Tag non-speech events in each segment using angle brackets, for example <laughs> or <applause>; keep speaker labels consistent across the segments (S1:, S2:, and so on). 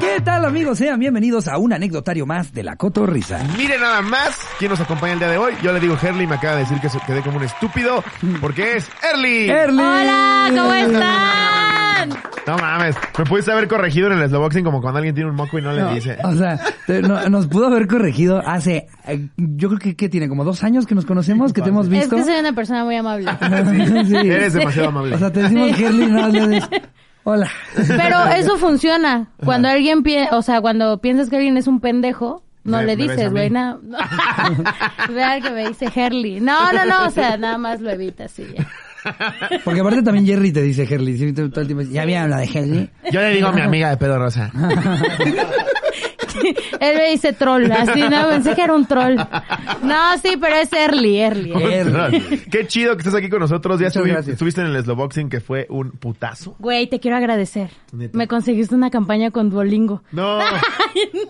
S1: ¿Qué tal amigos? Sean bienvenidos a un anecdotario más de la cotorrisa.
S2: Mire nada más quién nos acompaña el día de hoy. Yo le digo Herly, me acaba de decir que se quedé como un estúpido porque es Herly.
S1: Erly.
S3: Hola,
S1: <laughs>
S3: ¿cómo están?
S2: No mames, me pudiste haber corregido en el Slowboxing como cuando alguien tiene un moco y no le
S1: No,
S2: dice.
S1: O sea, te- no- nos pudo haber corregido hace, eh, yo creo que, ¿qué tiene como dos años que nos conocemos, que te hemos
S3: Es
S1: visto.
S3: que soy una persona muy amable.
S1: <laughs> Sí.
S2: Eres demasiado amable.
S1: O sea, te decimos Herly, no le
S3: <laughs>
S1: dices, hola.
S3: Pero eso funciona. Cuando alguien piensa, o sea, cuando piensas que alguien es un pendejo, no
S2: Me-
S3: le
S2: me ves a
S3: dices,
S2: mí.
S3: güey, nada. <laughs> Vean que me dice Herly. No, no, no, o sea, nada más lo evitas y ya. <laughs>
S1: Porque aparte también Jerry te dice Herly, sí, todo el tiempo, ya había hablado de Herly.
S2: Yo le digo a mi amiga de
S1: <laughs>
S2: pedo rosa.
S3: Él me dice troll, así, no, pensé que era un troll. No, sí, pero es eh. Herly, Herly.
S1: Herly.
S2: Qué chido que estés aquí con nosotros. Ya
S1: Muchas
S2: estuvi-
S1: gracias.
S2: estuviste en el Slowboxing que fue un putazo.
S3: Güey, te quiero agradecer.
S2: Neta.
S3: Me conseguiste una campaña con Duolingo.
S1: <laughs>
S2: No.
S3: Ay,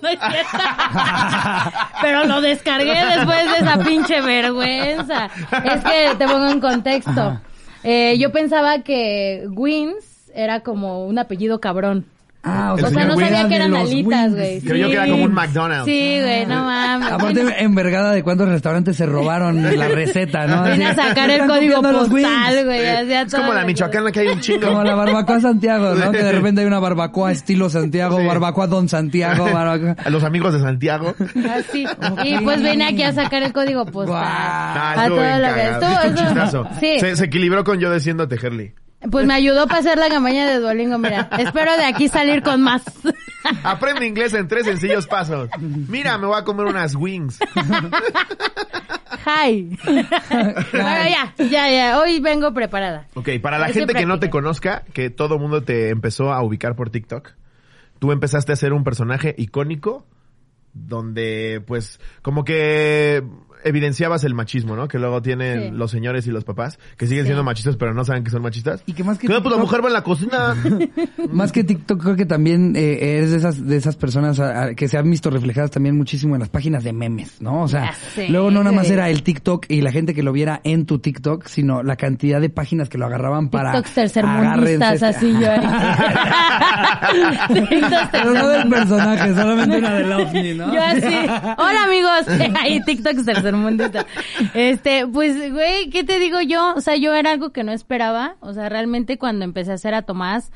S3: no es cierto. Pero lo descargué después de esa pinche vergüenza. Es que te pongo en contexto. Eh, yo pensaba que Wins era como un apellido cabrón.
S1: Ah,
S2: El
S3: O sea,
S2: señor
S3: no sabía
S1: era
S3: que
S1: de
S3: eran
S1: los
S3: alitas,
S1: Wings.
S3: güey.
S2: Creyó
S3: Sí.
S2: que era como un McDonald's.
S3: Sí, güey, no mames.
S1: Aparte, envergada de cuántos restaurantes se robaron la receta, ¿no?
S3: Vine a
S1: Así,
S3: sacar el
S1: están
S3: código
S1: copiando los
S3: postal,
S1: Wings.
S3: güey. hacía
S2: Es
S3: todo
S2: como la
S3: lo que-
S2: michoacana que hay un chingo.
S1: Como la barbacoa Santiago, ¿no? Que de repente hay una barbacoa estilo Santiago,
S2: Sí.
S1: barbacoa Don Santiago, barbacoa...
S2: A los amigos
S1: <laughs>
S2: de Santiago.
S3: Así. Ah, Y pues vine aquí a sacar el código postal.
S1: Guau.
S2: Ah,
S3: A
S2: estuvo
S3: todo
S2: bien
S3: lo que-
S2: cagado.
S3: estuvo-
S2: Diste un
S3: estuvo-
S2: chistazo.
S3: sí.
S2: Se, se equilibró con yo diciéndote, Herly.
S3: Pues me ayudó para hacer la campaña de Duolingo, mira. Espero de aquí salir con más.
S2: Aprende inglés en tres sencillos pasos. Mira, me voy a comer unas wings.
S3: Hi. bueno, ya, ya, ya. Hoy vengo preparada.
S2: Ok, para la
S3: Hay que
S2: gente que no te
S3: practicar.
S2: conozca, que todo mundo te empezó a ubicar por TikTok, tú empezaste a ser un personaje icónico donde, pues, como que evidenciabas el machismo, ¿no? Que luego tienen
S3: Sí.
S2: los señores y los papás que siguen siendo machistas pero no saben que son machistas.
S1: Y que más que
S2: Claro, pues la
S1: TikTok-
S2: mujer va en la cocina.
S3: <laughs>
S1: Más que TikTok, creo que también eh, eres de esas, de esas personas a- a- que se han visto reflejadas también muchísimo en las páginas de memes, ¿no? O sea,
S3: Ya sé,
S1: luego no nada más
S3: güey.
S1: era el TikTok y la gente que lo viera en tu TikTok, sino la cantidad de páginas que lo agarraban para...
S3: TikToks tercermundistas,
S1: agárrense este-
S3: así
S1: <laughs>
S3: yo ahí. TikToks
S1: Pero no del
S3: tercermundistas.
S1: personaje, solamente una
S3: <laughs>
S1: del ovni, ¿no?
S3: Yo
S1: <laughs>
S3: así. Hola amigos. <laughs> Ahí TikToks tercermundistas. Este, pues, güey, ¿qué te digo yo? O sea, yo era algo que no esperaba. O sea, realmente cuando empecé a hacer a Tomás,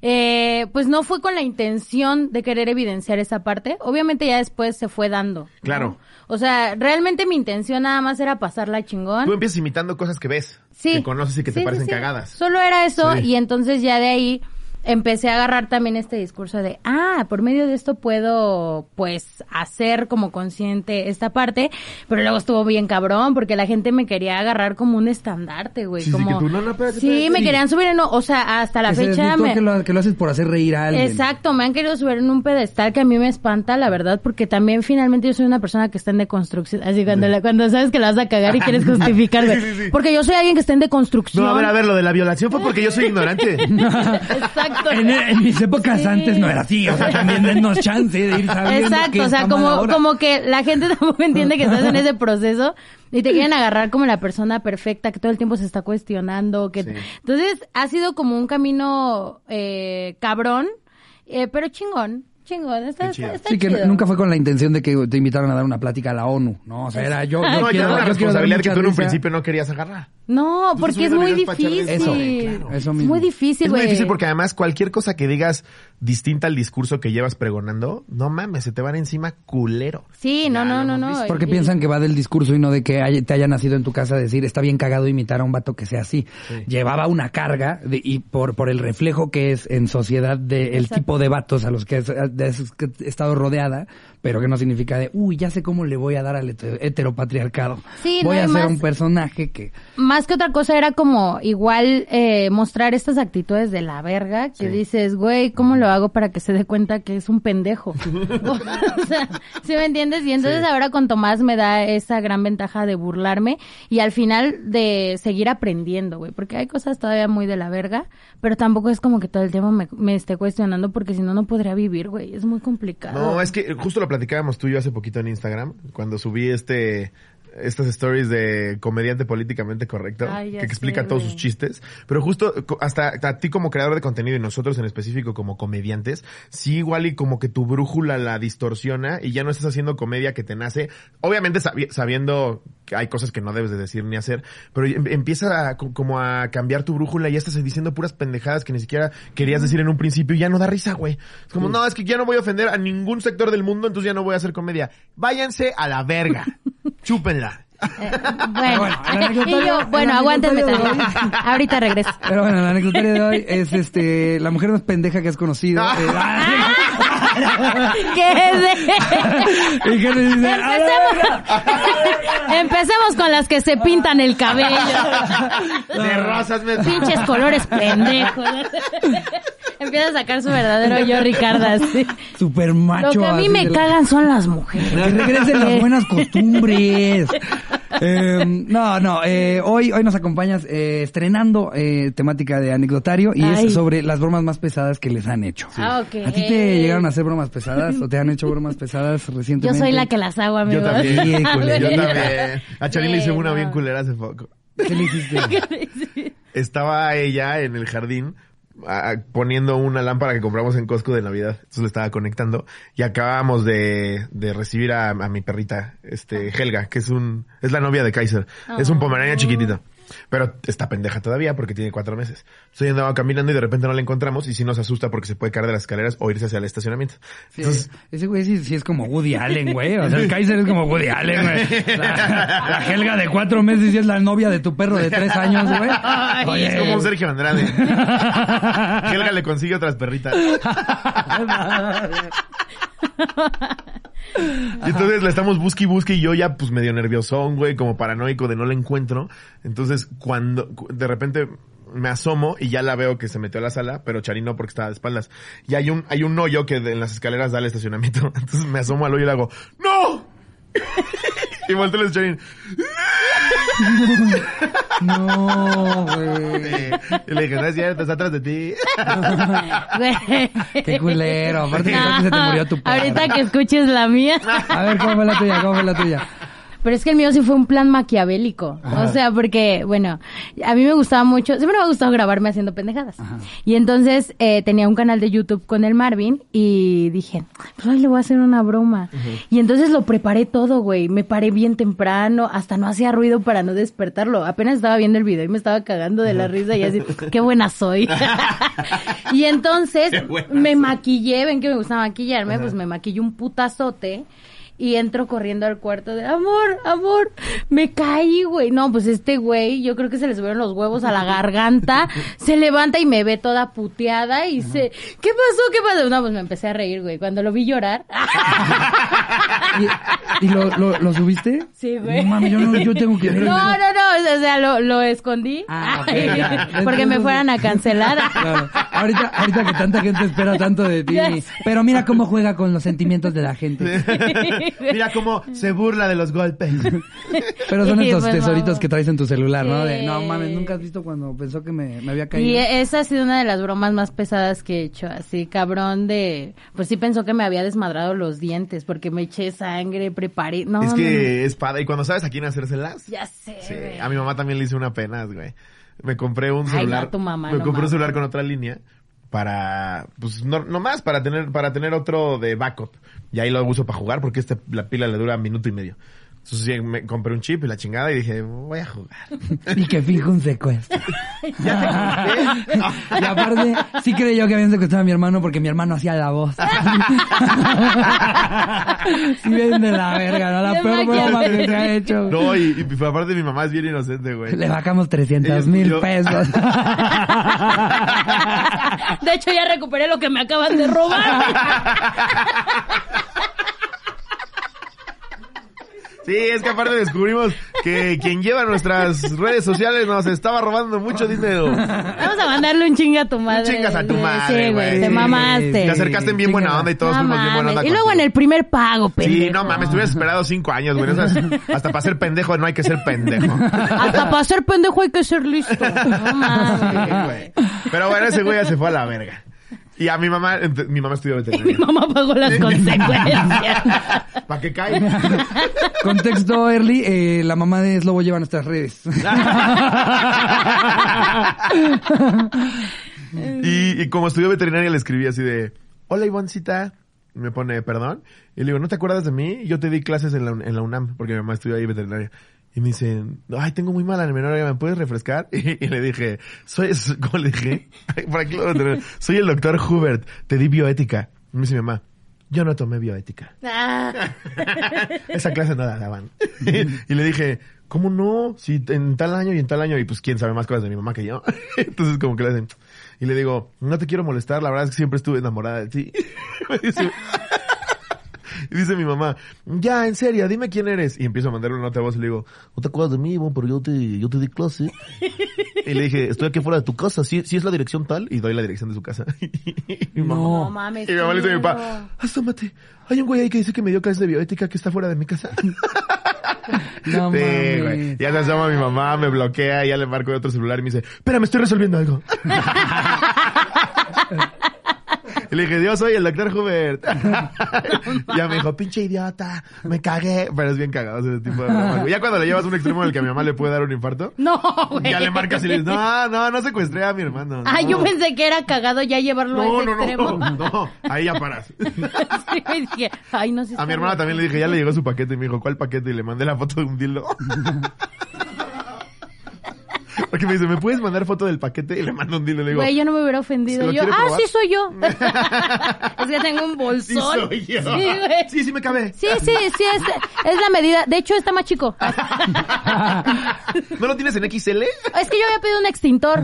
S3: eh, pues no fue con la intención de querer evidenciar esa parte. Obviamente ya después se fue dando. ¿no?
S2: Claro.
S3: O sea, realmente mi intención nada más era pasarla chingón.
S2: Tú empiezas imitando cosas que ves,
S3: ¿Ah? Sí.
S2: que conoces y que te
S3: Sí, sí,
S2: parecen
S3: sí.
S2: cagadas.
S3: Solo era eso
S2: Sí.
S3: y entonces ya de ahí empecé a agarrar también este discurso de, ah, por medio de esto puedo pues hacer como consciente esta parte, pero luego estuvo bien cabrón porque la gente me quería agarrar como un estandarte, güey,
S2: Sí, sí,
S3: como
S2: que tú, no, no, espérate,
S3: Sí,
S2: espérate.
S3: me querían subir en, o sea, hasta la
S1: Que se
S3: fecha
S1: desvirtúa
S3: me
S1: que, lo, que lo haces por hacer reír a alguien.
S3: Exacto, me han querido subir en un pedestal que a mí me espanta, la verdad, porque también finalmente yo soy una persona que está en deconstrucción. Así cuando, la- cuando sabes que la vas a cagar
S1: <laughs>
S3: y quieres justificar, güey.
S2: Sí, sí, sí.
S3: Porque yo soy alguien que está en deconstrucción.
S2: No, a ver, a ver, lo de la violación fue porque yo soy ignorante.
S3: <laughs> Exacto.
S1: En, en mis épocas
S3: Sí.
S1: antes no era así, o sea, también denos chance de ir sabiendo qué
S3: Exacto, o
S1: está
S3: sea,
S1: mal
S3: como,
S1: ahora.
S3: como que la gente tampoco entiende que estás en ese proceso y te quieren agarrar como la persona perfecta que todo el tiempo se está cuestionando. que
S2: Sí.
S3: Entonces, ha sido como un camino eh, cabrón, eh, pero chingón, chingón. Está,
S2: Qué chido.
S3: está- está
S1: Sí, que
S3: chido.
S1: nunca fue con la intención de que te invitaran a dar una plática a la ONU, ¿no? O sea, era yo, yo
S2: No, ya
S1: quiero,
S2: era
S1: yo
S2: una
S1: quiero dar
S2: responsabilidad que
S1: mucha
S2: tú en un
S1: risa.
S2: principio no querías agarrar.
S3: No, porque es
S2: subes
S3: muy
S2: videos para echarle
S3: difícil.
S2: desmadre, claro.
S1: Eso
S3: Es
S1: mismo.
S3: muy difícil,
S2: es muy
S3: güey.
S2: difícil porque además cualquier cosa que digas distinta al discurso que llevas pregonando, no mames, se te van encima culero.
S3: Sí, no,
S2: Ya
S3: no,
S2: lo
S3: no,
S2: hemos
S3: no.
S2: visto.
S1: Porque
S3: Y-
S1: piensan que va del discurso y no de que hay- te haya nacido en tu casa decir, está bien cagado imitar a un vato que sea así. Llevaba una carga de- y por, por el reflejo que es en sociedad del
S3: Exacto.
S1: tipo de vatos a los que, has- de esos que he estado rodeada, pero que no significa de, uy, ya sé cómo le voy a dar al heter- heteropatriarcado.
S3: Sí,
S1: voy
S3: no,
S1: a
S3: y
S1: hacer
S3: más-
S1: un personaje que...
S3: Más que otra cosa era como igual eh, mostrar estas actitudes de la verga que dices, güey, ¿cómo lo hago para que se dé cuenta que es un
S2: <laughs>
S3: pendejo? <laughs> o sea, ¿sí me entiendes? Y entonces ahora con Tomás me da esa gran ventaja de burlarme y al final de seguir aprendiendo, güey, porque hay cosas todavía muy de la verga, pero tampoco es como que todo el tiempo me, me esté cuestionando porque si no, no podría vivir, güey, es muy complicado.
S1: Ah.
S2: No, es que justo lo platicábamos tú y yo hace poquito en Instagram, cuando subí este estas stories de comediante políticamente correcto
S3: Ay, ya
S2: que explica
S3: sé,
S2: todos
S3: güey.
S2: sus chistes, pero justo co- hasta a ti como creador de contenido y nosotros en específico como comediantes, sí igual y como que tu brújula la distorsiona y ya no estás haciendo comedia que te nace, obviamente sabi- sabiendo que hay cosas que no debes de decir ni hacer, pero em- empieza a co- como a cambiar tu brújula y ya estás diciendo puras pendejadas que ni siquiera querías decir en un principio y ya no da risa, güey. Es como, no, es que ya no voy a ofender a ningún sector del mundo, entonces ya no voy a hacer comedia. Váyanse a la
S3: <laughs>
S2: verga. Chúpenla.
S3: Eh,
S1: Pero
S3: bueno,
S1: bueno, el anecdotario-
S3: y yo,
S1: el
S3: bueno, aguántenme
S1: anecdotario de
S3: tantito. Ahorita regreso.
S1: Pero bueno, la anécdota de hoy es este, la mujer más pendeja que has conocido. Eh, <laughs>
S3: ¿Qué es
S1: ah, y que le dice, "A la verga".
S3: <laughs> Empecemos. Empecemos con las que se pintan el cabello. <laughs>
S2: De rosas me...
S3: Pinches
S2: <laughs>
S3: colores pendejos. <laughs> Empieza a sacar su verdadero yo, Ricardo. así.
S1: Super
S3: Lo
S1: macho.
S3: que a mí
S1: así de
S3: me
S1: la-
S3: cagan son las mujeres.
S1: Que regresen las buenas
S3: <laughs>
S1: costumbres. Eh, no, no, eh, hoy, hoy nos acompañas eh, estrenando eh, temática de anecdotario y
S3: Ay.
S1: es sobre las bromas más pesadas que les han hecho.
S3: Ah, ok.
S1: ¿A ti te llegaron a hacer bromas pesadas o te han hecho bromas pesadas
S3: Yo
S1: recientemente?
S3: soy la que las hago, amigos.
S1: <laughs>
S2: Yo
S3: <laughs>
S2: también,
S1: Sí, culera.
S2: yo también. A Charly le hice
S3: Sí,
S2: una
S3: no.
S2: bien culera hace poco.
S1: <laughs> ¿Qué le hiciste?
S2: Estaba ella en el jardín ah, poniendo una lámpara que compramos en Costco de Navidad. Entonces le estaba conectando y acabábamos de, de recibir a, a mi perrita,
S1: Ah.
S2: este, Helga, que es un, es la novia de Kaiser. Es un pomerania chiquitito. Pero está pendeja todavía porque tiene cuatro meses. Entonces ella andaba caminando y de repente no la encontramos y sí nos asusta porque se puede caer de las escaleras o irse hacia el estacionamiento.
S1: Sí,
S2: Entonces,
S1: ese güey sí, sí es como Woody Allen, güey. O sea, el Kaiser es como Woody Allen, güey. La, la Helga de cuatro meses y es la novia de tu perro de tres años, güey. Oye,
S2: es como un Sergio Andrade. <laughs> Helga le consigue otras perritas. Y entonces la estamos busque y busque y yo ya pues medio nerviosón, güey, como paranoico de no la encuentro. Entonces cuando cu- de repente me asomo y ya la veo que se metió a la sala, pero Charín no porque estaba de espaldas. Y hay un, hay un hoyo que de- en las escaleras da al estacionamiento. <laughs> Entonces me asomo al hoyo y le hago, ¡No! <laughs> y volteo a Charín.
S1: No, güey.
S2: Y le dije, no es cierto, está atrás de ti. <laughs>
S1: Qué culero, aparte que creo que se te murió tu perro.
S3: Ahorita que escuches la mía.
S1: A ver, ¿cómo fue la tuya? ¿Cómo fue la tuya?
S3: Pero es que el mío sí fue un plan maquiavélico. O sea, porque, bueno, a mí me gustaba mucho, siempre me ha gustado grabarme haciendo pendejadas. Y entonces eh, tenía un canal de YouTube con el Marvin y dije, pues hoy le voy a hacer una broma. Y entonces lo preparé todo, güey. Me paré bien temprano, hasta no hacía ruido para no despertarlo. Apenas estaba viendo el video y me estaba cagando de la risa y así, qué
S1: <laughs>
S3: buena soy. y entonces
S2: Qué buena
S3: me maquillé, ven que me gusta maquillarme, pues me maquillé un putazote. Y entro corriendo al cuarto de amor, amor, me caí, güey. No, pues este güey, yo creo que se le subieron los huevos a
S1: <laughs>
S3: la garganta, se levanta y me ve toda puteada y se, ¿qué pasó? ¿Qué pasó? No, pues me empecé a reír, güey. Cuando lo vi llorar, <laughs>
S1: ¿Y, y lo, lo, lo subiste?
S3: Sí, güey.
S1: No mames, yo, no, yo tengo que ver.
S3: No, no, no, o sea, lo, lo escondí
S1: Ah, ok,
S3: Ay,
S1: ya.
S3: porque me fueran a cancelar.
S1: <laughs> Claro. Ahorita, ahorita que tanta gente espera tanto de ti.
S3: Ya sé.
S1: Pero mira cómo juega con los sentimientos de la gente.
S2: Mira cómo se burla de los golpes.
S1: Pero son
S3: Sí,
S1: estos
S3: pues,
S1: tesoritos
S3: vamos.
S1: que traes en tu celular, ¿no? De,
S3: Sí.
S1: no mames, nunca has visto cuando pensó que me, me había
S3: Y
S1: caído.
S3: esa ha sido una de las bromas más pesadas que he hecho, así cabrón de, pues sí pensó que me había desmadrado los dientes porque me eché sangre, preparé, no,
S2: es
S3: no, no.
S2: que es padre. Y cuando sabes a quién hacérselas.
S3: ya sé.
S2: Sí,
S3: güey.
S2: a mi mamá también le hice una apenas, güey. Me compré un
S3: Ay,
S2: celular.
S3: no, tu mamá,
S2: me
S3: no
S2: compré un
S3: mames.
S2: celular con otra línea para pues no, no más para tener para tener otro de backup. Y ahí lo uso para jugar porque este la pila le dura minuto y medio. Entonces sí, me compré un chip y la chingada y dije, voy a jugar.
S1: <laughs> Y que fijo un secuestro. <laughs> y aparte, sí creí yo que habían secuestrado a mi hermano porque mi hermano hacía la voz. <laughs> sí, ven de la verga, ¿no? La
S3: Qué
S1: peor broma que
S3: maquiavélico.
S1: se ha hecho.
S2: No, pues. y, y mi- aparte mi mamá es bien inocente, güey.
S3: <laughs>
S1: Le bajamos 300
S2: Ella
S1: mil
S2: estudió-
S1: pesos. <laughs>
S3: De hecho ya recuperé lo que me acaban
S2: <laughs>
S3: de robar.
S2: Sí, es que aparte descubrimos que quien lleva nuestras redes sociales nos estaba robando mucho dinero.
S3: Vamos a mandarle un chinga a tu madre.
S2: chingas a tu
S3: Sí,
S2: madre, güey.
S3: Te
S2: Sí.
S1: Sí.
S2: Te
S3: mamaste.
S2: acercaste en bien buena onda y todos
S3: No
S2: fuimos bien buena
S3: mames.
S2: onda.
S3: y luego en
S2: contigo.
S3: el primer pago, pendejo.
S2: Sí, no mames, te hubieras esperado cinco años, güey.
S3: <laughs>
S2: Esas- hasta para ser pendejo no hay que ser pendejo.
S3: Hasta para ser
S2: <laughs>
S3: pendejo hay que ser listo. No mames.
S2: Sí, güey. Pero bueno, ese güey ya se fue a la verga. Y a mi mamá, ent- mi mamá estudió
S3: Y mi
S2: veterinaria.
S3: mamá pagó las consecuencias.
S2: <laughs> ¿Para que caiga?
S1: Contexto, Early, eh, la mamá de Slobo lleva nuestras redes.
S2: y, y como estudió veterinaria le escribí así de, hola Ivoncita. Y me pone, perdón. Y le digo, ¿no te acuerdas de mí? Yo te di clases en la, en la UNAM, porque mi mamá estudió ahí veterinaria. Y me dicen, ay, tengo muy mala memoria, ¿me puedes refrescar? <laughs> Y, y le dije, soy, so- ¿cómo le dije? <laughs> Ay, por aquí lo voy a tener. Soy el doctor Hubert, te di bioética. Y me dice mi mamá, yo no tomé bioética.
S3: Ah.
S2: <laughs> Esa clase no la daban. y le dije, ¿cómo no? Si en tal año y en tal año, y pues quién sabe más cosas de mi mamá que yo. <laughs> Entonces como que le hacen. Y le digo, no te quiero molestar, la verdad es que siempre estuve enamorada de ti. <laughs> Me dice- y dice mi mamá, ya, en serio, dime quién eres. Y empiezo a mandar una nota de voz y le digo, no te acuerdas de mí, Ivonne, pero yo te, yo te di clase. y le dije, estoy aquí fuera de tu casa, si es la dirección tal, y doy la dirección de su casa. <laughs> <laughs> Y mi mamá,
S1: No.
S3: No mames.
S2: y mi mamá le dice a mi
S3: claro.
S2: papá, asómate, hay un güey ahí que dice que me dio clases de bioética que está fuera de mi
S3: <laughs>
S2: casa.
S1: No
S2: Sí,
S1: mames.
S2: güey. Ya se llama mi mamá, me bloquea, ya le marco de otro celular y me dice, espera, me estoy resolviendo
S3: <laughs>
S2: algo. Y le dije, yo soy el doctor Hubert. <laughs> ya me dijo, pinche idiota, me cagué. Pero es bien cagado ese tipo de bromas, güey. Ya cuando le llevas a un extremo en el que a mi mamá le puede dar un infarto,
S3: No, güey.
S2: ya le marcas y le dices, no, no, no secuestré a mi hermano.
S3: Ah,
S2: no".
S3: yo pensé que era cagado ya llevarlo a
S2: No,
S3: ese
S2: no,
S3: extremo.
S2: no, <laughs> no, ahí ya paras.
S3: <laughs> Sí, güey, dije, ay, no sé.
S2: A mi hermana también le dije, ya le llegó su paquete y me dijo, ¿cuál paquete? Y le mandé la foto de un
S3: <laughs>
S2: dildo. Porque me dice, ¿me puedes mandar foto del paquete? Y le mando un dildo y le digo,
S3: Güey, yo no me hubiera
S2: ¿Se
S3: ofendido.
S2: lo
S3: Yo,
S2: quiere
S3: ah,
S2: probar?
S3: sí soy
S2: <laughs>
S3: yo. <laughs> es que tengo un
S2: sí
S3: bolsón.
S2: soy yo.
S3: <laughs> Sí, güey.
S2: Sí, sí me cabe.
S3: Sí, sí, sí, es, es la medida. De hecho, está más chico.
S2: <laughs> ¿No lo tienes en XL?
S3: Es que yo había pedido un
S2: <laughs>
S3: extintor.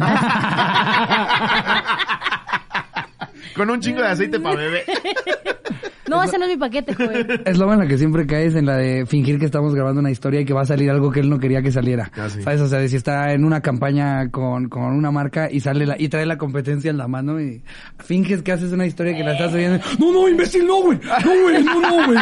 S2: Con un chingo de aceite para
S3: <laughs>
S2: bebé.
S3: No, ese no es mi
S2: <laughs>
S3: paquete, güey.
S1: Es lo en la que siempre caes en la de fingir que estamos grabando una historia y que va a salir algo que él no quería que saliera.
S2: Ah, sí.
S1: ¿Sabes? O sea, de si está en una campaña con, con una marca y sale la, y trae la competencia en la mano y finges que haces una historia que la estás subiendo. No, no, imbécil, no, güey. No, güey, no, no, güey.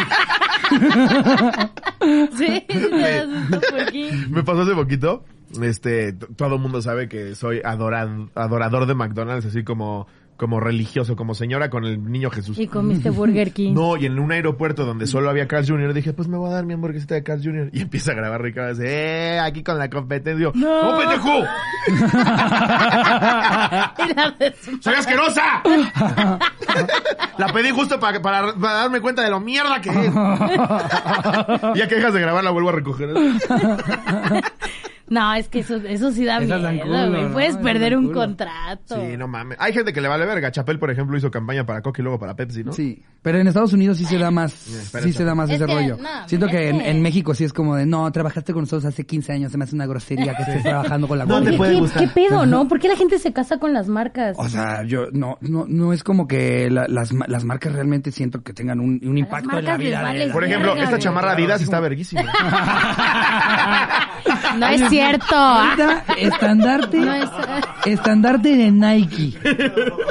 S3: Sí, sí, te asustó por aquí.
S2: Me pasó hace poquito. Este, t- todo el mundo sabe que soy adora- adorador de McDonald's, así como, como religioso, como señora con el niño Jesús.
S3: Y comiste Burger King.
S2: No, y en un aeropuerto donde solo había Carl Jr., dije, pues me voy a dar mi hamburguesita de Carl Jr. Y empieza a grabar Ricardo, dice, eh, aquí con la competencia. Yo,
S3: No.
S2: ¡No, pendejo!
S3: <laughs> Y la de su-
S2: ¡Soy asquerosa! la pedí justo pa- para, para darme cuenta de lo mierda que es. ya que dejas de grabar, la vuelvo a recoger.
S3: No, es que eso, eso sí da
S1: Esas dan
S3: miedo,
S1: culo,
S3: güey.
S1: ¿no?
S3: Puedes
S1: Esas
S3: perder
S1: dan
S3: un
S1: culo.
S3: contrato.
S2: Sí, no mames. Hay gente que le vale verga. Chapel, por ejemplo, hizo campaña para Coca y luego para Pepsi, ¿no?
S1: <laughs> Sí. Pero en Estados Unidos sí se da más,
S2: espérate.
S1: sí se da más
S3: Es
S1: ese
S3: que,
S1: rollo.
S3: no,
S1: Siento
S3: es
S1: que en,
S3: que-
S1: en México sí es como de, no, trabajaste con nosotros hace 15 años, se me hace una grosería que estés trabajando con la
S2: No te
S1: competencia.
S3: Oye,
S2: puede
S3: ¿qué,
S2: gustar.
S3: ¿Qué pedo, no? ¿Por qué la gente se casa con
S2: <laughs>
S3: las marcas? <laughs>
S1: O sea, yo no, no, no es como que la- las, ma- las marcas realmente siento que tengan un, un impacto en la
S3: marcas les
S1: vida. de
S3: vale
S1: la-
S2: Por ejemplo,
S3: Verga,
S2: esta
S3: güey.
S2: chamarra
S1: <laughs>
S2: Adidas está verguísima.
S3: no es cierto.
S1: Ahorita, estandarte,
S3: No es-
S1: estandarte de Nike.
S3: <laughs>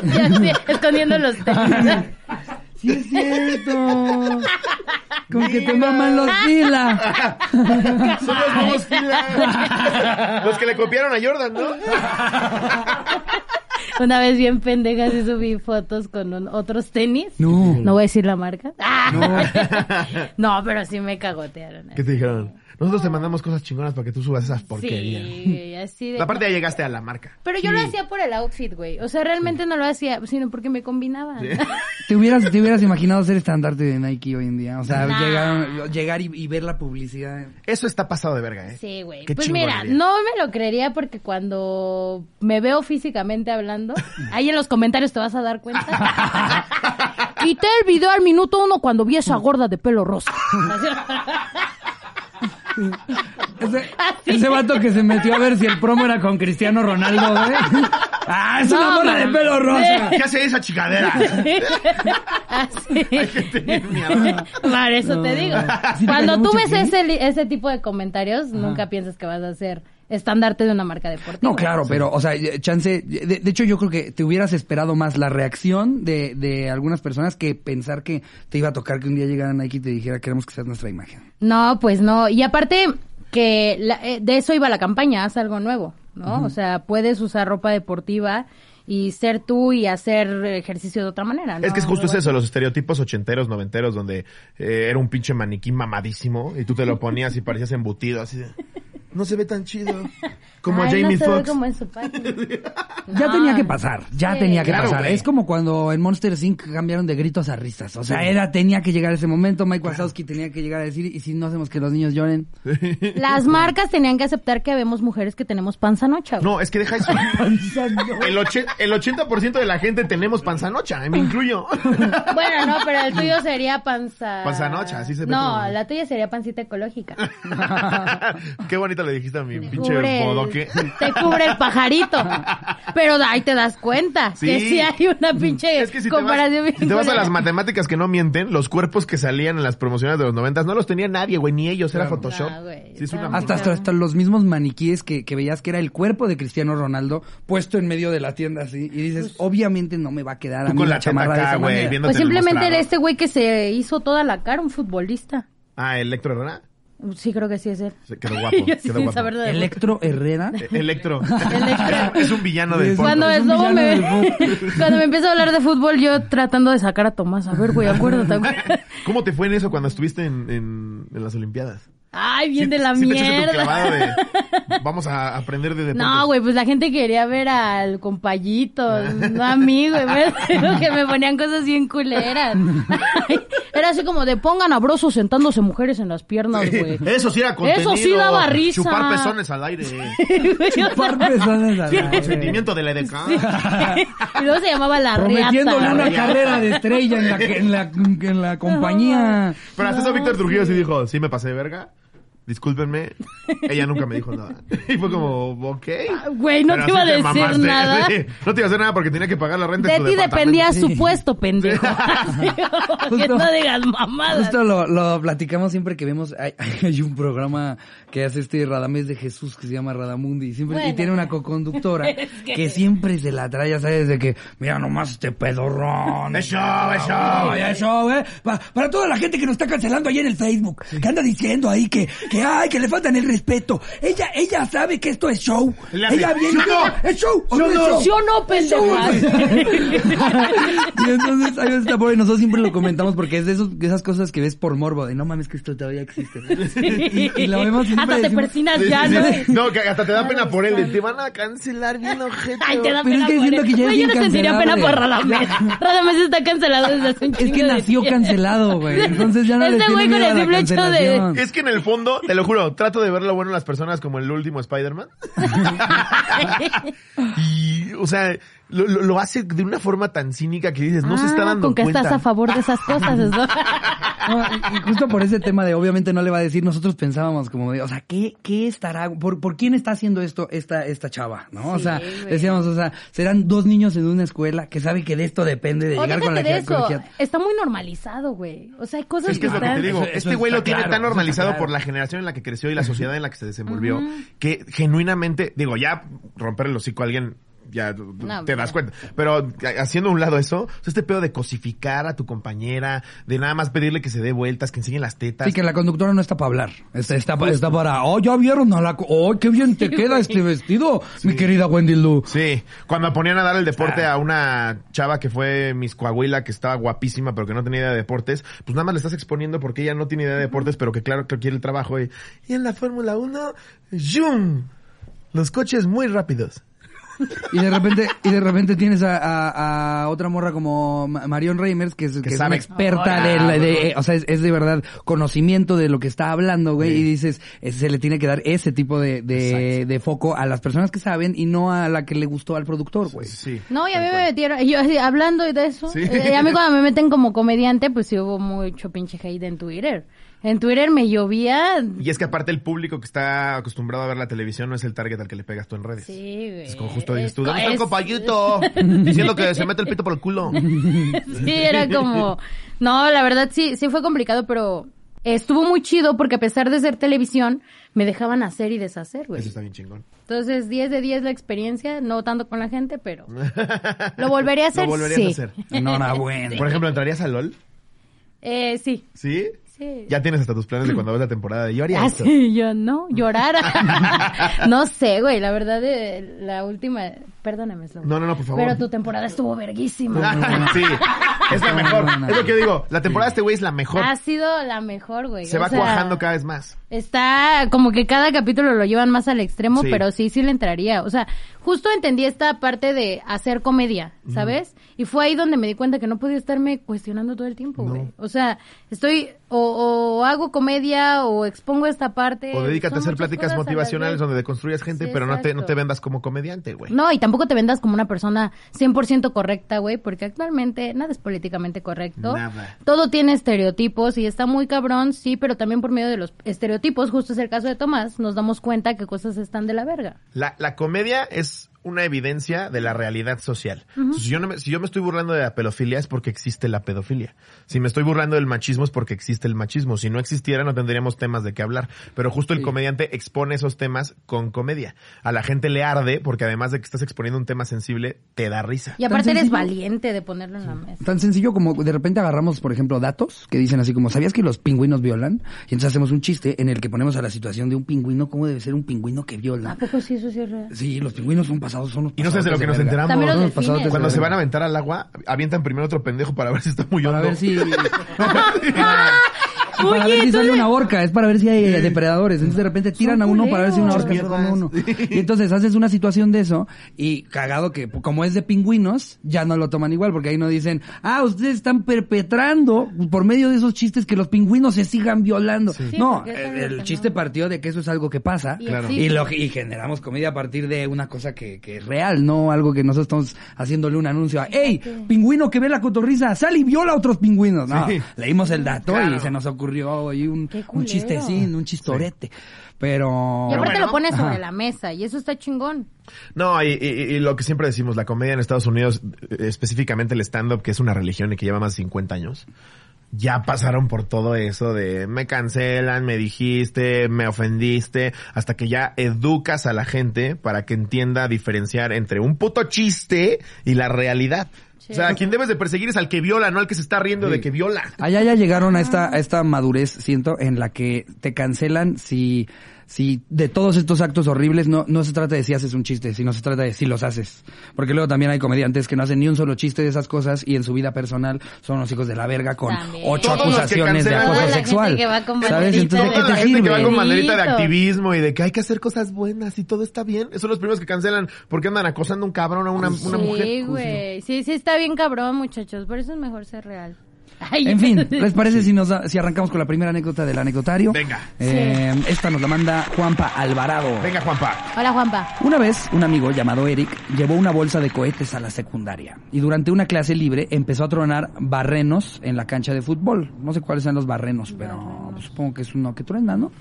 S3: Ya sé, escondiendo los tenis.
S1: Sí es cierto. Con que te maman los fila.
S2: Son <laughs> los nuevos Fila. Los que le copiaron a Jordan, ¿no?
S3: Una vez bien pendeja sí subí fotos con un- otros tenis.
S1: No.
S3: No voy a decir la marca. Ah. <laughs> No, pero sí me cagotearon.
S2: ¿Qué te dijeron? Nosotros te mandamos cosas chingonas para que tú subas esas porquerías.
S3: Sí, así de...
S2: La parte ya llegaste a la marca.
S3: Pero yo lo hacía por el outfit, güey. O sea, realmente no lo hacía, sino porque me combinaban.
S1: Te hubieras, te hubieras imaginado ser estandarte de Nike hoy en día. O sea,
S3: Nah.
S1: llegaron- llegar y, y ver la publicidad.
S2: Eso está pasado de verga, ¿eh?
S3: Sí, güey.
S2: Qué
S3: Pues mira,
S2: chingonería.
S3: no me lo creería porque cuando me veo físicamente hablando, ahí en los comentarios te vas a dar
S1: <laughs>
S3: cuenta. Quité el video al minuto uno cuando vi a esa gorda de pelo rosa.
S1: Ese,
S3: <laughs> Ah, sí.
S1: ese vato que se metió a ver si el promo era con Cristiano Ronaldo,
S3: <laughs>
S1: ¿eh? Ah, es una
S3: No,
S1: mona de
S3: mames.
S1: pelo rosa.
S2: ¿Qué hace esa
S3: <laughs>
S2: chicadera?
S3: Así.
S2: gente bien mierda.
S3: Para eso te digo.
S1: Sí,
S3: Cuando
S1: tengo
S3: tú
S1: mucho
S3: ves
S1: que-
S3: ese, li- ese tipo de comentarios, nunca piensas que vas a ser estandarte de una marca deportiva.
S1: No, claro, pero, o sea, eh, chance. De, de hecho, yo creo que te hubieras esperado más la reacción de, de algunas personas que pensar que te iba a tocar que un día llegara Nike y te dijera queremos que seas nuestra imagen.
S3: No, pues no. Y aparte que la- eh, de eso iba la campaña, haz algo nuevo, ¿no? O sea, puedes usar ropa deportiva y ser tú y hacer ejercicio de otra manera. ¿no?
S2: Es que es justo
S3: Algo
S2: es eso, los estereotipos ochenteros, noventeros, donde eh, era un pinche maniquí mamadísimo y tú te lo ponías y parecías embutido, así de, no se ve tan chido. Como
S3: Ay,
S2: a Jamie
S3: no se ve
S2: Foxx.
S3: como en su
S2: <laughs>
S3: página.
S1: Ya
S3: No.
S1: tenía que pasar, ya
S3: Ah, Sí.
S1: tenía que
S2: Claro,
S1: pasar.
S2: güey.
S1: Es como cuando en Monster Inc. cambiaron de gritos a risas. O sea, era, tenía que llegar ese momento. Mike Wazowski tenía que llegar a decir, y si no hacemos que los niños lloren.
S3: Las marcas tenían que aceptar que vemos mujeres que tenemos panza nocha.
S2: No, es que deja
S3: <laughs>
S2: eso. El, oche- el 80% de la gente tenemos panzanocha, eh, me incluyo.
S3: Bueno, no, pero el tuyo sería panza...
S2: Panzanocha, así se ve
S3: No,
S2: como-
S3: la tuya sería pancita ecológica.
S2: <laughs> Qué bonito le dijiste a mi
S3: Te
S2: pinche
S3: cubre
S2: <laughs>
S3: el-
S2: bodoque.
S3: <laughs> Te cubre el pajarito.
S2: <laughs>
S3: Pero ahí te das cuenta
S2: Sí.
S3: que sí hay una pinche
S2: Es que si te, vas,
S3: comparación. bien
S2: si te vas a
S3: culera.
S2: las matemáticas que no mienten, los cuerpos que salían en las promociones de los noventas no los tenía nadie, güey, ni ellos, era
S1: Claro.
S2: Photoshop.
S3: Ah, güey,
S2: Sí, es
S3: está
S2: una
S3: muy
S1: Hasta, hasta, hasta los mismos maniquíes que, que veías que era el cuerpo de Cristiano Ronaldo puesto en medio de la tienda así. Y dices, obviamente no me va a quedar a
S2: Tú
S1: mí
S2: con
S1: la
S2: la
S1: chamarra de
S2: teta
S1: esa
S2: acá, güey,
S1: manera.
S2: viendo-
S3: Pues
S2: en el
S3: simplemente era
S2: mostrador.
S3: este güey que se hizo toda la cara, un futbolista.
S2: Ah, Electro Herrera.
S3: Sí, creo que sí es él.
S2: Se quedó
S3: <laughs>
S2: guapo,
S3: Yo sí,
S2: quedó
S3: sin
S2: guapo.
S3: saber de dónde.
S1: Electro Herrera.
S2: E- Electro.
S3: <laughs> Electro.
S2: <laughs> es, es un villano del
S1: Es-
S2: porno.
S3: Cuando
S1: Es
S3: es
S1: un
S3: lobo me
S1: villano del
S3: <laughs> Cuando me empieza a hablar de fútbol, yo tratando de sacar a Tomás. A ver, güey,
S2: <laughs>
S3: acuérdate. acuérdate.
S2: <laughs> ¿Cómo te fue en eso cuando estuviste en, en, en las Olimpiadas?
S3: Ay, bien de la
S2: Sí te echaste tu clavado
S3: <laughs> mierda.
S2: de, vamos a aprender de deportes.
S3: No, güey, pues la gente quería ver al
S1: Ah.
S3: compayito, no a mí,
S1: <laughs>
S3: güey, ¿ves? Pero <laughs> que me ponían cosas bien culeras. Ay, Era así como de pongan a Broso sentándose mujeres en las piernas,
S1: <laughs>
S3: güey. <laughs>
S2: <laughs> Eso sí era contenido.
S3: Eso sí daba risa.
S2: Chupar pezones al aire.
S3: Güey, o sea,
S1: Par personas a
S2: <laughs>
S1: la-
S2: Sentimiento de la E EDK.
S3: <laughs> y luego se llamaba la
S1: Prometiéndole
S3: riata.
S1: una
S2: riata.
S1: carrera de estrella en la, que- en la, en la compañía.
S2: Pero hasta eso
S3: No,
S2: Víctor Trujillo sí dijo, sí me pasé de verga, discúlpenme. Ella nunca me dijo nada. Y fue como, ok.
S3: Ah, güey, no
S2: Pero
S3: te iba
S2: sí
S3: a decir
S2: mamaste, <laughs>
S3: nada.
S2: sí. no te iba a hacer nada porque tenía que pagar la renta
S3: De
S2: su
S3: ti
S2: departamento.
S3: dependía su
S1: Sí.
S3: puesto, pendejo. <laughs> que no digas mamadas.
S1: Justo lo, lo platicamos siempre que vemos. Hay, <laughs> hay un programa que hace este Radamés de Jesús que se llama Radamundi. y Siempre, y
S3: Bueno.
S1: tiene una coconductora
S3: <laughs> Es que-
S1: que... siempre se la trae, ya sabes, de que, mira nomás este pedorrón.
S2: Es show, es show.
S1: Ay, es show, eh. Pa- para toda la gente que nos está cancelando ahí en el Facebook, que anda diciendo ahí que, que ay, que le faltan el respeto. Ella, ella sabe que esto es show.
S2: Le hace,
S1: Ella viene.
S2: "¿Sí o no?
S1: Es show. ¿o
S2: ¿Sí
S1: no
S2: o
S1: es
S2: no?"
S1: show?
S3: Yo no, <laughs> pendejo.
S1: <laughs> y entonces ahí está pobre, nosotros siempre lo comentamos porque es de, esos, de esas cosas que ves por morbo, de no mames que esto todavía existe. <laughs> Y, y lo vemos y siempre
S3: Hasta te
S1: decimos,
S3: persinas
S2: Sí, sí,
S3: ya,
S2: sí.
S3: ¿no?
S2: No, que hasta te da pena por él. de, Te van a cancelar bien ojete.
S3: Ay, te da
S1: Pero pues es
S3: pena
S1: que
S3: por
S1: siento
S3: él.
S1: que ya es
S3: Güey, yo no sentiría pena
S1: incancelable.
S3: por
S1: <laughs>
S3: Radamés. Radamés está cancelado desde hace un
S1: Es que
S3: chingo de
S1: nació
S3: tiempo.
S1: cancelado,
S3: <laughs>
S1: güey. Entonces ya no le
S3: Este
S1: tiene
S3: güey con
S1: miedo a
S3: el
S1: la
S3: simple hecho de-
S1: cancelación.
S2: Es que en el fondo, te lo juro, trato de ver lo bueno en las personas como el último Spider-Man.
S3: <laughs>
S2: y, o sea, lo, lo- lo hace de una forma tan cínica que dices, <laughs> no se está
S3: Ah,
S2: dando
S3: con que
S2: cuenta.
S3: estás a favor de esas cosas, ¿no?
S1: No, y- y justo por ese tema de obviamente no le va a decir, nosotros pensábamos como de, o sea, ¿qué, qué estará, por, por quién está haciendo esto esta, esta chava? ¿No? o
S3: Sí,
S1: sea,
S3: güey.
S1: decíamos, o sea, serán dos niños en una escuela que sabe que de esto depende de
S3: O
S1: llegar con la
S3: déjate de eso.
S1: jerarquía.
S3: Está muy normalizado, güey. O sea, hay cosas
S2: Es que es lo que te
S3: están...
S2: digo.
S1: Eso- eso
S2: este güey lo
S1: está
S2: tiene
S1: claro,
S2: tan
S1: eso está
S2: normalizado
S1: claro.
S2: por la generación en la que creció y la sociedad en la que se desenvolvió que genuinamente, digo, ya romper el hocico a alguien ya te das
S3: mira.
S2: cuenta. Pero a- haciendo a un lado eso, o sea, este pedo de cosificar a tu compañera, de nada más pedirle que se dé vueltas, que enseñe las tetas.
S1: Sí, que la conductora no está para hablar. Está, está, pa- está para, oh, ya vieron a la, co- oh, qué bien te queda este vestido, mi querida Wendy Lu.
S2: Sí, cuando ponían a dar el deporte a una chava que fue Miss Coahuila, que estaba guapísima, pero que no tenía idea de deportes, pues nada más le estás exponiendo porque ella no tiene idea de deportes, pero que claro que quiere el trabajo. Y, y en la Fórmula 1, ¡zoom! Los coches muy rápidos.
S1: Y de repente,
S2: <laughs>
S1: y de repente tienes a, a- a otra morra como Ma- Marion Reimers, que es, que es
S2: sabe.
S1: una experta de, la- de- o sea, es, es de verdad conocimiento de lo que está hablando, güey, y dices, eh, se le tiene que dar ese tipo de, de, de foco a las personas que saben y no a la que le gustó al productor, güey.
S2: Sí.
S3: No, y a mí me metieron, y yo así, hablando de eso,
S2: Sí.
S3: eh, a mí cuando me meten como comediante, pues sí hubo mucho pinche hate en Twitter. En Twitter me llovía,
S2: Y es que aparte el público que está acostumbrado a ver la televisión no es el target al que le pegas tú en redes.
S3: sí, güey.
S2: Es como justo dices tú,
S3: Es-
S2: ¿dónde está el
S3: es- <laughs>
S2: compañito? Diciendo que se mete el pito por el culo.
S3: Sí, era como, no, la verdad sí, sí fue complicado, pero estuvo muy chido porque a pesar de ser televisión, me dejaban hacer y deshacer, güey.
S2: Eso está bien chingón.
S3: Entonces, 10 de 10 la experiencia, no tanto con la
S2: <laughs>
S3: gente, pero lo volvería a hacer.
S2: Lo volverías
S3: sí.
S2: a hacer.
S1: Enhorabuena.
S2: Por ejemplo, ¿entrarías a LOL?
S3: Eh, sí.
S2: ¿Sí?
S3: Sí.
S2: Ya tienes hasta tus planes de cuando ves la temporada de yo
S3: Ah,
S2: haría esto.
S3: Así, yo no, llorar. <laughs> no sé, güey, la verdad, eh, la última, perdóname, Slobo.
S2: No, no, no, por favor.
S3: Pero tu temporada estuvo verguísima.
S2: <laughs> sí, es la
S1: No,
S2: mejor.
S1: no, no.
S2: Es lo que digo. La temporada de este güey es la mejor.
S3: Ha sido la mejor, güey.
S2: Se
S3: Ah, o
S2: va
S3: sea,
S2: cuajando cada vez más.
S3: Está como que cada capítulo lo llevan más al extremo,
S2: Sí.
S3: pero sí, sí le entraría. O sea, justo entendí esta parte de hacer comedia, ¿sabes? Y fue ahí donde me di cuenta que no podía estarme cuestionando todo el tiempo,
S2: No.
S3: güey. O sea, estoy o, o hago comedia o expongo esta parte.
S2: O dedícate a
S3: Son
S2: hacer
S3: muchas
S2: pláticas
S3: cosas a la
S2: motivacionales
S3: vez.
S2: donde deconstruyas gente,
S3: Sí,
S2: pero no te, no
S3: exacto.
S2: te vendas como comediante, güey.
S3: No, y tampoco te vendas como una persona 100% correcta, güey, porque actualmente nada es políticamente correcto.
S2: Nada.
S3: Todo tiene estereotipos y está muy cabrón, sí, pero también por medio de los estereotipos, justo es el caso de Tomás, nos damos cuenta que cosas están de la verga.
S2: La, la comedia es una evidencia de la realidad social. Entonces, si, yo no me, si yo me estoy burlando de la pedofilia es porque existe la pedofilia. Si me estoy burlando del machismo es porque existe el machismo. Si no existiera no tendríamos temas de qué hablar. Pero justo el comediante expone esos temas con comedia. A la gente le arde porque además de que estás exponiendo un tema sensible, te da risa.
S3: Y aparte eres
S1: sencillo?
S3: valiente de ponerlo en la mesa.
S1: Tan sencillo como de repente agarramos, por ejemplo, datos que dicen así como, ¿sabías que los pingüinos violan? Y entonces hacemos un chiste en el que ponemos a la situación de un pingüino, ¿cómo debe ser un pingüino que
S3: ¿A
S1: viola?
S3: poco sí eso sí es real?
S1: Sí, los pingüinos son pasados, son los
S2: Y no sabes de lo que nos
S1: pasadotes verga.
S2: enteramos.
S3: También los
S1: Son los
S3: delfines.
S1: pasadotes de
S2: Cuando se
S1: verga.
S2: van a aventar al agua, avientan primero otro pendejo para ver si está muy
S1: Para
S2: hondo.
S1: ver
S2: <laughs>
S1: si. <laughs>
S3: Oye,
S1: para ver si
S3: tú
S1: sale
S3: le-
S1: una orca, es para ver si hay eh, depredadores. Entonces de repente tiran a uno para ver si una
S3: culeros.
S1: orca se come uno. Y entonces haces una situación de eso y cagado que como es de pingüinos, ya no lo toman igual porque ahí no dicen, ah, ustedes están perpetrando por medio de esos chistes que los pingüinos se sigan violando.
S3: Sí,
S1: No,
S3: porque eso
S1: el,
S3: es lo
S1: el
S3: que
S1: chiste
S3: no-
S1: partió de que eso es algo que pasa
S3: Y
S1: y,
S2: Claro.
S3: existe.
S1: lo, y generamos comedia a partir de una cosa que, que es real, no algo que nosotros estamos haciéndole un anuncio a, hey, pingüino que ve la cotorriza, sale y viola a otros pingüinos. No,
S2: Sí.
S1: leímos el dato
S2: Claro.
S1: y se nos ocurrió ahí un,
S3: Qué culero.
S1: un chistecín, un chistorete. Pero...
S3: Y aparte
S2: bueno.
S3: lo pones sobre la mesa y eso está chingón.
S2: No, y, y- y lo que siempre decimos, la comedia en Estados Unidos, eh, específicamente el stand-up, que es una religión y que lleva más de 50 años, ya pasaron por todo eso de me cancelan, me dijiste, me ofendiste, hasta que ya educas a la gente para que entienda diferenciar entre un puto chiste y la realidad. O sea, a quien debes de perseguir es al que viola, no al que se está riendo de que viola.
S1: Allá ya llegaron a esta, a esta madurez, siento, en la que te cancelan si, si de todos estos actos horribles no, no se trata de si haces un chiste, sino se trata de si los haces. Porque luego también hay comediantes que no hacen ni un solo chiste de esas cosas y en su vida personal son unos hijos de la verga con
S3: También.
S1: ocho
S2: Todos los que
S1: acusaciones de
S2: cancelan,
S1: acoso
S2: Toda la
S1: sexual.
S3: gente que va con
S1: ¿Sabes?
S3: banderita
S1: Entonces,
S3: de-
S1: ¿de qué
S2: Toda
S1: te
S2: la gente que va
S1: sirve?
S2: con banderita de
S3: Benito.
S2: activismo y de que hay que hacer cosas buenas y todo está bien. Esos son los primeros que cancelan porque andan acosando a un cabrón a una, una
S3: sí,
S2: mujer.
S3: güey. Sí, sí está bien cabrón, muchachos. Por eso es mejor ser real. Ay,
S1: En
S3: <laughs>
S1: fin, pues, ¿les parece si nos da- si arrancamos con la primera anécdota del anecdotario?
S2: Venga.
S1: Eh, Esta nos la manda Juanpa Alvarado.
S2: Venga, Juanpa.
S3: Hola, Juanpa.
S1: Una vez, un amigo llamado Eric llevó una bolsa de cohetes a la secundaria y durante una clase libre empezó a tronar barrenos en la cancha de fútbol. No sé cuáles sean los barrenos, pero supongo que es uno que truena, ¿no?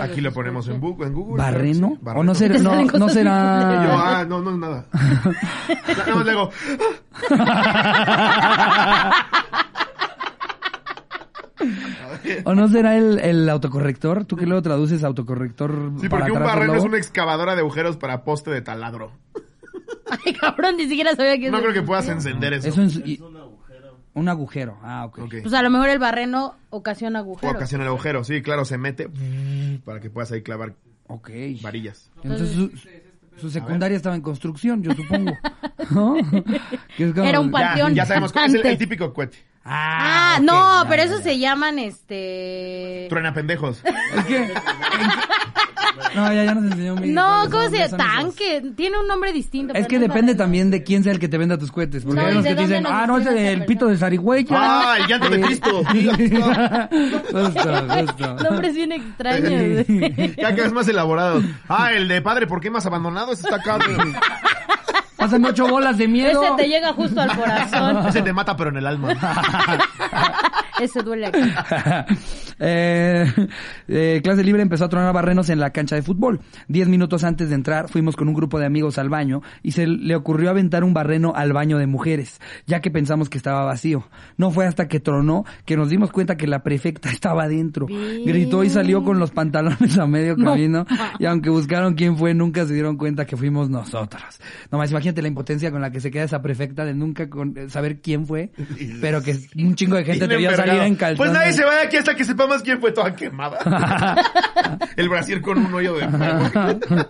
S2: Aquí lo ponemos en, bu- en Google.
S1: ¿Barreno?
S2: Sí,
S1: ¿O no, será- no,
S3: salen
S1: no
S3: cosas
S2: Y <laughs> yo,
S1: será...?
S2: ah, no,
S1: <laughs>
S2: no, nada. Ya Nada más le hago,
S1: ¿O no será el, el autocorrector? ¿Tú que luego traduces autocorrector
S2: Sí,
S1: para
S2: porque un
S1: atrás,
S2: barreno
S1: luego?
S2: es una excavadora de agujeros para poste de taladro.
S3: Ay, cabrón, ni siquiera sabía que
S2: No
S3: eso
S2: creo que
S3: existía.
S2: puedas encender eso.
S1: Eso es, y- un agujero. ah, ok.
S2: Ok.
S3: Pues a lo mejor el barreno ocasiona
S2: O
S3: agujeros.
S2: ocasiona el agujero, sí, claro, se mete para que puedas ahí clavar
S1: Ok.
S2: varillas.
S1: Entonces su, su secundaria estaba en construcción, yo <laughs> supongo. ¿No? Que es como-
S3: Era un pa-
S2: Ya,
S3: Panteón
S2: ya sabemos que es el,
S3: gigante.
S2: el típico cohete.
S3: Ah,
S1: ok,
S3: no,
S1: ya,
S3: pero
S1: ya,
S3: eso
S1: ya.
S3: se llaman este.
S2: Truena pendejos.
S1: Es que... No, ya, ya nos enseñó mi...
S3: No,
S1: cuáles
S3: ¿cómo
S1: son-
S3: se
S1: ya son
S3: llama?
S1: esos.
S3: Tanque. Tiene un nombre distinto.
S1: Es
S3: pero
S1: que
S3: no
S1: depende
S3: barreno.
S1: también de quién sea el que te venda tus cohetes. Porque
S3: No,
S1: hay
S3: y
S1: unos
S3: de
S1: que te
S3: dónde
S1: dicen,
S3: nos
S1: ah, no, es
S3: escribe esa
S1: el pito de Sarigüeya.
S2: ¡Ah, el <laughs> llanto de Cristo!
S1: <laughs>
S2: <laughs>
S1: justo, justo.
S3: <laughs> Nombres
S1: <laughs>
S3: bien extraños.
S2: Ya que es más elaborado. Ah, el de padre, ¿por qué más abandonado? Ese está acá. <laughs>
S1: Pásame ocho bolas de miedo.
S3: Ese Este te llega justo al corazón.
S1: <laughs>
S2: Ese te mata, pero en el <laughs> alma.
S3: Ese duele aquí.
S1: <laughs> Eh, eh, clase libre empezó a tronar barrenos en la cancha de fútbol. Diez minutos antes de entrar fuimos con un grupo de amigos al baño y se le ocurrió aventar un barreno al baño de mujeres, ya que pensamos que estaba vacío. No fue hasta que tronó que nos dimos cuenta que la prefecta <laughs> estaba adentro. Gritó y salió con los pantalones a medio
S3: No.
S1: camino y aunque buscaron quién fue nunca se dieron cuenta que fuimos nosotros. Nomás imagínate la impotencia con la que se queda esa prefecta de nunca con- eh, saber quién fue, pero que un chingo de gente te vio salir en calzones.
S2: Pues nadie se va de aquí hasta que sepa nada más quién fue toda <laughs> quemada. el brasier <laughs> con un hoyo de fuego.
S1: <laughs>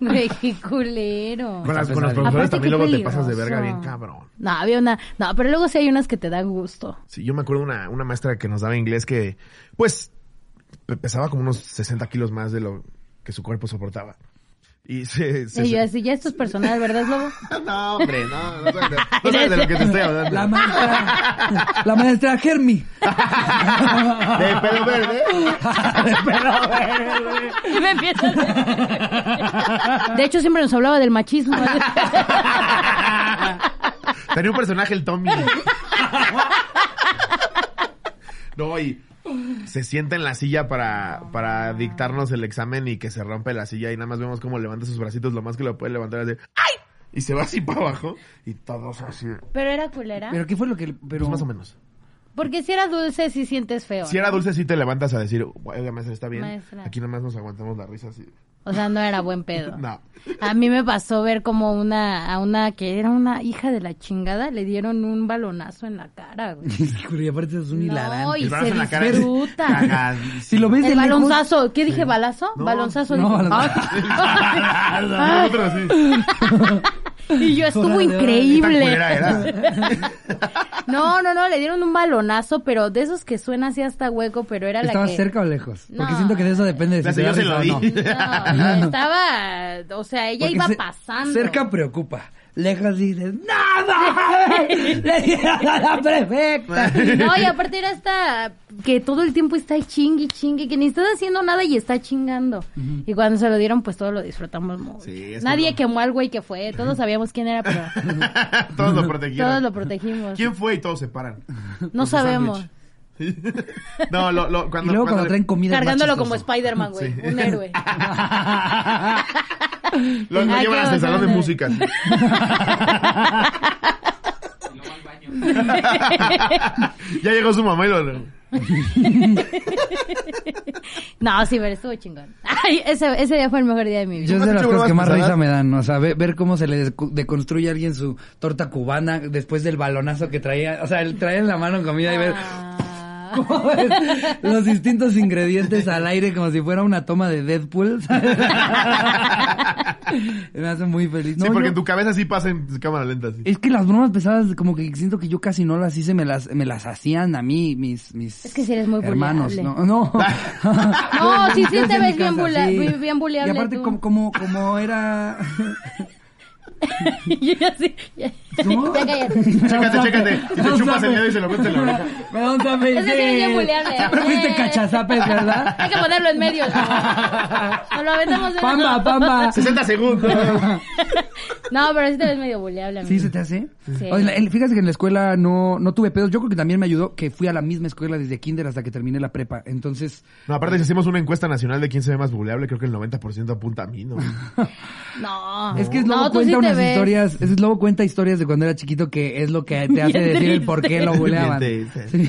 S3: Güey, qué culero.
S2: Con, las, con los
S1: Aparte,
S2: profesores
S3: Aparte,
S2: también
S3: qué
S2: luego te pasas de verga
S3: peligroso.
S2: bien cabrón.
S3: No, había una. No, pero luego sí hay unas que te dan gusto.
S2: Sí, yo me acuerdo una, una maestra que nos daba inglés que, pues, pe- pesaba como unos 60 kilos más de lo que su cuerpo soportaba. Y se... se-
S3: y yo
S2: se-
S3: así, ya esto es personal, ¿verdad, Lobo?
S2: <laughs> No, hombre, no, no sabes, de-
S3: <laughs>
S2: no sabes de lo que te estoy hablando.
S1: La maestra, la maestra Germi.
S2: De pelo verde. <laughs>
S3: Y me empiezan.
S1: <laughs>
S3: De hecho, siempre nos hablaba del machismo.
S2: Tenía un personaje, el Tommy. No, y se sienta en la silla para, para dictarnos el examen y que se rompe la silla y nada más vemos cómo levanta sus bracitos lo más que lo puede levantar así. ¡Ay! Y se va así para abajo y todos así.
S3: Pero era culera.
S1: Pero qué fue lo que pero
S2: Pues más o menos.
S3: Porque si era dulce, si sientes feo.
S2: Si
S3: ¿no?
S2: era dulce, sí te levantas a decir, oiga, maestra, está bien.
S3: Maestra.
S2: Aquí nada más nos aguantamos la risa así.
S3: O sea, no era buen pedo.
S2: No.
S3: <laughs> A mí me pasó ver como una, a una que era una hija de la chingada, le dieron un balonazo en la cara,
S1: <laughs>
S3: güey.
S1: Híjole, y aparte es un hilarante.
S3: y
S2: El brazo
S3: se
S2: en la cara es
S3: disfruta.
S2: cagadísimo.
S1: Si
S2: <laughs>
S1: lo ves de
S3: El
S1: lejos-
S3: balonzazo, ¿qué dije? ¿Balazo?
S2: No.
S3: balonzazo.
S1: No,
S3: dije.
S2: Ah, nosotros así.
S3: Ay, <laughs> y yo estuvo
S1: Órale, órale.
S2: ¿Qué tan
S3: increíble.
S2: culera
S3: <laughs>
S2: era?
S3: No, no, no, le dieron un balonazo, pero de esos que suena así hasta hueco, pero era
S1: ¿Estabas
S3: la que...
S1: cerca o lejos? Porque
S3: No.
S1: siento que de eso depende de
S2: La
S1: si te da
S2: señora se
S1: risa
S2: lo
S1: o
S2: di.
S1: no.
S3: No,
S1: <laughs>
S3: estaba, o sea, ella
S1: Porque
S3: iba
S1: ce-
S3: pasando.
S1: Cerca preocupa. Lejos dices, ¡Nada! <laughs> ¡Le dieron a la prefecta!
S3: No,
S2: <laughs>
S3: y aparte era esta que todo el tiempo está chingui, chingui, que ni estás haciendo nada y está chingando. Y cuando se lo dieron, pues todos lo disfrutamos mucho.
S2: Sí, es
S3: Nadie
S2: como-
S3: quemó al güey que
S2: <laughs>
S3: fue, todos sabíamos quién era, pero
S2: todos lo protegieron.
S3: todos lo protegimos.
S2: ¿Quién fue y todos se paran?
S3: No
S2: Con su
S3: sabemos.
S2: sándwich. no, lo, lo,
S1: Y
S2: cuando,
S1: luego cuando traen comida es más
S3: Cargándolo como
S1: chistoso.
S3: Spider-Man, güey,
S2: Sí. <laughs>
S3: un héroe.
S2: Lo, lo
S3: Ah, qué
S2: llevan hasta el salón de
S3: bacán.
S2: música. ya llegó su mamá y lo...
S3: No, sí, pero estuvo chingón. Ay, ese, ese día fue el mejor día
S2: <laughs>
S3: de mi vida.
S1: Yo es
S2: ¿Has
S1: de las
S2: hecho
S1: cosas que
S2: bromas
S1: más risa
S2: pesadas?
S1: me dan, o sea, ve- ver, cómo se le descu- deconstruye a alguien su torta cubana después del balonazo que traía, o sea, el traer en la mano comida y ver
S3: Ah.
S1: cómo es los distintos ingredientes al aire como si fuera una toma de Deadpool. <laughs> me hace muy feliz.
S2: sí,
S1: No,
S2: porque
S1: yo-
S2: en tu cabeza sí pasa en cámara lenta. Así.
S1: Es que las bromas pesadas, como que siento que yo casi no las hice, me las, me las hacían a mí, mis, mis
S3: Es que sí eres muy
S1: hermanos. No,
S3: buleable.
S1: no.
S3: <laughs> No, sí, sí,
S1: <laughs> Yo
S3: te
S1: en
S3: ves
S1: mi
S3: bien
S1: casa,
S3: bulea- bien- bien buleable
S1: Y aparte,
S3: tú.
S1: como, como, como
S3: <laughs>
S1: era.
S3: Y <laughs> yo así, ya-
S1: ¿No?
S3: ya
S1: <laughs>
S3: cállate.
S2: Chécate, chécate. Y te
S1: No,
S2: chupas
S1: sabe.
S2: el dedo y se lo cuentas en
S1: <laughs>
S2: la oreja.
S1: Me da un zape,
S3: Ese sí es bien buleable. Eh.
S1: Siempre fuiste cachazapes, ¿verdad?
S3: Hay que ponerlo
S1: <laughs>
S3: en medio. <laughs> ¿no? Nos lo aventamos en
S1: Pamba,
S3: <laughs>
S1: pamba.
S2: 60 segundos.
S1: <laughs>
S3: No, pero sí te ves medio buleable.
S1: ¿Sí
S3: amigo.
S1: se te hace?
S3: Sí.
S1: Oye, la- el- fíjate que en la escuela no, no tuve pedos. Yo creo que también me ayudó que fui a la misma escuela desde kinder hasta que terminé la prepa. Entonces,
S2: No, aparte si hacemos una encuesta nacional de quién se ve más buleable, creo que el 90% apunta a mí, ¿no?
S3: No.
S1: Es que es
S3: no,
S1: lobo
S3: tú
S1: cuenta
S3: sí te
S1: unas
S3: ves. <laughs>
S1: historias, es lobo cuenta historias de cuando era chiquito que es lo que te hace
S3: Bien
S1: decir el
S3: triste.
S1: por qué lo buleaban.
S2: Bien
S1: Sí.
S2: triste.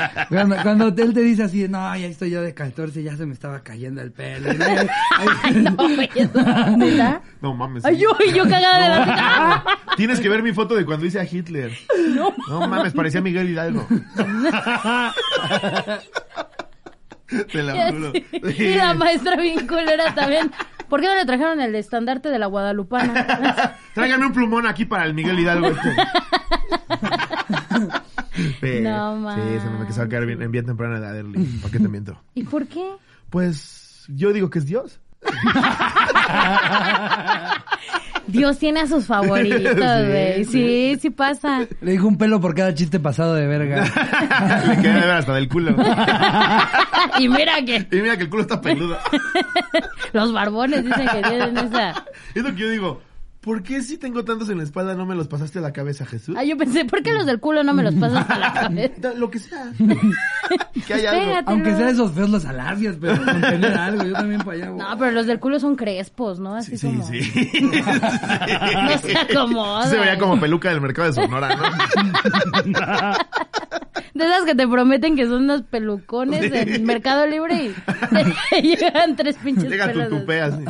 S1: <laughs> Cuando, cuando él te dice así, no, ya estoy yo de 14, ya se me estaba cayendo el pelo. ¿no?
S3: <laughs>
S1: Ay,
S3: No, güey, eso- ¿Neta?
S2: No mames.
S3: Ay, yo, yo cagada de la ¡Ah!
S2: <laughs> Tienes que ver mi foto de cuando hice a Hitler.
S1: <laughs>
S2: No, mames, parecía Miguel Hidalgo. Te lo juro.
S3: <laughs> Sí. Y la maestra bien culera también. ¿Por qué no le trajeron el estandarte de la Guadalupana? <laughs>
S2: Tráigame un plumón aquí para el Miguel Hidalgo. este. Pero-
S3: No
S2: Sí, se me empezó a caer bien, en bien temprana edad, Erly. ¿Por qué te miento?
S3: ¿Y por qué?
S2: Pues yo digo que es Dios.
S3: Dios tiene a
S1: <laughs>
S3: sus favoritos,
S2: Sí,
S3: güey. Sí, sí,
S2: sí.
S3: pasa.
S1: <laughs>
S3: <laughs>
S1: Le dijo un pelo por cada chiste pasado de
S2: <laughs>
S1: verga.
S2: Me quedé de ver hasta del culo.
S3: Y mira que <laughs>
S2: Y mira que el culo está peludo.
S3: los barbones dicen que tienen esa.
S2: Es lo que yo digo. ¿Por qué si tengo tantos en la espalda no me los pasaste a la cabeza, Jesús?
S3: Ah, yo pensé, ¿por qué los del culo no me los
S2: <laughs>
S3: pasas a la cabeza?
S2: Da- Lo que
S3: <laughs>
S2: sea. que
S3: Pues
S2: haya algo.
S3: pégate,
S1: <laughs> Aunque
S3: ¿no?
S1: sea esos feos los alacias, pero con tener algo, yo también para allá. voy.
S3: No, pero los del culo son crespos, ¿no? Así
S2: Sí, sí,
S3: como... <laughs>
S2: sí.
S3: No se acomoda.
S2: Se veía como peluca del mercado de Sonora, ¿no?
S3: De esas que te prometen que son unos pelucones
S2: Sí.
S3: del Mercado Libre y
S2: <laughs>
S3: <laughs> te llegan tres pinches <laughs>
S2: Llega tu
S3: pelos.
S2: tupé así.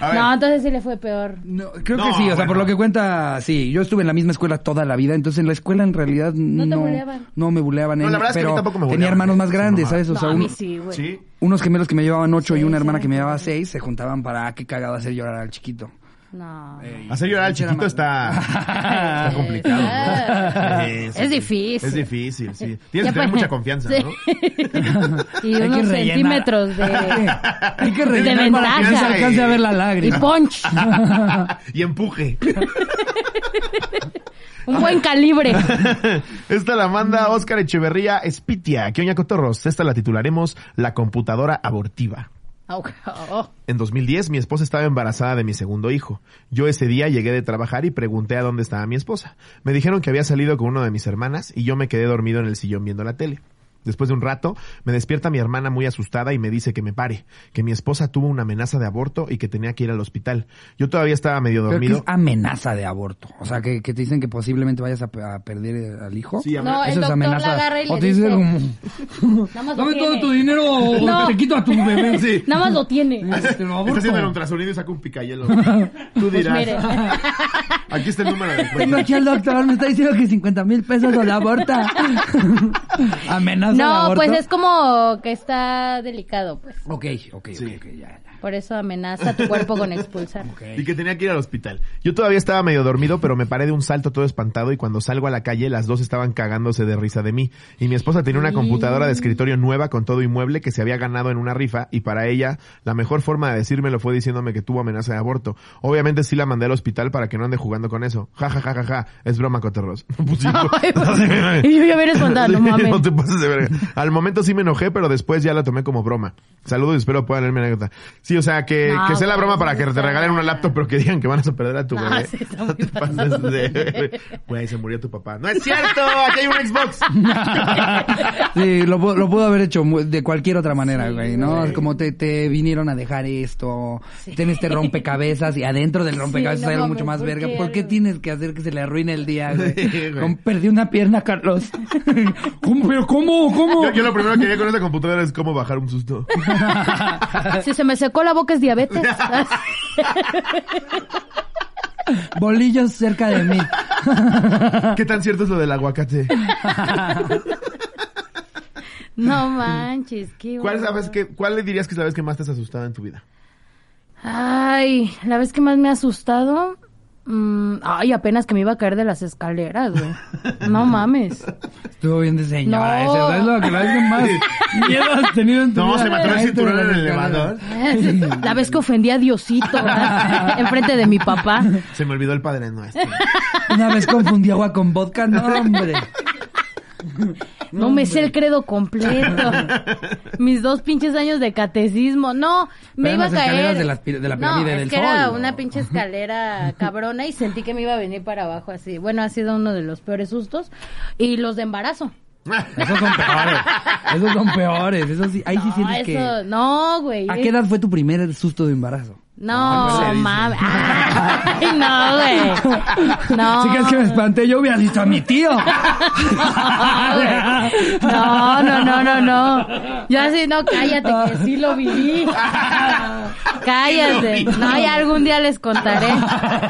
S2: A ver.
S3: No, entonces sí le fue peor.
S1: No, creo
S2: No,
S1: que sí, o sea, por
S2: bueno.
S1: lo que cuenta, sí. Yo estuve en la misma escuela toda la vida, entonces en la escuela en realidad no
S3: te buleaban.
S1: no me buleaban.
S2: No, la
S1: eh,
S2: verdad es que a mí
S1: pero
S2: tampoco me
S1: tenía
S2: buleaban, ¿eh?
S1: hermanos más
S2: es una
S1: grandes,
S2: mamada.
S1: ¿sabes? O
S3: No,
S1: sea,
S3: a
S1: un-
S3: mí sí, güey.
S2: Sí.
S1: unos gemelos que me llevaban ocho
S3: Sí,
S1: y una
S3: sí,
S1: hermana que me
S3: sí.
S1: llevaba seis se juntaban para ah, qué cagado hacer llorar al chiquito.
S3: No.
S1: Eh,
S2: Hacer llorar al
S1: ese era
S2: chiquito
S1: más-
S2: está, <laughs> está complicado.
S3: <laughs>
S2: ¿no?
S3: Ah.
S2: Sí, sí,
S3: Es
S2: sí.
S3: difícil.
S2: Es difícil, sí. Tienes
S3: Ya
S2: que tener
S3: pues-
S2: mucha confianza,
S3: Sí. <laughs>
S2: ¿no? <laughs>
S3: Y
S1: Hay que rellenar.
S3: unos
S1: <laughs>
S3: centímetros de...
S1: Hay que
S3: de
S1: rellenar para que no se
S2: ventaja.
S1: alcance a ver la
S3: Y
S1: lágrima.
S3: punch.
S2: y empuje.
S3: Un
S2: <laughs>
S3: buen calibre.
S2: Esta la manda Óscar Echeverría Espitia. Que oña cotorros. Esta la titularemos La computadora abortiva.
S3: Oh, oh.
S2: En 2010 mi esposa estaba embarazada de mi segundo hijo. Yo ese día llegué de trabajar y pregunté a dónde estaba mi esposa. Me dijeron que había salido con una de mis hermanas y yo me quedé dormido en el sillón viendo la tele. Después de un rato, me despierta mi hermana muy asustada y me dice que me pare, que mi esposa tuvo una amenaza de aborto y que tenía que ir al hospital. Yo todavía estaba medio
S1: Creo que es
S2: dormido.
S1: amenaza de aborto. O sea, que, que te dicen que posiblemente vayas a, a perder eh, al hijo.
S2: Sí,
S3: No, el
S1: Eso es
S3: doctor
S1: amenaza.
S3: la agarra y
S1: o
S3: le
S1: te
S3: dice...
S1: dice como,
S3: Nada más lo
S1: dame todo
S3: tiene.
S1: tu dinero o
S3: No.
S1: te quito a tu bebé.
S2: <laughs> Sí.
S3: Nada más
S1: <laughs>
S3: lo tiene.
S1: Este, lo aborto.
S2: Está haciendo el ultrasonido y saca un picayelo. Tú
S3: Pues
S2: dirás.
S3: mire.
S2: Aquí está el número de
S1: Tengo
S2: cuenta.
S1: aquí al doctor, me está diciendo que 50 mil pesos o la aborta. <laughs> Amenaza de
S3: No,
S1: aborto.
S3: pues es como que está delicado, pues.
S1: Ok, ok,
S2: Sí.
S1: ok, ok, ya, ya.
S3: Por eso amenaza a tu cuerpo con expulsar.
S1: ok. <laughs>
S2: Y que tenía que ir al hospital. Yo todavía estaba medio dormido, pero me paré de un salto todo espantado y cuando salgo a la calle las dos estaban cagándose de risa de mí. Y mi esposa tenía una computadora de escritorio nueva con todo inmueble que se había ganado en una rifa y para ella la mejor forma de decírmelo fue diciéndome que tuvo amenaza de aborto. Obviamente sí la mandé al hospital para que no ande jugando con eso. Ja, ja, ja, ja, ja. Es broma, cotorros. <laughs> Pues <laughs> sí,
S3: Ay,
S2: no.
S3: pues, y yo ya hubiera espantado,
S2: <laughs>
S3: no
S2: Sí,
S3: mames.
S2: no te pases de verga. Al momento sí me enojé, pero después ya la tomé como broma. Saludos y espero puedan leer mi anécdota. Sí, o sea, que,
S3: No,
S2: que sea la
S3: güey,
S2: broma para que te
S3: está-
S2: regalen una laptop, pero que digan que van a perder a tu
S3: No,
S2: bebé.
S3: sí, está
S2: no
S3: muy
S2: te
S3: pasado
S2: pases
S3: de
S2: de
S3: <laughs> verga.
S2: Güey, se murió tu papá. ¡No es
S3: <laughs>
S2: cierto! ¡Aquí hay un Xbox!
S1: Sí, lo, pu- lo pudo haber hecho mu- de cualquier otra manera, güey, ¿no?
S2: güey.
S1: Como te, te vinieron a dejar esto, tienes este rompecabezas y adentro del rompecabezas
S3: no
S1: hay algo
S3: mames,
S1: mucho más
S3: ¿por
S1: verga.
S3: qué
S1: ¿Por qué
S3: algo?
S1: tienes que hacer que se le arruine el día, güey?
S2: Sí, güey.
S1: Con- perdí una pierna,
S2: <laughs>
S1: Carlos. ¿Cómo? ¿Pero cómo? ¿Cómo?
S2: Yo, yo lo primero que haría con esta computadora es cómo bajar un susto.
S3: Si se me secó la boca
S2: <laughs>
S3: es diabetes.
S1: Bolillos cerca de mí.
S2: ¿Qué tan cierto es lo del aguacate?
S3: no manches, qué
S2: ¿Cuál,
S3: horror.
S2: sabes que, ¿Cuál le dirías que es la vez que más te has asustado en tu vida?
S3: Ay, la vez que más me ha asustado. mm, ay, apenas que me iba a caer de las escaleras, güey. No mames.
S1: Estuvo bien de señora.
S3: No.
S1: Ese, es lo que la vez que
S2: <laughs>
S1: más miedo has tenido en tu
S2: No,
S1: vida.
S2: se mató el
S1: Ahí te
S2: cinturón
S1: lo
S2: en el
S1: recargas.
S2: elevador.
S3: La vez que ofendí a Diosito <laughs> enfrente de mi papá.
S2: <laughs> Se me olvidó el padre
S3: <laughs>
S2: nuestro.
S1: Una vez confundí agua con vodka. No, hombre.
S3: No me sé el credo
S1: <laughs>
S3: completo. Mis dos pinches años de catecismo. No, me
S1: Pero
S3: iba
S1: eran
S3: a
S1: las escaleras
S3: caer.
S1: de la pi- de la
S3: no,
S1: pirámide
S3: es
S1: del
S3: que era
S1: Sol,
S3: una
S1: ¿no?
S3: pinche escalera
S1: <laughs>
S3: cabrona y sentí que me iba a venir para abajo así. Bueno, ha sido uno de los peores sustos. Y los de embarazo.
S1: Esos son peores. Esos son peores. Esos sí, ahí sí
S3: No,
S1: sientes
S3: eso-
S1: que.
S3: no, güey.
S1: ¿A qué edad fue tu primer susto de embarazo? <laughs>
S3: No, mames. Ay, no, güey. No.
S1: Si crees que me
S3: <laughs>
S1: espanté, yo hubiera dicho a mi tío.
S3: Ah, güey. No, no, no, no, no. Yo así, no, cállate, que sí lo viví. <laughs> Cállate. No, y algún día les contaré.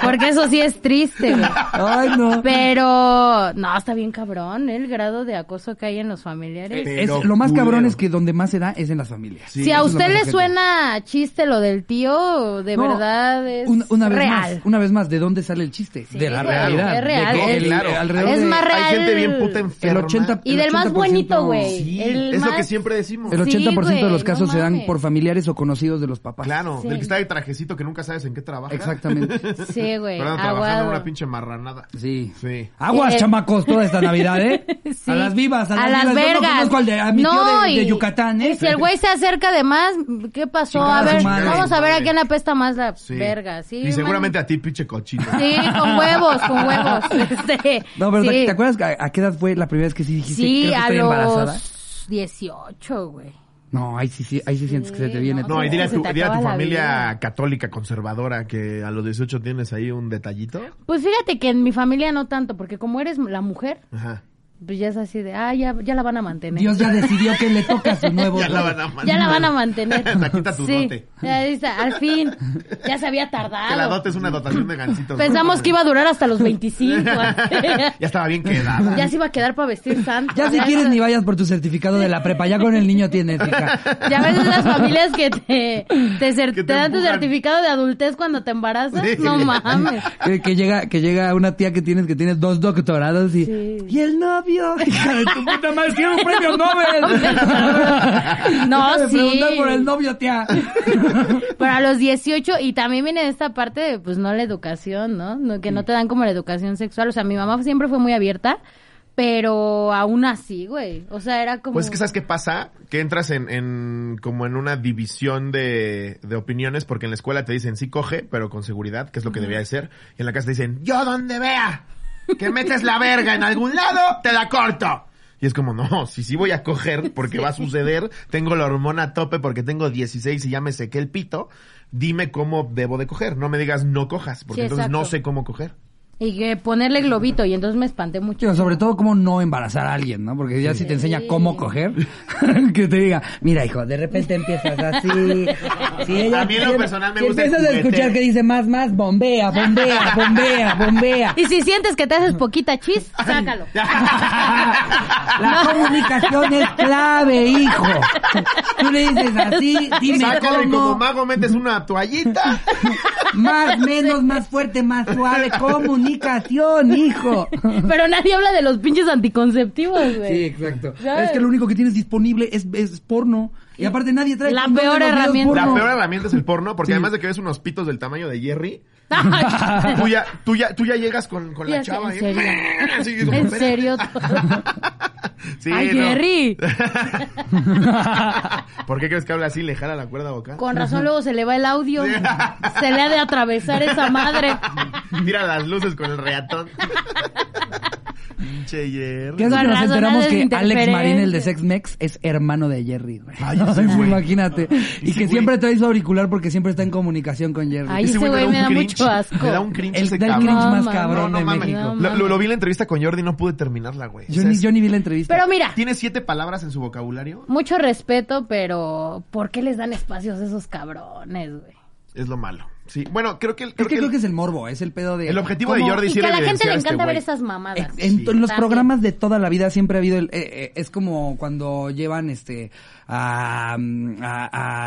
S3: Porque eso sí es triste, güey.
S1: Ay, no.
S3: Pero, no, está bien cabrón ¿eh? el grado de acoso que hay en los familiares.
S1: Es,
S2: Pero
S1: lo más cabrón
S2: culero.
S1: es que donde más se da es en las familias.
S2: Sí,
S3: si a
S1: eso es lo
S3: usted
S1: más
S3: le
S1: ojete.
S3: suena chiste lo del tío, de
S1: No,
S3: verdad es
S1: una, una vez
S3: real.
S1: más, una vez más, ¿de dónde sale el chiste? de la
S3: güey,
S1: realidad.
S3: es real.
S1: De que
S3: Es-
S1: el-
S2: claro.
S1: alrededor
S3: Es
S1: de-
S3: más real.
S2: Hay gente bien puta
S3: El
S2: enferma.
S1: El 80
S3: Y del más
S1: 80%,
S3: bonito, güey.
S2: Sí,
S3: El
S2: es lo
S3: más-
S2: que siempre decimos.
S1: El 80% de los
S3: Sí, güey,
S1: casos
S3: no
S1: se dan
S3: mames.
S1: por familiares o conocidos de los papás.
S2: Claro,
S3: Sí.
S2: del que está de trajecito que nunca sabes en qué trabaja. <laughs>
S1: Exactamente.
S3: Sí, güey.
S2: Pero anda trabajando en
S3: aguado.
S2: una pinche marranada.
S1: Sí.
S2: Sí.
S1: Aguas,
S3: Eh,
S1: chamacos, toda esta Navidad, ¿eh?
S3: <laughs> Sí.
S1: A las vivas, a las, vivas. Yo
S3: vergas.
S1: no conozco al de, a mi tío de,
S3: No,
S1: de
S3: y-
S1: Yucatán, ¿eh?
S3: Y si
S1: <laughs>
S3: el güey se acerca de más, ¿qué pasó?
S1: Chingada
S3: A
S1: su
S3: ver,
S1: madre.
S3: vamos a ver a
S2: Madre.
S3: quién apesta más la
S2: Sí.
S3: verga. Sí,
S2: y
S3: man.
S2: seguramente a ti, pinche cochino.
S3: Sí, con huevos, con
S1: <laughs>
S2: <laughs>
S3: huevos. Este,
S1: No, pero
S3: sí.
S1: ¿te- ¿te acuerdas a, a qué edad fue la primera vez que sí dijiste
S3: Sí,
S1: creo que
S3: a
S1: estoy embarazada?
S3: los 18, güey.
S1: No, ahí sí, sí, ahí sí sientes que se te viene
S3: no,
S1: todo.
S2: No, y dile a
S3: Se
S2: tu,
S3: te
S2: dile a tu
S3: acaba la
S2: familia
S3: vida.
S2: católica conservadora que a los 18 tienes ahí un detallito.
S3: Pues fíjate que en mi familia no tanto, porque como eres la mujer,
S2: Ajá.
S3: pues ya es así de, ah, ya, ya la van a mantener.
S1: Dios ya decidió que le toca a su nuevo
S2: <laughs> Ya la
S1: rey.
S2: van a mantener.
S3: Ya la van
S2: <laughs>
S3: a mantener.
S2: La quita tu
S3: sí,
S2: dote.
S3: ya dice, al fin, ya se había
S2: Que la
S3: tardado.
S2: dote es una dotación de gancitos.
S3: Pensamos que iba a durar hasta los 25. así.
S2: <laughs> ya estaba bien quedada.
S3: ya se iba a quedar para vestir santo.
S1: Ya si quieres
S3: eso-
S1: ni vayas por tu certificado de la prepa, ya con el niño tienes, hija.
S3: Ya ves esas familias que te, te, cer-
S2: Que te
S3: te dan tu
S2: empujan.
S3: certificado de adultez cuando te embarazas.
S2: Sí.
S3: No mames.
S1: Que, que llega, que llega una tía que tienes, que tienes dos doctorados y,
S3: Sí.
S1: y el
S2: <laughs>
S1: novio, hija de tu puta madre, tiene un premio Nobel.
S3: <laughs> No,
S1: Deja de
S3: sí.
S1: preguntar por el novio, tía. <laughs>
S3: Pero a los 18, y también viene esta parte de, pues, no la educación, ¿no? No, Que no te dan como la educación sexual. O sea, mi mamá siempre fue muy abierta, pero aún así, güey. O sea, era como...
S2: Pues es que sabes qué pasa, que entras en, en como en una división de, de opiniones, porque en la escuela te dicen sí coge, pero con seguridad, que es lo que debía de ser, y en la casa te dicen, yo donde vea, que metes la verga en algún lado, te la corto. Y es como, no, si sí voy a coger, porque va a suceder, tengo la hormona a tope porque tengo 16 y ya me sequé el pito, dime cómo debo de coger, no me digas no cojas, porque
S3: Sí,
S2: entonces no
S3: exacto.
S2: sé cómo coger.
S3: Y que ponerle globito, y entonces me espanté mucho.
S1: Pero sobre todo cómo no embarazar a alguien, ¿no? Porque ya si te enseña cómo coger, <laughs> que te diga, mira hijo, de repente empiezas así. Si ella-
S2: A mí en lo personal me
S1: si
S2: gusta el
S1: empiezas a
S2: juguete.
S1: escuchar que dice más, más, bombea, bombea, bombea, bombea.
S3: <laughs> Y si sientes que te haces poquita chis, sácalo.
S1: <laughs> La comunicación es clave, hijo. Tú le dices así, dime
S2: <laughs> Sácalo y como
S1: cómo,
S2: mago metes una toallita.
S1: más, menos, más fuerte, más suave. Comunicación, hijo.
S3: Pero nadie habla de los pinches anticonceptivos, güey.
S1: Sí, exacto.
S3: ¿Sabes?
S1: Es que lo único que tienes disponible es, es porno. Y aparte nadie trae...
S3: La
S1: condón en
S3: peor
S1: los videos
S3: herramienta.
S1: porno.
S2: La
S3: porno.
S2: peor herramienta es el porno,
S1: Sí.
S2: porque además de que ves unos pitos del tamaño de Jerry,
S3: <laughs> Ay,
S2: tú ya, tú ya, tú ya llegas con, con la
S3: Ya sé,
S2: chava.
S3: ¿en
S2: ¿eh?
S3: serio?
S2: <laughs> Así, como,
S3: en
S2: "Espera".
S3: serio.
S2: <laughs> Sí,
S3: Ay,
S2: no.
S3: Jerry.
S2: <laughs> ¿Por qué crees que habla así? ¿Le jala la cuerda vocal?
S3: Con razón luego se le va el audio.
S2: Sí.
S3: Se le ha de atravesar
S2: <laughs>
S3: esa madre.
S2: Tira las luces con el reatón. <laughs> Pinche Jerry.
S1: ¿Qué es lo que
S3: Con
S1: nos
S3: razón,
S1: enteramos
S3: nada de
S1: que Alex Marín, el de
S3: interferencia.
S1: Sex Mex, es hermano de Jerry, güey? <laughs>
S2: Ay, ese güey.
S1: Imagínate. Y
S2: Ese
S1: que
S2: güey.
S1: siempre trae su auricular porque siempre está en comunicación con Jerry.
S3: Ay, ese güey
S2: un
S3: me da
S2: cringe,
S3: mucho asco.
S2: Me da un cringe
S1: El-
S2: ese
S1: da el
S2: cabrón.
S1: cringe más
S3: No,
S1: cabrón
S2: no, no
S1: de
S2: mames.
S1: México.
S3: No,
S2: Lo, lo- lo vi en la entrevista con Jordi y no pude terminarla, güey. O
S1: Yo,
S2: sea,
S1: ni,
S2: es-
S1: yo ni vi la entrevista.
S3: Pero mira,
S2: Tiene siete palabras en su vocabulario.
S3: mucho respeto, pero ¿por qué les dan espacios a esos cabrones, güey?
S2: Es lo malo. Sí. Bueno, creo que... el-
S1: es que creo que es el morbo, es el pedo de...
S2: El objetivo de
S1: ¿Cómo?
S2: Jordi
S3: Y
S2: sí
S3: que
S2: era
S3: a la gente
S2: evidenciar
S3: le
S2: a
S3: encanta
S2: este
S3: ver
S2: güey.
S3: estas mamadas.
S1: En, en
S2: Sí.
S1: los
S3: También.
S1: programas de toda la vida siempre ha habido el, eh, eh, es como cuando llevan este a, a-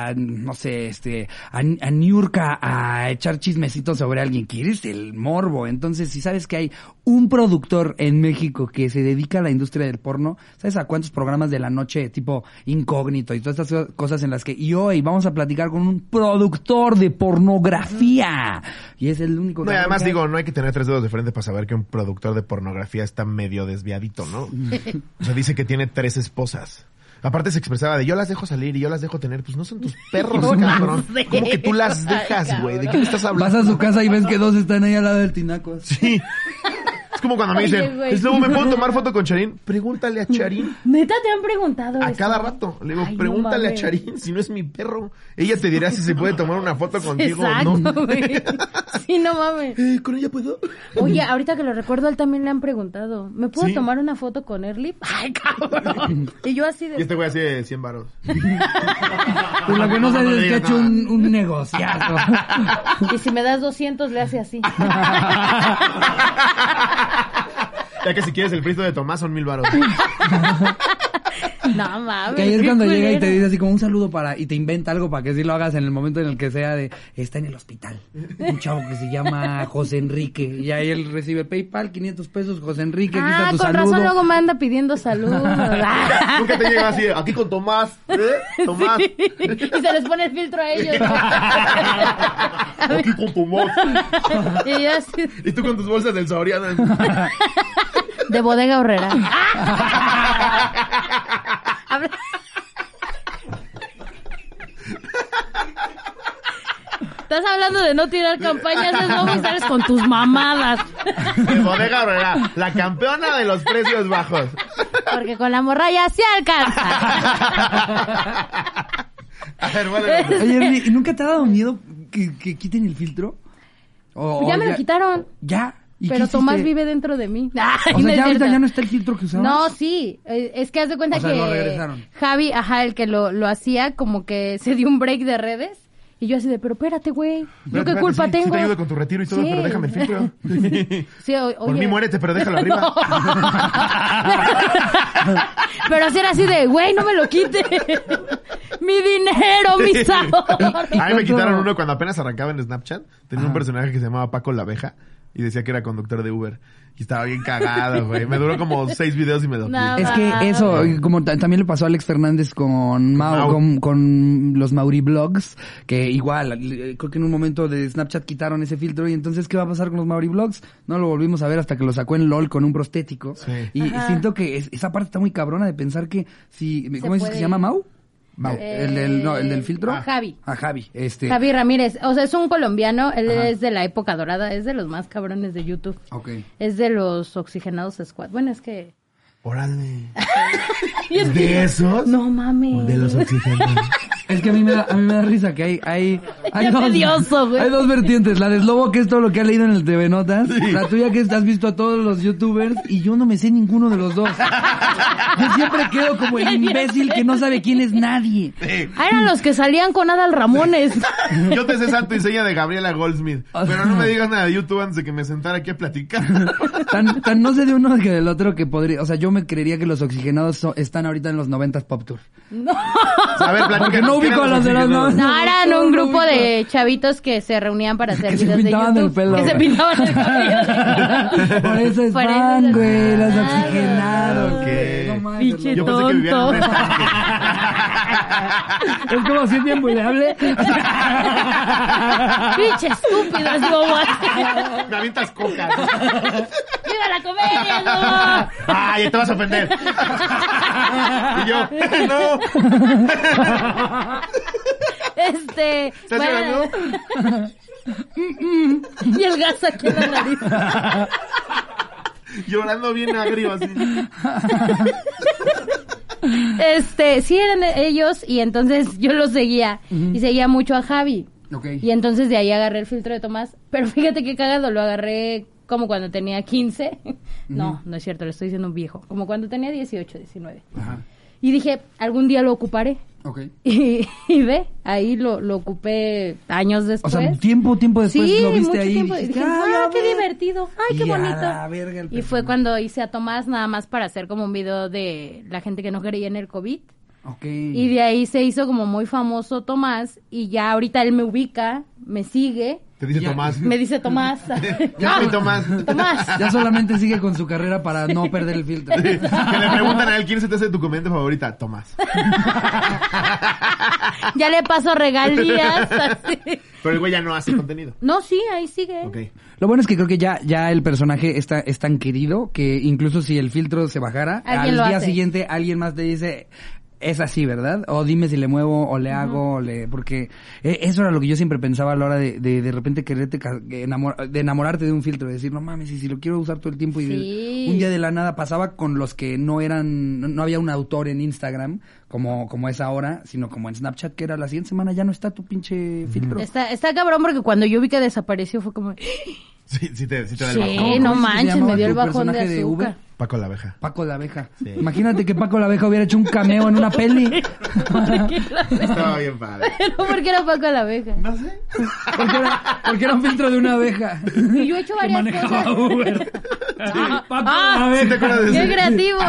S1: a, no sé este a, a Niurka a echar chismecitos sobre alguien quieres el morbo entonces si sabes que hay un productor en México que se dedica a la industria del porno sabes a cuántos programas de la noche tipo incógnito y todas estas cosas en las que y hoy vamos a platicar con un productor de pornografía y es el único
S2: No, y además
S1: que-
S2: digo, no hay que tener tres dedos de frente para saber que un productor de pornografía está medio desviadito, ¿no? <laughs> O sea, dice que tiene tres esposas. Aparte se expresaba de yo las dejo salir y yo las dejo tener. Pues no son tus perros, cabrón.
S3: las
S2: ¿Cómo que tú las
S3: dejo,
S2: dejas,
S3: ay,
S2: güey? ¿De
S3: cabrón.
S2: qué me estás
S1: Vas a
S2: hablando?
S1: su casa y ves que dos están ahí al lado del tinaco.
S2: Sí. Es como cuando me
S3: Oye,
S2: dicen,
S3: güey.
S2: es luego me puedo tomar foto con Charín. Pregúntale a Charín.
S3: Neta te han preguntado
S2: A
S3: eso?
S2: cada rato. Le digo,
S3: Ay, no
S2: pregúntale a
S3: mames.
S2: Charín si no es mi perro. Ella te dirá si se puede tomar una foto contigo o no.
S3: Exacto, güey. <laughs> Sí,
S2: <laughs>
S3: no mames.
S2: Eh, <laughs> ¿Con ella puedo?
S3: Oye, ahorita que lo recuerdo, a él también le han preguntado, ¿me puedo
S2: Sí.
S3: tomar una foto con Erlip? <laughs>
S2: <laughs>
S3: Ay, cabrón. Y yo así
S2: Y
S3: de...
S2: este güey así de
S1: <laughs>
S2: 100 varos.
S1: Pues lo que no
S2: No, no
S1: sabes
S2: le
S1: es que ha
S2: digas
S1: hecho
S2: nada.
S1: un, un negociazo.
S3: Y si me das 200, le
S1: <laughs>
S3: hace así.
S2: <laughs> Ya que si quieres el frito de Tomás son mil varos.
S3: No mames.
S1: que ahí es
S3: qué
S1: cuando llega y
S3: culero.
S1: te dice así como un saludo para, y te inventa algo para que sí lo hagas en el momento en el que sea de, está en el hospital. Un chavo que se llama José Enrique. Y ahí él recibe PayPal, 500 pesos, José Enrique, aquí
S3: Ah,
S1: está tu
S3: con
S1: saludo.
S3: razón luego me anda pidiendo
S1: <laughs>
S3: saludos. Ah.
S2: Nunca
S3: <laughs>
S2: te llega así, de, aquí con Tomás, ¿eh? Tomás.
S3: y se les pone el filtro a ellos. A mí-
S2: <laughs> Aquí con Tomás.
S1: <laughs>
S3: y yo así de-
S2: Y tú con tus bolsas del Soriana.
S3: de bodega horrera. Habla- Estás hablando de no tirar campañas, es no y sales con tus mamadas.
S2: De bodega Aurrera, la campeona de los precios bajos.
S3: Porque con la morralla sí
S2: <laughs>
S3: alcanza.
S2: A ver, vale.
S1: Oye, Ernie, ¿y nunca te ha dado miedo que, que quiten el filtro? O-
S3: Pues Ya
S1: o
S3: me lo quitaron.
S1: ¿Ya? ¿Y
S3: Pero
S1: qué
S3: Tomás
S1: hiciste?
S3: vive dentro de mí. <laughs> Ay,
S1: O sea,
S3: es
S1: ya ahorita
S3: cierto.
S1: ya no está el filtro que usaba.
S3: No, sí, eh, es que haz de cuenta
S1: O sea,
S3: que
S1: lo regresaron.
S3: Javi, ajá, el que lo, lo hacía, como que se dio un break de redes. Y yo así de, pero espérate, güey, yo qué
S2: Espérate,
S3: culpa
S2: sí, sí
S3: tengo.
S2: te ayudo con tu retiro y todo,
S3: Sí.
S2: pero déjame el filtro.
S3: <laughs> Sí, o-
S2: Por
S3: oye.
S2: mí <laughs> muérete, pero déjalo arriba.
S3: <laughs> Pero así era así de, güey, no me lo quite. <laughs> mi dinero, mis ahorros.
S2: A mí me
S1: cuánto-
S2: quitaron uno cuando apenas arrancaba en Snapchat. Tenía
S1: Ajá.
S2: un personaje que se llamaba Paco la abeja y decía que era conductor de Uber. Y estaba bien cagado, güey. Me duró como seis videos y me lo
S3: No.
S2: quité.
S1: Es que eso, como ta- también le pasó a Alex Fernández con Mau,
S2: Mau.
S1: Con, con los Mauri Blogs, que igual, eh, creo que en un momento de Snapchat quitaron ese filtro y entonces, ¿qué va a pasar con los Mauri Blogs? No lo volvimos a ver hasta que lo sacó en LOL con un prostético.
S2: Sí.
S1: Y
S3: Ajá.
S1: siento que es- esa parte está muy cabrona de pensar que si, ¿cómo dices que
S3: puede
S1: se llama
S3: ir.
S1: Mau?
S2: Mau.
S1: Eh, El, del, no, el del filtro.
S3: Ah, Javi.
S1: A Javi, este.
S3: Javi Ramírez, o sea, es un colombiano, él
S1: Ajá.
S3: es de la época dorada, es de los más cabrones de YouTube.
S1: Ok.
S3: Es de los oxigenados squad. Bueno,
S1: <laughs>
S3: es que...
S2: Órale. ¿Es de esos?
S3: No mames.
S2: De los oxigenados.
S1: Es que a mí me da, a mí me da risa que hay, hay, hay,
S3: Ya
S1: dos,
S3: tedioso, güey.
S1: hay dos vertientes. La de Slobo, que es todo lo que has leído en el TV Notas. La tuya, que es- has visto a todos los youtubers. Y yo no me sé ninguno de los dos. Yo siempre quedo como
S3: <laughs>
S1: el imbécil que no sabe quién es nadie.
S3: Ah, eran los que salían con Adal Ramones.
S2: Yo te sé santo y seña de Gabriela Goldsmith. Pero no me digas nada de YouTube antes de que me sentara aquí a platicar.
S3: <laughs>
S1: Tan, tan no sé de uno que del otro que podría... O sea, yo me creería que los oxigenados so- están ahorita en los 90s Pop Tour.
S2: A ver, platícanos.
S1: Porque no
S2: ¿qué
S1: ubico
S2: eran
S1: a los de los
S2: oxigenados?
S1: no-
S3: <laughs> No, eran un grupo de chavitos que se reunían para hacer
S1: Que se
S3: videos <laughs> de
S1: pintaban el
S3: YouTube.
S1: pelo,
S3: Que se
S1: güey.
S3: pintaban
S1: <laughs>
S3: el cabello.
S1: Por eso es
S3: Por eso
S1: fan,
S3: es
S1: güey. Los
S3: fan.
S1: oxigenados.
S2: Ok.
S1: No mames,
S3: Pinche
S2: Yo pensé que vivían en un
S3: tonto.
S2: estanque.
S1: Es como si es bien vulnerable.
S3: Pinche estúpido es bobas.
S1: <laughs>
S2: <laughs> Me avientas coca.
S3: <laughs> ¡Viva la comedia, no!
S2: Ay, te vas a ofender. Y yo, <laughs> no.
S3: Este.
S2: ¿Estás llorando?
S3: <laughs> Y el gas aquí en la nariz.
S2: Llorando bien agrio así.
S3: Este, sí eran ellos y entonces yo los seguía. Y seguía mucho a Javi.
S1: <laughs> Ok.
S3: Y entonces de ahí agarré el filtro de Tomás. Pero fíjate qué cagado, lo agarré como cuando tenía 15. No, no es cierto, le estoy diciendo un viejo. Como cuando tenía 18, 19.
S1: Ajá.
S3: Y dije, algún día lo ocuparé. <laughs>
S1: Ok.
S3: Y, y ve, ahí lo, lo ocupé años
S1: O
S3: después.
S1: sea, tiempo, tiempo después
S3: sí,
S1: lo viste
S3: mucho
S1: ahí. y
S3: tiempo.
S1: dijiste,
S3: dije, ah,
S1: ya
S3: qué
S1: ves".
S3: divertido. Ay, qué
S1: Y a
S3: bonito.
S1: la verga el
S3: y
S1: personaje.
S3: fue cuando hice a Tomás nada más para hacer como un video de la gente que no creía en el COVID.
S1: Ok.
S3: Y de ahí se hizo como muy famoso Tomás y ya ahorita él me ubica, me sigue,
S2: Te dice
S1: Ya.
S2: Tomás.
S3: me
S1: <laughs>
S3: dice Tomás.
S2: Ya
S3: <laughs>
S2: soy Tomás.
S3: Tomás.
S1: Ya solamente sigue con su carrera para no perder el
S3: <laughs>
S1: filtro.
S2: <laughs> Que le preguntan a él quién se te hace tu comediante favorita. Tomás.
S3: Ya le paso regalías. así.
S2: Pero el güey ya no hace contenido.
S3: No, sí, ahí sigue.
S2: Ok.
S1: Lo bueno es que creo que ya, ya el personaje está, es tan querido que incluso si el filtro se bajara,
S3: Alguien
S1: al
S3: lo
S1: día
S3: hace.
S1: siguiente alguien más te dice, es así, ¿verdad? O dime si le muevo o le hago, o le... Porque eh, eso era lo que yo siempre pensaba a la hora de de, de repente quererte ca- de enamor- de enamorarte de un filtro, de decir, no mames, y si lo quiero usar todo el tiempo y del-
S3: Sí.
S1: un día de la nada pasaba con los que no eran, no, no había un autor en Instagram como, como es ahora, sino como en Snapchat, que era la siguiente semana, ya no está tu pinche filtro.
S3: Está, está cabrón porque cuando yo vi que desapareció fue como, <laughs>
S2: Sí, sí te, sí te da el
S3: sí,
S2: bajón.
S1: ¿Cómo
S3: Eh, no
S1: dices que se
S3: manches,
S1: llamaba
S3: me dio el
S1: tu
S3: bajón de
S1: personaje de Uber?
S3: azúcar.
S2: Paco la abeja.
S1: Paco la abeja.
S2: Sí.
S1: Imagínate que Paco la abeja hubiera hecho un cameo en una
S2: <laughs>
S1: peli.
S3: ¿Qué era?
S2: Estaba bien padre.
S3: <laughs> Pero porque era Paco la abeja.
S2: No sé. <laughs>
S1: Porque era, porque era un filtro de una abeja.
S3: Y yo he hecho
S1: Que
S3: varias
S1: manejaba
S3: cosas.
S1: Uber.
S3: Ah,
S1: Paco
S3: ah,
S1: la
S2: ¿Sí te
S1: <laughs>
S2: acuerdas
S1: abeja.
S2: de
S3: ¡Qué
S2: ese?
S3: creativo!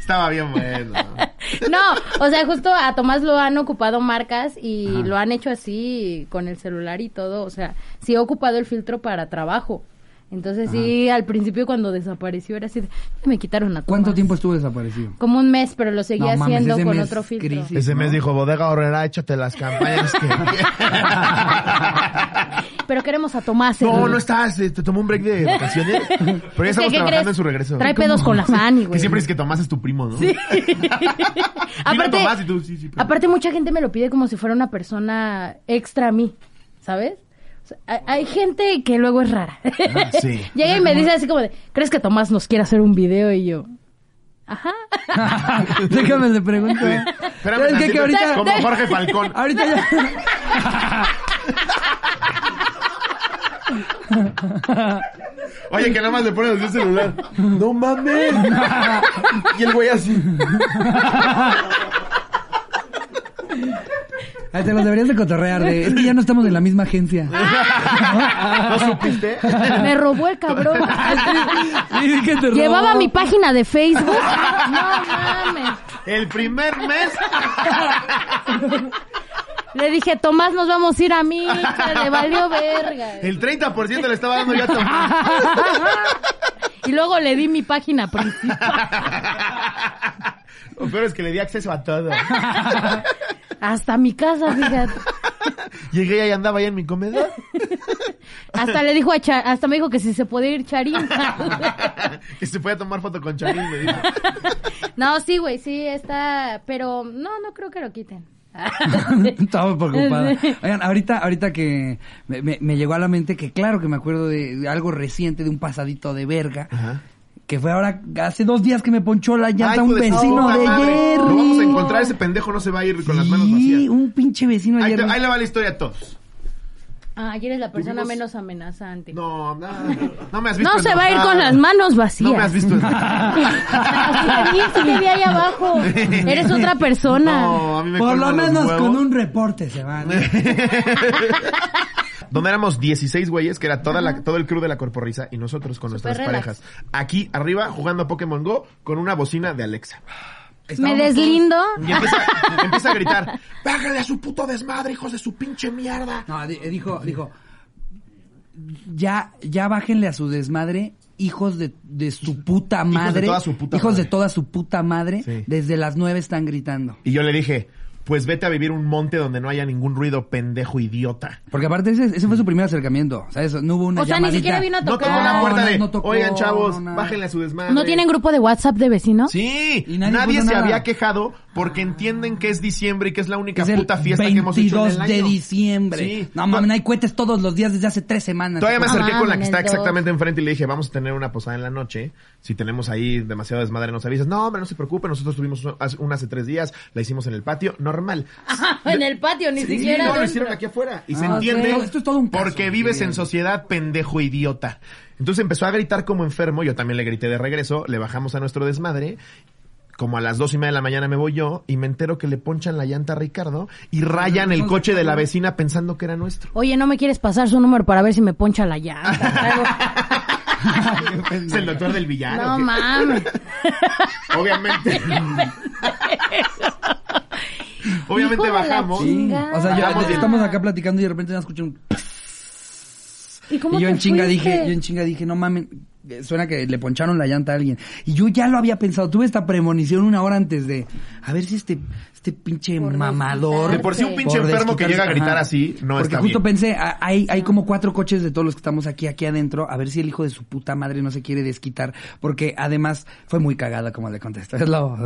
S2: Estaba bien bueno.
S3: No, o sea, justo a Tomás lo han ocupado marcas y lo han hecho así con el celular y todo. O sea, sí he ocupado el filtro para trabajo. Entonces sí, al principio cuando desapareció era así, de, me quitaron a Tomás.
S1: ¿Cuánto tiempo estuvo
S2: <laughs>
S1: desaparecido?
S3: Como un mes, pero lo seguía
S1: No mames,
S3: haciendo
S1: ese
S3: con
S1: mes
S3: otro filtro.
S1: crisis. <laughs>
S2: Ese
S1: ¿no?
S2: mes dijo, bodega horrera, échate las campañas que...
S3: <laughs> Pero queremos a Tomás.
S2: <laughs> No,
S3: Ernesto.
S2: no estás, eh, te tomó un break de vacaciones. Pero ya
S3: Es que,
S2: estamos
S3: ¿qué
S2: trabajando
S3: crees?
S2: en su regreso.
S3: Trae pedos con la Fanny, güey.
S2: Que siempre es que Tomás es tu primo, ¿no?
S3: <laughs> aparte,
S2: Tomás y tú, sí, sí, pero-
S3: aparte, mucha gente me lo pide como si fuera una persona extra a mí, ¿sabes? O sea, hay- hay gente que luego es rara.
S1: Ah,
S2: sí.
S3: <laughs> Llega y me dice así como de, ¿crees que Tomás nos quiere hacer un video? Y yo,
S1: <laughs>
S3: ajá.
S1: Déjame le pregunto.
S2: Espérame,
S1: ¿Sabes qué?
S2: tantito,
S1: Que ahorita...
S2: Como Jorge Falcón.
S1: Ahorita ya...
S2: Oye, que nada más le ponen así el celular. ¡No mames! y el güey
S3: <laughs>
S2: así.
S1: Ay, te los deberías de cotorrear, de, es que ya no estamos en la misma agencia.
S2: Ah. ¿No supiste?
S3: Me robó
S1: <laughs>
S2: <laughs>
S3: el cabrón.
S1: Sí, que te robó.
S3: Llevaba mi página de Facebook. No mames.
S2: El primer mes.
S3: Le dije, Tomás, nos vamos a ir a mí. Le valió verga.
S2: El 30% le estaba dando ya a Tomás.
S3: <laughs> Y luego le di mi página principal.
S2: Lo peor es que le di acceso a todo.
S3: <laughs> Hasta mi casa, fíjate.
S2: Llegué y andaba ya en mi comedor.
S3: Hasta le dijo a Cha- hasta me dijo que si se podía ir Charín. <laughs>
S2: y se podía tomar foto con Chavín. me dijo.
S3: No, sí, güey, sí, está, pero no, no creo que lo quiten.
S1: <laughs> <laughs> Estaba preocupada. Oigan, ahorita, ahorita que me, me- me llegó a la mente que claro que me acuerdo de, de algo reciente, de un pasadito de verga.
S2: Ajá.
S1: Que fue ahora, hace dos días que me ponchó la llanta
S2: Ay,
S1: un
S2: Ah, hijo de su
S1: vecino
S2: puta
S1: de
S2: madre. Lo vamos a
S1: Jerry.
S2: encontrar, ese pendejo no se va a ir con las manos
S1: Sí,
S2: vacías.
S1: un pinche vecino de
S2: Ahí, te-
S1: Jerry.
S2: ahí le va la historia a todos.
S3: <laughs> Ah, ayer es la persona
S2: Tuvimos-
S3: menos amenazante. No,
S2: No, no, no me has visto.
S3: se va a ir
S2: enojado.
S3: con las manos vacías.
S2: No me has
S3: <laughs>
S2: visto.
S3: Así de mí, sí te vi ahí abajo. Eres otra persona.
S2: No, a mí me
S1: Por lo
S2: colman los
S1: menos
S2: huevos.
S1: con un reporte se
S2: <laughs>
S1: van.
S2: Donde éramos 16 güeyes, que era toda la, todo el crew de la corporrisa y nosotros con nuestras
S3: relax.
S2: parejas. Aquí arriba jugando a Pokémon Go con una bocina de Alexa.
S3: me
S1: Estábamos
S3: deslindo.
S2: Y empieza, <laughs> empieza a gritar, "Bájale a su puto desmadre, hijos de su pinche mierda."
S1: todos- No, di- eh, dijo, dijo, ya, ya bájenle a su desmadre, hijos de, de su puta madre.
S2: toda su puta
S1: hijos de
S2: madre.
S1: toda su puta madre.
S2: Sí.
S1: Desde las nueve están gritando.
S2: Y yo le dije, "Pues vete a vivir un monte donde no haya ningún ruido, pendejo idiota."
S1: Porque aparte ese, ese fue su primer acercamiento, o sea, eso, no hubo una
S3: O sea, ni
S1: llamadita.
S3: siquiera vino a
S2: No tocó la
S1: No,
S3: tocar.
S2: puerta
S1: no,
S2: de,
S1: no tocó,
S2: "Oigan, chavos,
S1: no, nada.
S2: bájenle a su desmadre."
S3: No, tienen grupo de WhatsApp de vecinos?
S2: Sí,
S1: Y nadie
S2: nadie,
S1: puso
S2: se
S1: nada.
S2: había quejado porque entienden que es diciembre y que es la única
S1: Es el
S2: puta fiesta que hemos hecho en el
S1: 22
S2: año.
S1: de diciembre.
S2: Sí.
S1: No mames, hay cohetes todos los días desde hace tres semanas.
S2: Todavía me
S3: No
S2: acerqué con la que
S3: mames,
S2: está
S3: dos.
S2: exactamente enfrente y le dije, vamos a tener una posada en la noche. Si tenemos ahí demasiado desmadre, nos avisas. No, hombre, no se preocupe. Nosotros tuvimos hace- una hace tres días, la hicimos en el patio, normal.
S3: <laughs> en el patio, ni
S2: Sí,
S3: siquiera.
S2: no, lo
S3: adentro.
S2: hicieron aquí afuera. Y se
S1: Ah,
S2: entiende.
S1: ok. Esto es todo un caso,
S2: porque vives
S1: bien.
S2: en sociedad, pendejo idiota. Entonces empezó a gritar como enfermo. Yo también le grité de regreso. Le bajamos a nuestro desmadre. Como a las dos y media de la mañana me voy yo y me entero que le ponchan la llanta a Ricardo y rayan el coche de la vecina pensando que
S1: <laughs>
S2: era nuestro.
S3: Oye, ¿no me quieres pasar su número para ver si me poncha la
S2: <laughs>
S3: llanta?
S2: Es el doctor del villano.
S3: no
S2: ¿qué?
S3: mames.
S2: <laughs> Obviamente. Obviamente
S3: Hijo de la
S2: bajamos.
S1: Sí.
S3: Chingada.
S1: O sea, yo-
S2: Hablamos de-
S1: estamos acá platicando y de repente escucho un...
S3: ¿Y cómo
S1: y yo
S3: te
S1: en chinga
S3: fuiste?
S1: dije, yo en chinga dije, no mames, eh, suena que le poncharon la llanta a alguien. Y yo ya lo había pensado, tuve esta premonición una hora antes de, a ver si este, este pinche
S3: Por
S1: mamador.
S3: desquitarse. De por sí un
S2: pinche enfermo
S1: desquitarse,
S2: que llega a gritar así, no
S1: Porque
S2: está
S1: justo
S2: bien.
S1: pensé, a- hay, hay como cuatro coches de todos los que estamos aquí, aquí adentro, a ver si el hijo de su puta madre no se quiere desquitar, porque además fue muy cagada como le contesté. <laughs> Es lo,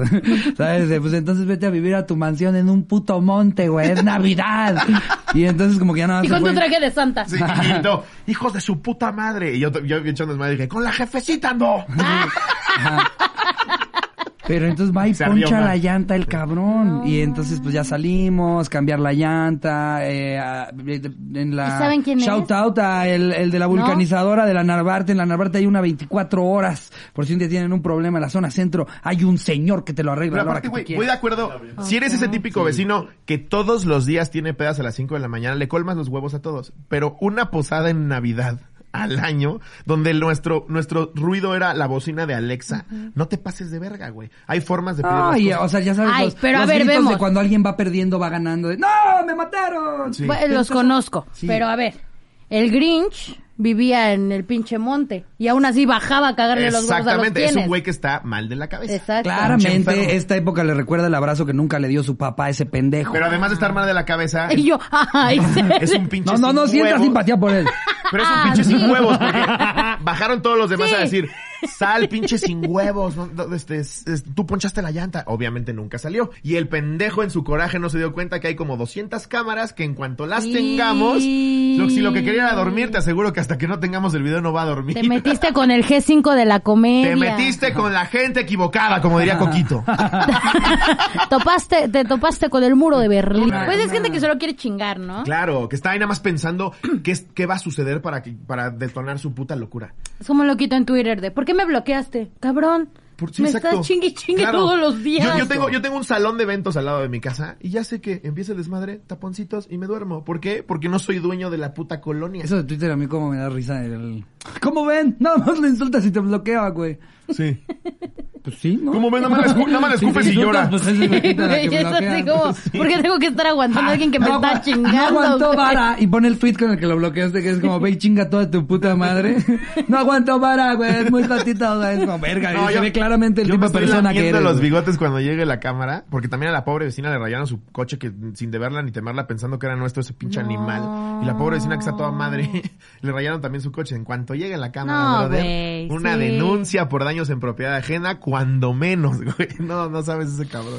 S1: ¿sabes? De, Pues entonces vete a vivir a tu mansión en un puto monte, güey, es Navidad.
S3: <laughs>
S1: Y entonces como que ya nada más
S3: Y
S1: se
S3: con
S1: fue.
S3: tu traje de santa.
S2: <laughs> Sí, y gritó, hijos de su puta madre. Y yo, yo echando desmadre dije, con la
S1: <laughs>
S2: jefecita no.
S1: Pero entonces va y
S2: Se abrió
S1: poncha
S2: más.
S1: la llanta el cabrón. Y entonces pues ya salimos, cambiar la llanta, eh, a- en la...
S3: ¿Y saben quién es?
S1: Shout out a el, el de la vulcanizadora de la Narvarte. En la Narvarte hay una 24 horas. Por si un día tienen un problema en la zona centro, hay un señor que te lo arregla
S2: Pero
S1: a la hora
S2: aparte,
S1: que tú
S2: güey,
S1: quieras.
S2: voy de
S1: Ah,
S2: acuerdo. Si eres ese típico vecino que todos los días tiene pedas a las 5 de la mañana, le colmas los huevos a todos. Pero una posada en Navidad al año, donde nuestro, nuestro ruido era la bocina de Alexa, no te pases de verga, güey. Hay formas de pedir las
S1: Ay,
S2: cosas.
S1: o sea, ya sabes,
S3: Ay,
S1: los,
S3: pero a
S1: los
S3: ver,
S1: gritos
S3: vemos.
S1: de cuando alguien va perdiendo, va ganando. de, ¡No, me mataron!
S2: Sí.
S3: Bueno, los conozco, pero a ver, el Grinch vivía en el pinche monte y aún así bajaba a cagarle los huevos a los
S2: Exactamente, es un
S3: tienes.
S2: güey que está mal de la cabeza.
S3: Exacto.
S1: Claramente,
S2: enfermo.
S1: esta época le recuerda el abrazo que nunca le dio su papá a ese pendejo.
S2: Pero además de estar mal de la cabeza,
S3: Y yo, <laughs> ay,
S2: es un pinche
S1: no, no, no
S2: sin
S1: sienta
S2: huevos.
S1: simpatía por él.
S2: Pero es un
S3: Ah,
S2: pinche sin
S3: <laughs> sí.
S2: huevos porque bajaron todos los demás
S3: Sí.
S2: a decir, Sal, pinche
S3: <laughs>
S2: sin huevos. no, no, este, es- es- tú ponchaste la llanta. Obviamente nunca salió. Y el pendejo en su coraje no se dio cuenta que hay como 200 cámaras que en cuanto las
S3: Y-
S2: tengamos, lo, si lo que quería era dormir, te aseguro que hasta que no tengamos el video no va a dormir.
S3: Te
S2: <laughs>
S3: metiste con el G5 de la comedia.
S2: Te metiste con la gente equivocada, como diría
S1: <laughs>
S3: <laughs>
S2: Coquito.
S3: topaste, te topaste con el muro de Berlín.
S1: Claro.
S3: Pues es gente que solo quiere chingar, ¿no?
S2: Claro, que está ahí nada más pensando qué, es- qué va a suceder para, que, para detonar su puta locura.
S3: Es como lo quito en Twitter de ¿por qué me bloqueaste? Cabrón.
S2: Por- sí,
S3: me
S2: exacto.
S3: estás chingue y chingue
S2: Claro.
S3: todos los días.
S2: Yo, yo tengo, yo tengo un salón de eventos al lado de mi casa y ya sé que empieza el desmadre, taponcitos y me duermo. ¿Por qué? Porque no soy dueño de la puta colonia.
S1: Eso de Twitter a mí como me da risa. El... ¿Cómo ven? Nada más le insultas y te bloquea, güey.
S2: Sí.
S1: Pues sí, ¿no?
S2: ¿Cómo ven? Nada más le escu- nada más le
S1: Si
S2: escupes
S1: te
S2: y
S1: insultas,
S2: llora.
S1: Pues es
S3: <laughs> Sí,
S1: la gente a la
S3: güey,
S1: que
S3: <laughs> es así
S1: bloquean. <laughs>
S3: como, ¿por qué tengo que estar aguantando a alguien que me
S1: Ah, No
S3: está
S1: agua-
S3: chingando?
S1: No aguantó
S3: güey?
S1: vara. Y pone el tweet con el que lo bloqueaste, que es como, ve y chinga toda tu puta madre. <laughs> No aguantó vara, güey. Es muy tatita, o sea, es como, verga.
S2: No,
S1: y se
S2: yo-
S1: ve claramente el
S2: yo
S1: tipo
S2: me
S1: de
S2: estoy
S1: persona que
S2: lamiendo
S1: eres.
S2: los
S1: güey.
S2: bigotes cuando llegue la cámara, porque también a la pobre vecina le rayaron su coche que sin deberla ni temerla pensando que era nuestro ese pinche
S3: No.
S2: animal. Y la pobre vecina que está toda madre, <laughs> le rayaron también su coche. En cuanto llegue la cámara,
S3: No,
S2: brother,
S3: güey,
S2: una
S3: sí.
S2: denuncia por daños en propiedad ajena, cuando menos, <laughs> güey. No, no sabes ese cabrón.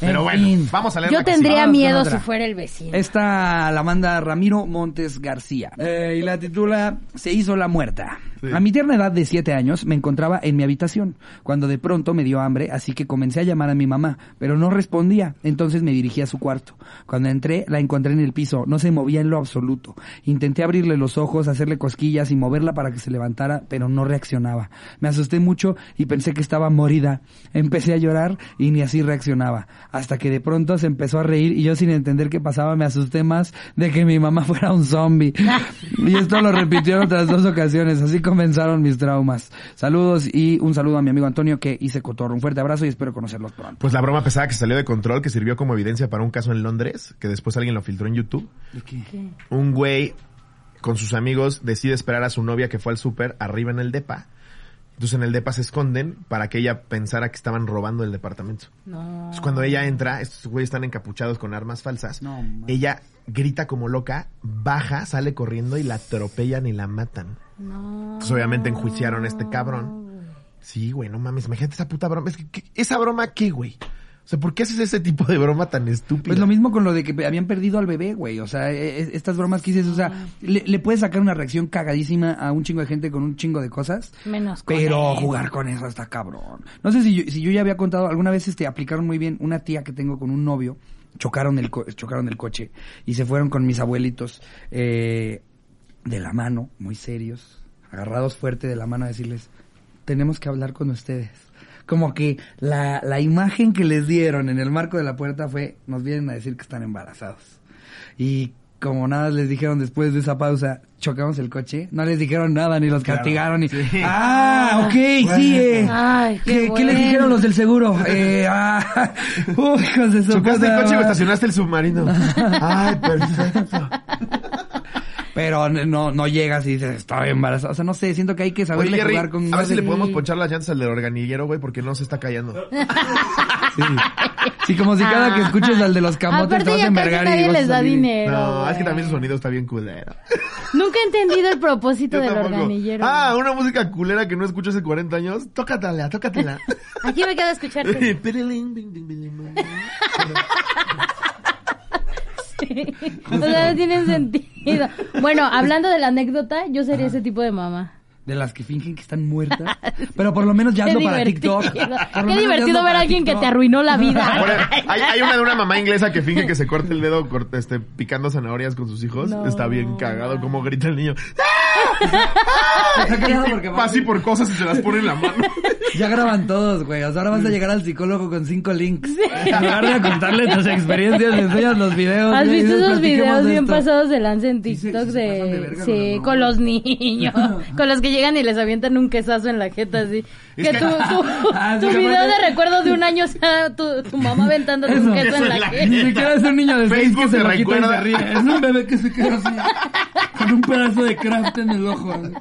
S2: Pero
S1: En
S2: bueno,
S1: fin.
S2: vamos a leer
S3: Yo
S2: la que
S3: tendría
S1: Vamos con
S3: miedo
S1: otra.
S3: si fuera el vecino.
S1: Esta la manda Ramiro Montes García eh, y la titula Se hizo la muerta.
S2: Sí.
S1: A mi tierna edad de 7 años me encontraba en mi habitación cuando de pronto me dio hambre así que comencé a llamar a mi mamá pero no respondía entonces me dirigí a su cuarto. Cuando entré la encontré en el piso no se movía en lo absoluto. Intenté abrirle los ojos, hacerle cosquillas y moverla para que se levantara pero no reaccionaba. Me asusté mucho y pensé que estaba morida. Empecé a llorar y ni así reaccionaba. Hasta que de pronto se empezó a reír y yo sin entender qué pasaba me asusté más de que mi mamá <laughs> fuera un zombie. Y esto lo repitió en otras dos ocasiones. Así comenzaron mis traumas. Saludos y un saludo a mi amigo Antonio que hice cotorro. Un fuerte abrazo y espero conocerlos pronto.
S2: Pues la broma pesada que salió de control, que sirvió como evidencia para un caso en Londres, que después alguien lo filtró en YouTube. un güey con sus amigos decide esperar a su novia que fue al súper arriba en el depa. Entonces en el depa se esconden para que ella pensara que estaban robando el departamento.
S3: No.
S2: Entonces cuando ella entra, estos güeyes están encapuchados con armas falsas.
S1: No, man.
S2: ella grita como loca, baja, sale corriendo y la atropellan y la matan.
S3: No.
S2: Entonces obviamente enjuiciaron a este cabrón. Sí, güey, no mames, imagínate esa puta broma. Es que- que- ¿Esa broma qué, güey? O sea, ¿por qué haces ese tipo de broma tan estúpida?
S1: Pues lo mismo con lo de que habían perdido al bebé, güey. O sea, e- e- estas bromas que dices, o sea, le, le puedes sacar una reacción cagadísima a un chingo de gente con un chingo de cosas.
S3: Menos con
S1: Pero
S3: él.
S1: jugar con eso está cabrón. No sé si yo, si yo ya había contado, alguna vez este, aplicaron muy bien una tía que tengo con un novio, chocaron el, co- chocaron el coche y se fueron con mis abuelitos eh, de la mano, muy serios, agarrados fuerte de la mano a decirles, tenemos que hablar con ustedes. Como que la, la imagen que les dieron en el marco de la puerta fue, nos vienen a decir que están embarazados. Y como nada les dijeron después de esa pausa, chocamos el coche, no les dijeron nada, ni los
S2: Claro,
S1: castigaron, ni...
S2: sí.
S1: <laughs> Ah, ok, sí. eh.
S3: Ay, qué
S1: ¿Qué, qué les
S3: bueno.
S1: dijeron los del seguro? Eh, ah, <laughs> uy, hijos de su
S2: Chocaste el
S1: puta
S2: coche
S1: madre.
S2: o estacionaste
S1: <laughs>
S2: el submarino. Ay, perfecto.
S1: Pero no, no llegas y dices, estaba embarazada. O sea, no sé, siento que hay que saber
S2: Oye, Jerry,
S1: jugar con...
S2: a ver si le
S1: Sí.
S2: podemos ponchar las llantas al del organillero, güey, porque no se está
S3: <laughs>
S2: callando.
S1: Sí. Sí, como si cada que escuches al de los camotes te
S3: Ah. Aparte
S1: vas a
S3: ya casi
S1: envergar y
S3: nadie
S1: vas a
S3: les da
S1: salir.
S3: dinero.
S2: No,
S3: güey.
S2: es que también su sonido está bien culero.
S3: Nunca he entendido el
S1: <laughs>
S2: <laughs>
S3: propósito
S2: Yo
S3: del
S2: tampoco.
S3: organillero.
S2: Ah, una música culera que no escucho hace 40 años. Tócatela, tócatela.
S3: Aquí me
S1: <laughs>
S3: queda escucharte.
S2: Piriling, bing, bing, bing, bing.
S3: <laughs> o sea, no tiene sentido. Bueno, hablando de la anécdota, yo sería ese tipo de mamá.
S1: De las que fingen que
S3: <laughs>
S1: están muertas. Pero por lo menos ya hazlo para
S3: divertido.
S1: TikTok. Por lo menos
S3: Qué
S1: ya
S3: divertido
S1: hazlo
S3: ver
S1: para
S3: a alguien que
S1: TikTok.
S3: te arruinó
S1: <laughs>
S3: la
S2: Por
S3: vida.
S2: el- hay, hay una de una mamá inglesa que finge que se corta el dedo cort- este, picando zanahorias con sus hijos.
S3: No.
S2: Está bien cagado como grita
S3: <laughs>
S2: el niño. <laughs>
S1: Está cagado porque va-
S2: Pasa y por cosas y se las pone en la mano.
S1: Ya graban todos, güey. O sea, ahora vas a llegar al psicólogo con cinco links. En lugar de contarle tus experiencias, le enseñas los videos.
S3: ¿Has
S1: güey, y
S3: visto
S1: dices,
S3: esos
S1: "Platiquemos
S3: videos
S1: de
S3: bien
S1: esto".
S3: pasados de lanza en
S1: Sí, se-
S3: TikTok
S1: sí se pasan de
S3: de,
S1: verga con
S3: sí,
S1: los
S3: con los
S1: <laughs>
S3: niños, con los que llegan y les avientan un quesazo en la jeta así?
S2: Es
S3: Que
S1: <laughs>
S2: que-
S3: tu, tu,
S1: Ah, sí,
S3: tu
S1: que
S3: video
S1: aparte-
S3: de recuerdo de un año sea tu, tu mamá aventándote un
S1: Eso.
S3: queso
S2: Eso
S3: en
S2: es
S3: la
S2: la
S1: Ni
S2: mierda.
S3: jeta.
S1: siquiera es un niño de seis
S2: Facebook
S1: que se
S2: te
S1: lo quita y se
S2: recuerda.
S1: ríe. Es un bebé que se queda así. Con un pedazo de craft en el ojo. güey.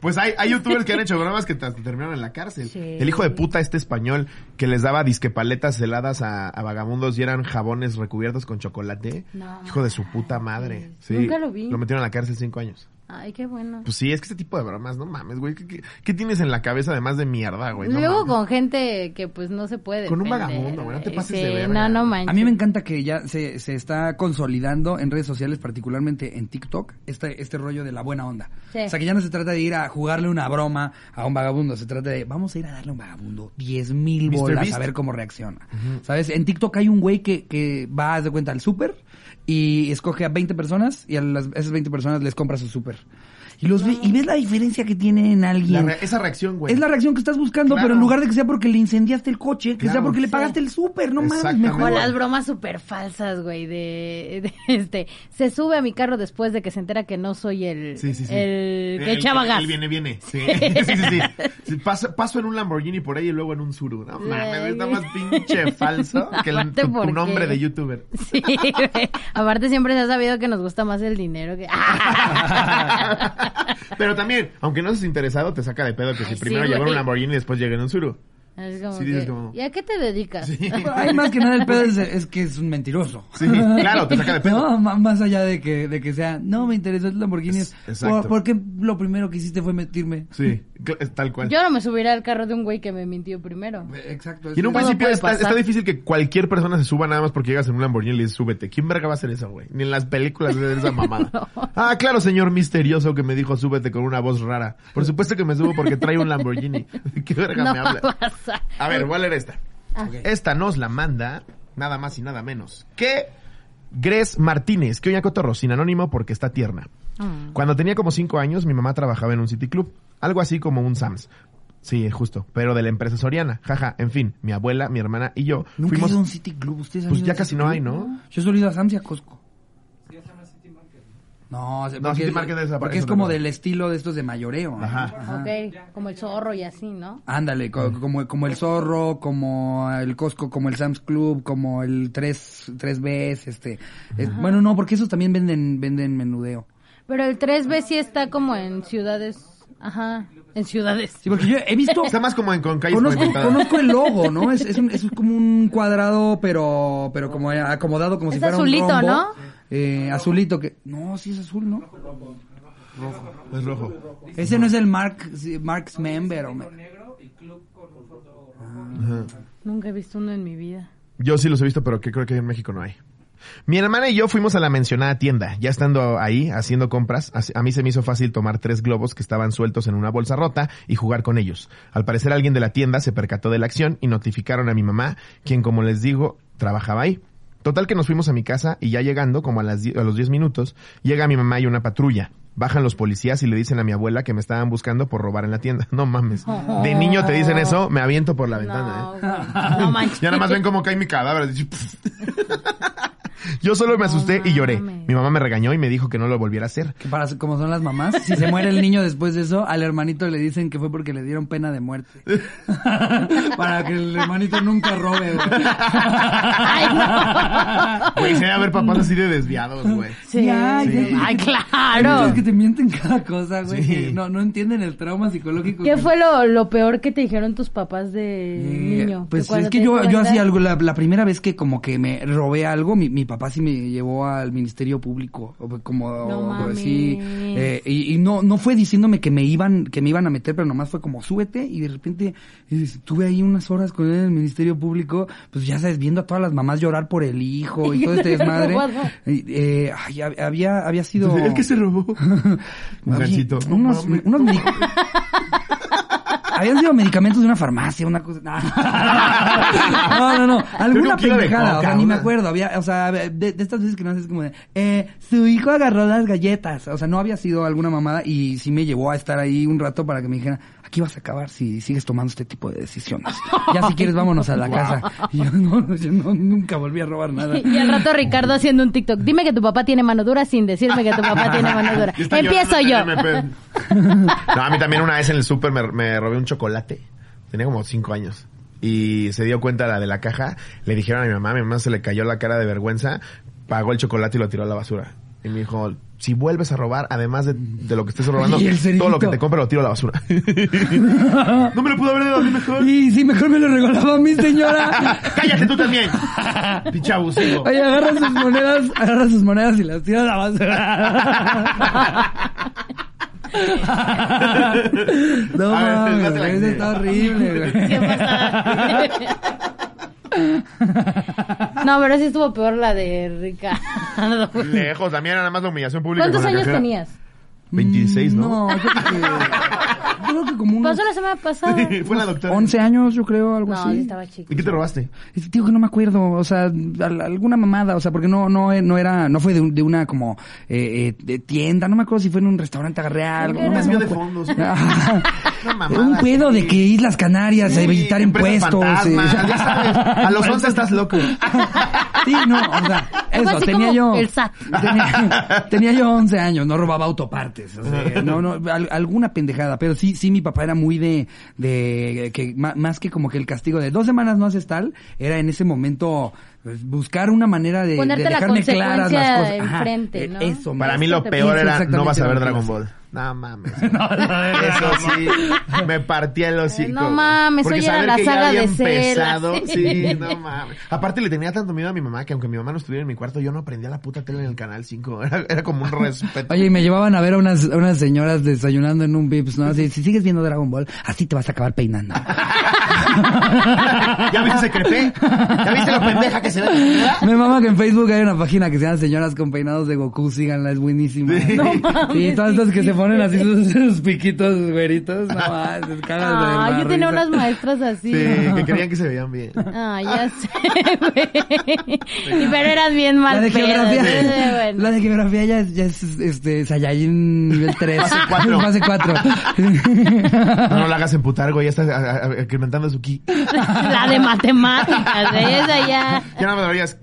S2: Pues hay, hay youtubers que han hecho bromas que hasta terminaron en la cárcel.
S3: Sí.
S2: El hijo de puta este español que les daba disque paletas heladas a, a vagabundos y eran jabones recubiertos con chocolate.
S3: No.
S2: hijo de su puta madre. Sí.
S3: Nunca lo vi.
S2: Lo metieron en la cárcel cinco años.
S3: Ay, qué bueno.
S2: Pues sí, es que ese tipo de bromas, no mames, güey. ¿Qué, qué, qué tienes en la cabeza además de mierda,
S1: Pues,
S2: güey? No
S3: Luego
S2: mames.
S3: con gente que pues no se puede.
S2: Con un
S3: defender,
S2: vagabundo, güey, no te pases
S3: sí,
S2: de verga.
S3: No, no
S1: A
S3: manches.
S1: mí me encanta que ya se, se está consolidando en redes sociales, particularmente en TikTok, este, este rollo de la buena onda.
S3: Sí.
S1: O sea, que ya no se trata de ir a jugarle una broma a un vagabundo, se trata de vamos a ir a darle a un vagabundo 10 mil
S2: Mr.
S1: bolas
S2: Beast.
S1: a ver cómo reacciona. ¿Sabes? En TikTok hay un güey que, que va, haz de cuenta, al súper y escoge a 20 personas y a, las, esas 20 personas les compra su súper. Y, los ve- y ves la diferencia que tiene en
S2: La
S1: alguien.
S2: re- esa reacción, güey.
S1: Es la reacción que estás buscando,
S2: Claro.
S1: pero en lugar de que sea porque le incendiaste el coche, que sea
S2: Claro.
S1: porque le pagaste el súper, no mames,
S2: Exactamente.
S1: mejor.
S3: O
S2: Muy
S3: las
S2: bueno.
S3: bromas súper falsas, güey, de, de, este, se sube a mi carro después de que se entera que no soy el,
S2: Sí, sí, sí.
S3: el que echaba gas.
S2: Él viene, viene. Sí, sí, sí. sí. Sí, paso, paso en un Lamborghini por ahí y luego en un Zuru. No mames,
S3: Ay,
S2: está
S3: güey.
S2: más pinche falso que el-
S3: Aparte,
S2: tu, tu
S3: ¿por qué?
S2: nombre de youtuber.
S3: <laughs> Sí, güey. aparte siempre se ha sabido que nos gusta más el dinero que...
S2: <laughs>
S3: <laughs>
S2: Pero también, aunque no seas interesado, te saca de pedo que si
S3: Ay, sí,
S2: primero llegó en
S3: güey.
S2: un Lamborghini y después llegó en un Zuru.
S3: Es como
S2: Sí, dices
S3: que,
S2: como-
S3: ¿Y a qué te dedicas? <laughs>
S2: Sí.
S1: Hay más que nada el pedo es, es que es un mentiroso.
S2: Sí, claro, te saca de pedo.
S1: <laughs> No, ma- más allá de que, de que sea, no me interesó el Lamborghini.
S2: Es- exacto.
S1: por- porque lo primero que hiciste fue metirme.
S2: Sí, cl- es tal cual.
S3: Yo no me subiré al carro de un güey que me mintió primero.
S1: Exacto.
S2: y en un
S3: Todo
S2: principio
S3: puede
S2: está,
S3: pasar.
S2: está difícil que cualquier persona se suba nada más porque llegas en un Lamborghini y le dices, súbete. ¿Quién verga va a hacer eso, güey? Ni en las películas de esa
S3: <laughs>
S2: mamada. Ah, claro, señor misterioso que me dijo, súbete con una voz rara. Por supuesto que me subo porque trae un Lamborghini. <laughs> ¿Qué verga
S3: <laughs> No
S2: me
S3: va a
S2: habla?
S3: pasar.
S2: A ver, voy a leer esta. Esta nos la manda, nada más y nada menos, que Gres Martínez, que hoy cotorro, sin anónimo porque está tierna.
S3: Mm.
S2: Cuando tenía como cinco años, mi mamá trabajaba en un City Club, algo así como un Sams. Sí, justo, pero de la empresa Soriana. Jaja, en fin, mi abuela, mi hermana y yo
S1: Nunca he
S2: fuimos...
S1: ido a un City Club. ¿Ustedes han
S2: Pues
S1: ido
S2: ya
S1: a un
S2: casi
S1: City
S2: no
S1: Club?
S2: hay, ¿no?
S1: Yo solo he ido a Sam's y a Costco. No, se-
S2: No,
S1: porque,
S2: City Market es-
S1: porque
S2: es
S1: es
S2: otra
S1: como
S2: cosa.
S1: del estilo de estos de mayoreo. ¿no?
S2: Ajá.
S3: Ok, como el zorro y así, ¿no?
S1: Ándale, co- como, como el Zorro, como el Costco, como el Sam's Club, como el 3, 3Bs, este. es- bueno, no, porque esos también venden, venden menudeo.
S3: Pero el 3B sí está como en ciudades. Ajá, en ciudades.
S1: Sí, porque yo he
S2: <laughs>
S1: visto.
S2: Está más como en con calles
S1: Conozco,
S2: pavimentadas.
S1: conozco el logo, ¿no? Es, es, un- es como un cuadrado, pero pero como acomodado como si
S3: Es
S1: fuera
S3: azulito,
S1: un rombo.
S3: ¿no?
S1: Eh, azulito que no, sí es azul, ¿no?
S2: Es rojo.
S1: Ese no es el Mark Mark's Member o me-
S2: Ajá.
S3: Nunca he visto uno en mi vida.
S2: Yo sí los he visto, pero que creo que en México no hay. Mi hermana y yo fuimos a la mencionada tienda. Ya estando ahí, haciendo compras, as- a mí se me hizo fácil tomar tres globos que estaban sueltos en una bolsa rota y jugar con ellos. Al parecer alguien de la tienda se percató de la acción y notificaron a mi mamá, quien como les digo, trabajaba ahí. Total que nos fuimos a mi casa y ya llegando, como a, las die- a los 10 minutos, llega mi mamá y una patrulla. Bajan los policías y le dicen a mi abuela que me estaban buscando por robar en la tienda. <laughs> No mames. De niño te dicen eso, me aviento por la ventana. ¿eh?
S3: No,
S2: <laughs>
S3: güey, no manches.
S2: Ya nada más ven cómo cae mi cadáver. así, pf. <laughs> Yo solo me asusté y lloré.
S3: mames.
S2: Mi mamá me regañó y me dijo que no lo volviera a hacer.
S1: que para como son las mamás, si se muere el niño después de eso, al hermanito le dicen que fue porque le dieron pena de muerte. <laughs> para que el hermanito nunca robe. güey.
S2: Güey, se debe haber papás así de desviados, güey.
S3: Sí.
S1: Ya, ya. Hay
S3: Ay,
S1: muchos
S3: claro.
S1: que te mienten cada cosa, güey.
S2: Sí.
S1: que No, no entienden el trauma psicológico.
S3: ¿Qué
S1: que-
S3: fue lo, lo peor que te dijeron tus papás de
S1: Eh,
S3: niño?
S1: Pues
S3: cuando
S1: es que
S3: te
S1: yo,
S3: diste
S1: yo
S3: cuenta-
S1: hacía algo, la, la primera vez que como que me robé algo, mi, mi papá sí me llevó al Ministerio Público, o pues, como
S3: No
S1: o sí,
S3: mames.
S1: eh, y, y no, no fue diciéndome que me iban, que me iban a meter, pero nomás fue como súbete, y de repente eh, estuve ahí unas horas con él en el Ministerio Público, pues ya sabes, viendo a todas las mamás llorar por el hijo
S3: <laughs>
S1: y todo este desmadre.
S3: robado.
S1: Y, eh, ay, hab- había, había sido
S2: El Pues, que se robó.
S1: <laughs>
S2: Un
S1: Oye,
S2: ganchito.
S1: Unos,
S2: No mames.
S1: unos medi- Habían sido medicamentos de una farmacia, una cosa. <laughs> No, no, no.
S2: Creo que
S1: Alguna
S2: un kilo de
S1: pendejada. O
S2: coca,
S1: sea, ni me
S2: una-
S1: acuerdo. Había, o sea, de, de estas veces que no haces como de, eh, su hijo agarró las galletas. O sea, no había sido alguna mamada y sí me llevó a estar ahí un rato para que me dijera, aquí vas a acabar si sigues tomando este tipo de decisiones. Ya si quieres, vámonos
S2: <laughs>
S1: a la casa. Y yo, no, yo no, nunca volví a robar
S3: <laughs>
S1: nada.
S3: <laughs> Y al rato Ricardo haciendo un TikTok. Dime que tu papá tiene mano dura sin decirme que tu
S2: <laughs>
S3: papá tiene mano dura.
S2: Y está
S3: Empiezo yo.
S2: llorando en TNMP. No, a mí también una vez en el súper me, me robé un chocolate. Tenía como cinco años. Y se dio cuenta la de la caja. Le dijeron a mi mamá, a mi mamá se le cayó la cara de vergüenza, pagó el chocolate y lo tiró a la basura. Y me dijo, si vuelves a robar, además de, de lo que estés robando,
S1: <laughs> Y el cerillito.
S2: todo lo que te compre lo tiro a la
S1: <laughs>
S2: basura. no me lo pudo haber dado a mí mejor.
S1: Y sí, mejor me lo regalaba a mi señora.
S2: Cállate tú
S1: <laughs>
S2: también. Pinche abusivo.
S1: Oye,
S2: <laughs>
S1: agarra sus monedas, agarra sus monedas y las tira a la basura. no
S2: A ver,
S1: mames,
S2: hazla
S1: güey,
S2: que-
S1: eso está horrible, güey.
S3: <laughs> <laughs> ¿Qué pasa? No, pero sí estuvo peor la de Ricardo.
S2: Lejos, <laughs> la mía era nada más la humillación pública.
S3: ¿Cuántos
S2: con la
S3: años
S2: cajera.
S3: tenías?
S2: 26, ¿no?
S1: No, yo creo que, yo creo que como unos
S3: Pasó la semana pasada.
S2: <laughs> Fue la doctora.
S1: 11 años, yo creo, algo
S3: No,
S1: así.
S3: yo estaba chico.
S2: ¿Y qué te robaste?
S1: Es tío que no me acuerdo, o sea, al- alguna mamada, o sea, porque no no no era no fue de, un- de una como eh, eh, de tienda, no me acuerdo si fue en un restaurante agarré algo, Ah, no
S3: era?
S1: me
S2: Desvío
S1: acuerdo.
S2: de fondos. Una mamada
S1: Era un pedo
S2: así.
S1: de que Islas Canarias, eh, visitar
S2: Empresas
S1: impuestos.
S2: fantasmas,
S1: eh.
S2: ya sabes, a los 11 estás loco.
S1: <laughs> Sí, no, o sea,
S3: Algo
S1: eso,
S3: así
S1: tenía
S3: como
S1: yo.
S3: el SAT.
S1: Tenía, tenía yo 11 años, no robaba autopartes. O sea, no, no, al- alguna pendejada. Pero sí, sí, mi papá era muy de. de que ma- Más que como que el castigo de dos semanas no haces tal, era en ese momento pues, buscar una manera de, de
S3: Ponerte la
S1: dejarme claras
S3: consecuencia
S1: las cosas. Ajá,
S3: enfrente,
S1: eh,
S3: ¿no?
S1: Eso,
S2: Para
S1: maestro,
S2: mí lo
S1: te
S2: peor
S1: pienso
S2: era no
S1: exactamente
S2: vas a
S1: lo
S2: ver
S1: que
S2: Dragon
S1: pasa. <laughs>
S2: Ball. No mames.
S1: Eso
S2: Eso sí, me partía el hocico.
S3: Eh, no
S2: güey.
S3: mames,
S2: Porque
S3: hoy era
S2: saber
S3: la
S2: que ya
S3: saga
S2: había
S3: de Cell,
S2: empezado,
S3: así.
S2: sí, no mames. Aparte le tenía tanto miedo a mi mamá que aunque mi mamá no estuviera en mi cuarto, yo no aprendía la puta tele en el canal 5. <laughs> Era, era como un respeto.
S1: Oye, y me llevaban a ver a unas, a unas señoras desayunando en un Vips, ¿no? Así, si sigues viendo Dragon Ball, así te vas a acabar peinando.
S2: <laughs> <laughs> ¿Ya viste ese crepé? ¿Ya viste lo pendeja que se ve?
S1: Me mama que en Facebook hay una página que se llama Señoras con Peinados de Goku, síganla, es buenísima.
S2: Sí. No
S3: mames,
S1: Sí, todas
S3: <laughs> sí Ah,
S1: estas que se
S3: existe.
S1: ponen así sus, sus piquitos güeritos, no más, caras de
S3: Ah,
S1: la
S3: yo tenía
S1: risa.
S3: unas maestras así.
S2: Sí, que creían que se veían bien.
S3: Ah, ya sé, güey. Y Pero eras bien mal
S1: La de
S3: pedo,
S1: geografía, <laughs>
S3: entonces, bueno.
S1: la de geografía ya es, ya es este, Saiyajin nivel 3.
S2: Fase cuatro.
S1: Fase 4.
S2: <laughs> No, no la hagas emputar, güey, ya estás a- a- a- incrementando su ki.
S3: La de matemáticas, de esa ya.
S2: <laughs> Ya no
S1: <laughs>
S2: me deberías.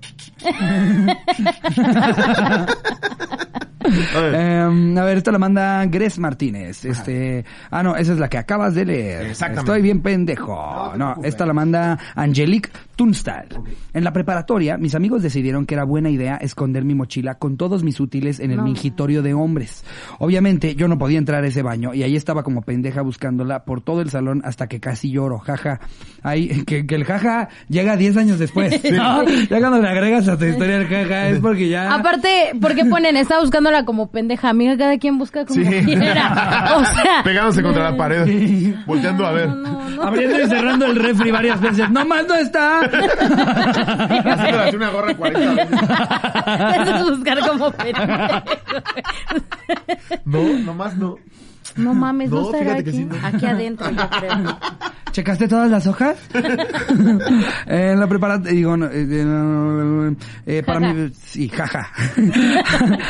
S1: Em, a ver, esta la manda Gres Martínez. Este, ah, no, esa es la que acabas de leer.
S2: Exactamente.
S1: Estoy bien pendejo. No, esta la manda Angelique Tunstall. En la preparatoria, mis amigos decidieron que era buena idea esconder mi mochila con todos mis útiles en el mingitorio de hombres. Obviamente, yo no podía entrar a ese baño y ahí estaba como pendeja buscándola por todo el salón hasta que casi lloro. Jaja. Ahí, que, que el jaja llega 10 años después. <laughs> ¿no? Ya cuando le agregas a tu historia el jaja es porque ya.
S3: Aparte, ¿por qué ponen? Estaba buscándola como pendeja. Amiga, cada quien busca como
S2: Sí.
S3: quiera. O sea.
S2: Pegándose contra la pared, volteando a ver.
S3: No, no, no.
S1: Abriendo y cerrando el refri varias veces. ¡No más no está!
S2: Haciendo así una gorra 40 veces.
S3: Eso es buscar como pendeja.
S2: No, nomás no.
S3: No mames, no,
S2: No,
S3: estará
S2: fíjate que
S3: aquí.
S2: sí, no.
S3: Aquí adentro, yo
S2: <laughs>
S3: creo.
S1: ¿Checaste todas las <laughs> hojas? Eh, en la preparatoria, digo, no, eh, eh, no, eh, eh, para
S3: Jaja.
S1: mí, sí, jaja.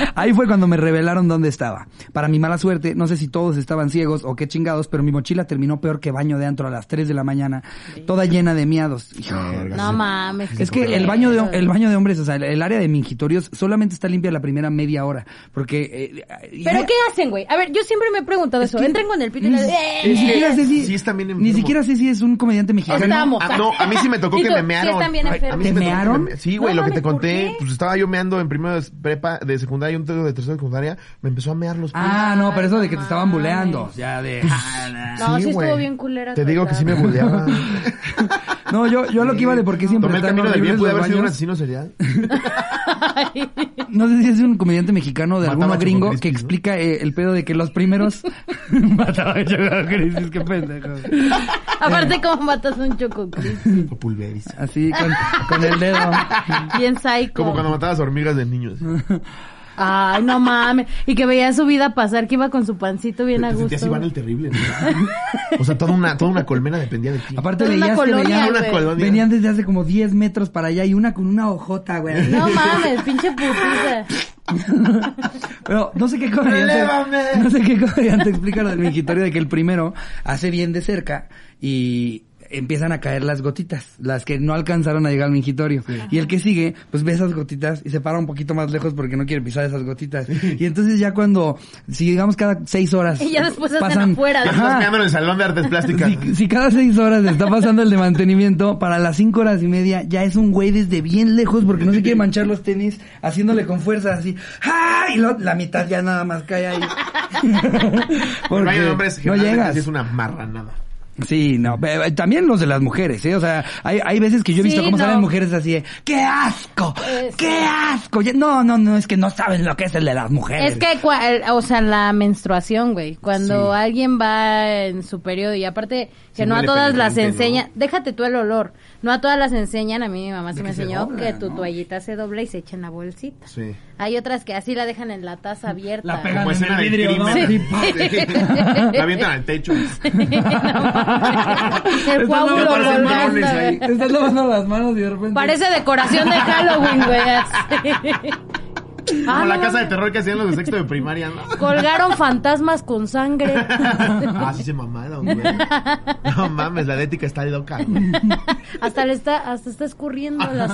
S1: <laughs> Ahí fue cuando me revelaron dónde estaba. Para mi mala suerte, no sé si todos estaban ciegos o qué chingados, pero mi mochila terminó peor que baño de antro a las 3 de la mañana, toda llena de miados. Hijo.
S3: No mames.
S1: Es que el baño de el baño de hombres, o sea, el- el área de mingitorios solamente está limpia la primera media hora, porque eh,
S3: ¿Pero qué hacen, güey? A ver, yo siempre me he preguntado eso.
S1: que-
S3: Entran con el pito y le "Eh".
S1: Ni siquiera sé si,
S2: Sí, es también
S1: ni
S2: enfermo.
S1: siquiera sé si es un comediante mexicano.
S3: Estamos.
S2: Ah, no, a mí sí me tocó
S3: Y
S2: que
S3: tú,
S2: me
S3: sí
S2: mearon.
S3: están bien
S2: Ay, a mí sí
S1: enfermos.
S2: me
S1: ¿Te
S2: tocó que
S1: mearon?
S2: me- Sí,
S3: No
S2: güey, lo que
S3: mames,
S2: te
S3: ¿por
S2: conté,
S3: qué?
S2: pues estaba yo meando en primero de prepa, de secundaria y un dedo de tercero de secundaria, me empezó a mear los pies.
S1: Ah, no, pero eso de que te
S3: Ay,
S1: estaban
S3: no
S1: buleando. Ya de. ah,
S3: No, sí estuvo
S2: güey.
S3: bien culera
S2: Te
S3: tu
S2: digo que sí me
S3: etapa.
S2: buleaba.
S3: <laughs>
S1: No, yo, yo lo que iba de por qué siempre
S2: Tomé el
S1: están
S2: camino del bien,
S1: horribles
S2: pude
S1: los
S2: haber sido un
S1: baños.
S2: asesino
S1: <laughs>
S2: serial.
S1: No sé si es un comediante mexicano de alguno
S2: Mataba a Choco
S1: gringo
S2: Crispis,
S1: que
S2: ¿no?
S1: explica eh, el pedo de que los primeros. <laughs> Mataba a Choco Crispis, qué pendejo.
S3: Aparte, ¿cómo matas un chococrispy?
S2: O pulveris.
S1: Así, con, con el dedo.
S3: Bien psycho.
S2: Como cuando matabas hormigas de niños.
S3: Ay, no mames. Y que veía su vida pasar, que iba con su pancito bien a
S2: Te
S3: gusto.
S2: sentías Iván el terrible. ¿no? O sea, toda una, toda una colmena dependía de ti.
S1: Aparte,
S3: Era una
S1: veías que
S3: colonia,
S1: venían,
S2: Una colonia.
S1: venían desde hace como 10 metros para allá y una con una hojota, güey.
S3: No mames, pinche putiza.
S1: Pero no sé qué comediante.
S2: ¡Relevame!
S1: No sé qué comediante explica lo del mingitorio de que el primero hace bien de cerca y empiezan a caer las gotitas, las que no alcanzaron a llegar al mingitorio. Y el que sigue, pues ve esas gotitas y se para un poquito más lejos porque no quiere pisar esas gotitas. Y entonces ya cuando, si digamos cada seis horas.
S3: Y ya después hacen
S1: pasan-
S3: afuera,
S2: Ya
S3: ¿no?
S2: estás
S1: Ajá.
S2: meando en el salón de artes plásticas.
S1: Si, si cada seis horas está pasando el de mantenimiento, para las cinco horas y media ya es un güey desde bien lejos porque no se quiere manchar los tenis, haciéndole con fuerza así. ¡Ah! Y lo- la mitad ya nada más cae ahí.
S2: el baño de hombres
S1: no
S2: generalmente
S1: llegas.
S2: sí es una marranada.
S1: Sí, no, eh, también los de las mujeres, ¿eh? O sea, hay, hay veces que yo he visto
S3: Sí,
S1: cómo
S3: no.
S1: salen mujeres así, de, ¡qué asco!
S3: Eso.
S1: ¡Qué asco! Ya- No, no, no, es que no saben lo que es el de las mujeres.
S3: Es que, <laughs> cua- el- o sea, la menstruación, güey. Cuando
S1: Sí.
S3: alguien va en su periodo y aparte que
S2: Sí,
S3: no a
S2: huele
S3: todas las
S2: penetrante,
S3: enseñan, déjate tú el olor, no a todas las enseñan, a mí mi mamá
S1: De
S3: sí me
S1: que se
S3: enseñó
S1: dobla,
S3: que tu
S1: ¿no?
S3: toallita se dobla y se echa en la bolsita.
S2: Sí.
S3: Hay otras que así la dejan en la taza abierta.
S1: La pegan
S2: Como
S1: en
S2: escena
S1: el
S2: del
S1: vidrio, ¿no?
S2: crimen.
S1: Sí, pa.
S2: La avientan al techo.
S1: <laughs>
S3: el
S1: Estás
S3: coágulo
S1: lavando las
S3: colgando,
S2: manos ahí.
S3: güey.
S1: Estás lavando las manos y de repente...
S3: Parece decoración de Halloween, güey. así.
S2: Como
S3: Ah,
S2: la
S3: no,
S2: casa de
S3: mames.
S2: terror que hacían los de sexto de primaria,
S3: <laughs>
S2: ¿no?
S3: Colgaron fantasmas con sangre.
S2: Ah, sí se mamaron, güey. No mames, la ética está loca. güey.
S3: Hasta le está, hasta está escurriendo las.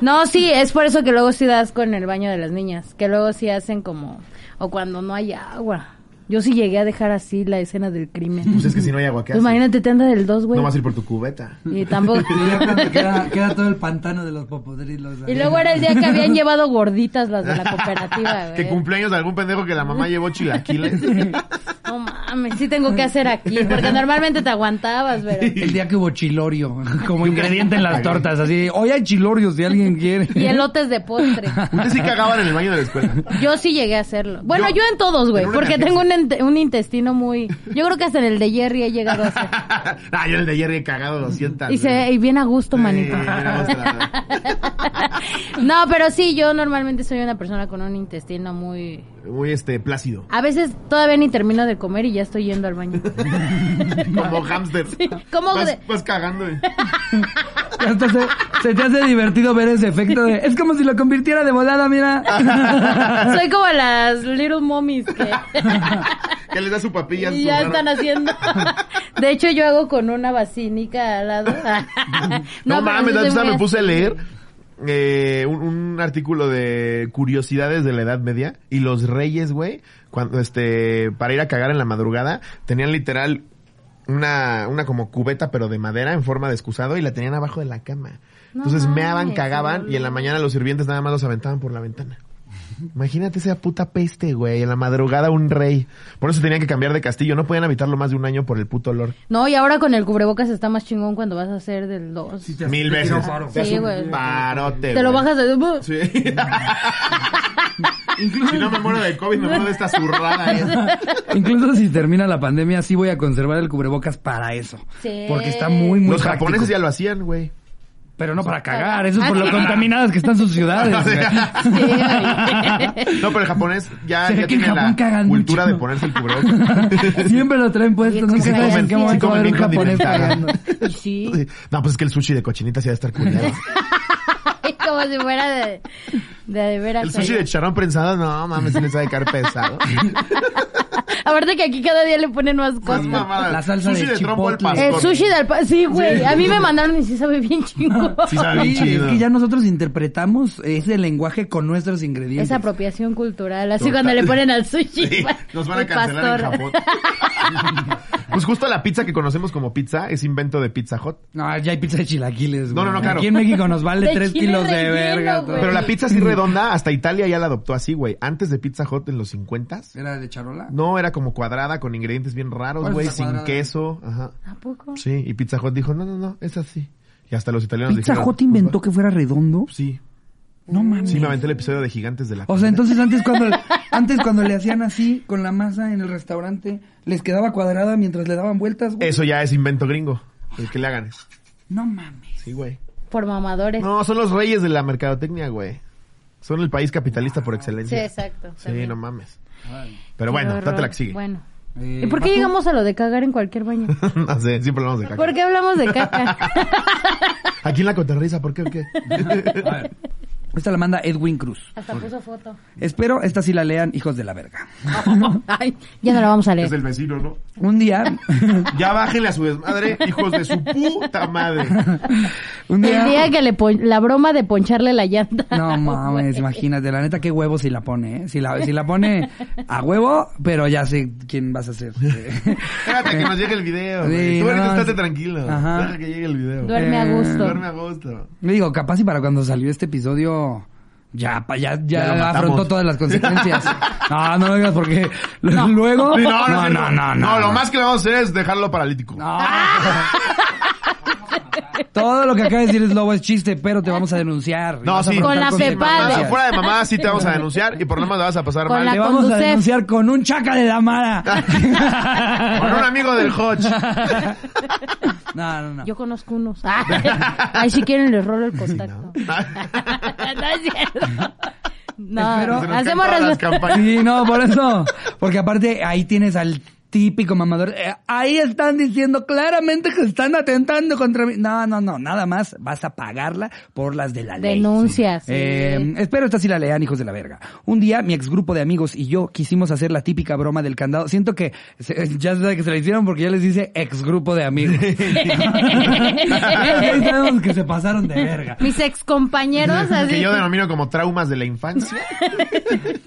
S3: No, sí, es por eso que luego sí das con el baño de las niñas, que luego sí hacen como, o cuando no hay agua. Yo sí llegué a dejar así la escena del crimen.
S2: Pues es que si no hay agua, ¿qué
S3: Pues
S2: haces?
S3: imagínate, te anda del 2, güey.
S2: No vas a ir por tu cubeta.
S3: Y tampoco.
S1: Y ya cuando queda, queda todo el pantano de los popodrilos.
S3: Y luego era el día que habían llevado gorditas las
S2: <laughs>
S3: de la cooperativa,
S2: Que
S3: güey.
S2: cumpleaños de algún pendejo que la mamá llevó
S3: <laughs>
S2: chilaquiles.
S3: No mames, sí tengo que hacer aquí, porque normalmente te aguantabas, pero.
S1: <laughs> El día que hubo chilorio, <laughs> como ingrediente en las tortas, así, hoy hay chilorios si alguien quiere. <laughs>
S3: Y elotes de postre.
S2: Ustedes sí cagaban en el baño de la escuela. <laughs>
S3: Yo sí llegué a hacerlo. Bueno,
S2: Yo-
S3: yo, en todos, güey,
S2: en una
S3: porque
S2: emergencia.
S3: tengo un, ente- un intestino muy... Yo creo que hasta en el de Jerry he llegado a hacer.
S2: ah, yo en el de Jerry he cagado 200.
S3: Y, se, y Ah, bien a gusto, manito. <laughs> no, pero sí, yo normalmente soy una persona con un intestino muy...
S2: Muy este,
S3: <laughs>
S2: plácido.
S3: A veces todavía ni termino de comer y ya estoy yendo al <laughs> baño.
S2: Como hámster.
S3: Sí, como
S2: vas,
S3: de-
S2: vas cagando.
S3: <laughs>
S2: güey.
S1: Hasta se, se te hace divertido ver ese efecto de, es como si lo convirtiera de volada, mira. <laughs>
S3: Soy como las Little Mommies que
S2: <laughs> Que les da su papilla.
S3: y
S2: su
S3: ya
S2: garra. <laughs>
S3: están haciendo. De hecho, yo hago con una basínica al lado.
S2: <laughs> No,
S3: <laughs> pero
S2: mames,
S3: sí
S2: la
S3: soy
S2: neta
S3: muy
S2: me puse a
S3: así.
S2: leer eh, un, un artículo de curiosidades de la Edad Media y los reyes, güey, cuando este para ir a cagar en la madrugada tenían literal una una como cubeta pero de madera en forma de excusado y la tenían abajo de la cama.
S3: No
S2: Entonces
S3: mames,
S2: meaban, cagaban
S3: qué
S2: y en la mañana los sirvientes nada más los aventaban por la ventana. Imagínate esa puta peste, güey. En la madrugada un rey. Por eso tenían que cambiar de castillo. No podían habitarlo más de un año por el puto olor.
S3: No, y ahora con el cubrebocas está más chingón cuando vas a hacer del 2.
S2: Mil veces. Te hace un
S3: güey.
S2: Parote,
S3: Te lo
S2: güey.
S3: bajas de... <laughs>
S2: Sí. <laughs> si no me muero de COVID, me muero de esta zurrada.
S3: <laughs>
S2: ¿eh?
S1: Incluso si termina la pandemia, sí voy a conservar el cubrebocas para eso.
S3: Sí.
S1: Porque está muy, muy
S2: Los
S1: práctico.
S2: japoneses ya lo hacían, güey.
S1: Pero no para cagar, eso es por lo contaminadas que están sus ciudades. güey.
S3: Ah, Sí,
S1: <laughs>
S3: güey.
S2: No, pero el japonés ya,
S1: Se ve
S2: ya
S1: que en
S2: tiene la
S1: Japón cagan
S2: cultura
S1: mucho. <laughs>
S2: de ponerse el cubrebocas.
S1: Siempre lo traen
S3: Y
S1: puesto,
S3: es
S1: no
S3: que
S1: sé
S3: sí
S1: sabes en
S3: comen-
S1: qué
S3: sí
S1: momento va a
S2: comen
S1: haber un
S2: bien
S1: japonés
S2: continental.
S1: cagando.
S3: Y sí.
S2: <laughs> No, pues es que el sushi de cochinita sí va a estar
S3: <laughs>
S2: culero.
S3: Como si fuera de... De, de veras.
S2: El sushi de charrón prensado, no mames, se les va a dejar pesado.
S3: <laughs> Aparte que aquí cada día le ponen más
S2: Más
S3: cosas.
S2: mamadas.
S1: La salsa
S2: sushi
S1: de
S2: de, trompo al
S1: chipotle.
S2: pastor.
S3: El sushi del... pa- Sí, güey. A mí me mandaron y sí sabe Ah, bien chingón.
S2: Sí sabe
S3: <laughs>
S2: bien
S1: Sí, es
S2: chido.
S1: que ya nosotros interpretamos ese lenguaje con nuestros ingredientes.
S3: Es apropiación cultural. Así
S2: Total.
S3: cuando le ponen al sushi. <laughs>
S2: Sí,
S3: pa-
S2: nos van a
S3: el
S2: cancelar
S3: pastor.
S2: en
S3: <laughs>
S2: Japón. Pues justo la pizza que conocemos como pizza es invento de Pizza Hut.
S1: No, ya hay pizza de chilaquiles,
S2: No,
S1: güey.
S2: no, no, claro.
S1: Aquí en México nos vale
S3: <laughs> De
S1: 3
S3: chile
S1: kilos de
S3: relleno,
S1: verga.
S3: güey.
S1: todo.
S2: Pero la pizza así redonda, hasta Italia ya la adoptó así, güey. Antes de Pizza Hut en los 50
S1: ¿Era de charola?
S2: no era como cuadrada con ingredientes bien raros,
S1: ¿Cuál es
S2: güey,
S1: esa
S2: sin
S1: cuadrada?
S2: queso, ajá.
S3: ¿A poco?
S2: Sí, y Pizza Hut dijo, "No, no, no, es así." Y hasta los italianos
S1: ¿Pizza
S2: dijeron, "Pues
S1: Hot inventó que fuera redondo?
S2: Sí.
S1: No mames.
S2: Sí, me aventé el episodio de Gigantes de la
S1: O sea, entonces antes cuando antes cuando le hacían así con la masa en el restaurante, les quedaba cuadrada mientras le daban vueltas. güey.
S2: Eso ya es invento gringo. El que le hagan.
S1: No mames.
S2: Sí, güey.
S3: Por mamadores.
S2: No, son los reyes de la mercadotecnia, güey. Son el país capitalista por
S3: sí,
S2: excelencia.
S3: exacto.
S2: Sí,
S3: también.
S2: no mames. Pero bueno,
S3: Qué
S2: date la
S3: horror.
S2: que sigue.
S3: Bueno.
S1: Eh,
S3: ¿Y por qué
S1: ¿vas tú?
S3: llegamos a lo de cagar en cualquier baño?
S2: <laughs> no sé, siempre hablamos de
S3: ¿Por
S2: caca.
S3: qué hablamos de caca?
S2: Aquí en la coterriza, ¿por qué o qué?
S1: A ver. Eh, Esta la manda Edwin Cruz.
S3: Hasta puso <laughs> foto.
S1: Espero esta sí la lean, hijos de la
S3: <laughs>
S1: verga.
S3: Ay, ya no la vamos a leer.
S2: es el vecino, ¿no?
S1: Un
S3: <laughs>
S1: día,
S2: Ya bájenle a su desmadre, hijos de su puta madre.
S1: un
S3: El
S1: día,
S3: día que le pon- la broma de poncharle la llanta. <laughs>
S1: No mames,
S3: Güey.
S1: imagínate, la neta qué huevo si la pone, ¿eh? si la si la pone a huevo, pero ya sé quién vas a ser. Eh,
S2: Espérate que nos llegue el video.
S1: Sí,
S2: güey. Tú
S1: no,
S2: ahorita
S1: no,
S2: estate
S1: sí.
S2: tranquilo.
S1: Ajá.
S2: Deja que llegue el video.
S3: Duerme a
S1: Eh, <laughs>
S3: gusto.
S2: Duerme a gusto.
S1: Le digo, capaz y para cuando salió este episodio Ya, pa- ya, ya,
S2: Ya lo matamos.
S1: afrontó todas las
S2: <laughs>
S1: consecuencias. no, no lo digas porque luego.
S2: Sí, no, no, es
S1: no,
S2: cierto.
S1: no, no,
S2: No, lo
S1: no.
S2: más que le vamos a hacer es dejarlo paralítico.
S1: No. Todo lo que acaba de decir es lobo es chiste, pero te vamos a denunciar.
S2: No, sí.
S3: Con la FEPADE.
S2: Mamá,
S3: Padre.
S2: fuera de mamá, sí te vamos a denunciar y por lo menos la vas a pasar
S3: Con
S2: mal.
S1: Te
S3: la-
S1: vamos a
S3: Conducef.
S1: denunciar con un chaca de la mala.
S2: <laughs> Con un amigo del Hodge.
S1: <laughs> No, no, no.
S3: Yo conozco unos. <laughs> Ay, si quieren les rolo el
S2: <laughs>
S3: contacto. <laughs> No es cierto. No,
S1: Espero-
S2: Se nos caen
S3: hacemos
S2: todas las
S3: respuesta.
S2: campañas.
S1: Sí, no, por eso. Porque aparte ahí tienes al típico mamador. Eh, ahí están diciendo claramente que están atentando contra mí. No, no, no. Nada más vas a pagarla por las de la ley.
S3: Denuncias. sí.
S1: Eh, espero esta sí la lean, hijos de la verga. Un día, mi ex grupo de amigos y yo quisimos hacer la típica broma del candado. Siento que se- ya sabe que se la hicieron porque ya les dice ex grupo de
S3: <laughs>
S1: amigos. <laughs> Ahí sabemos que se pasaron de verga.
S3: Mis excompañeros así.
S2: Que yo denomino como traumas de la infancia.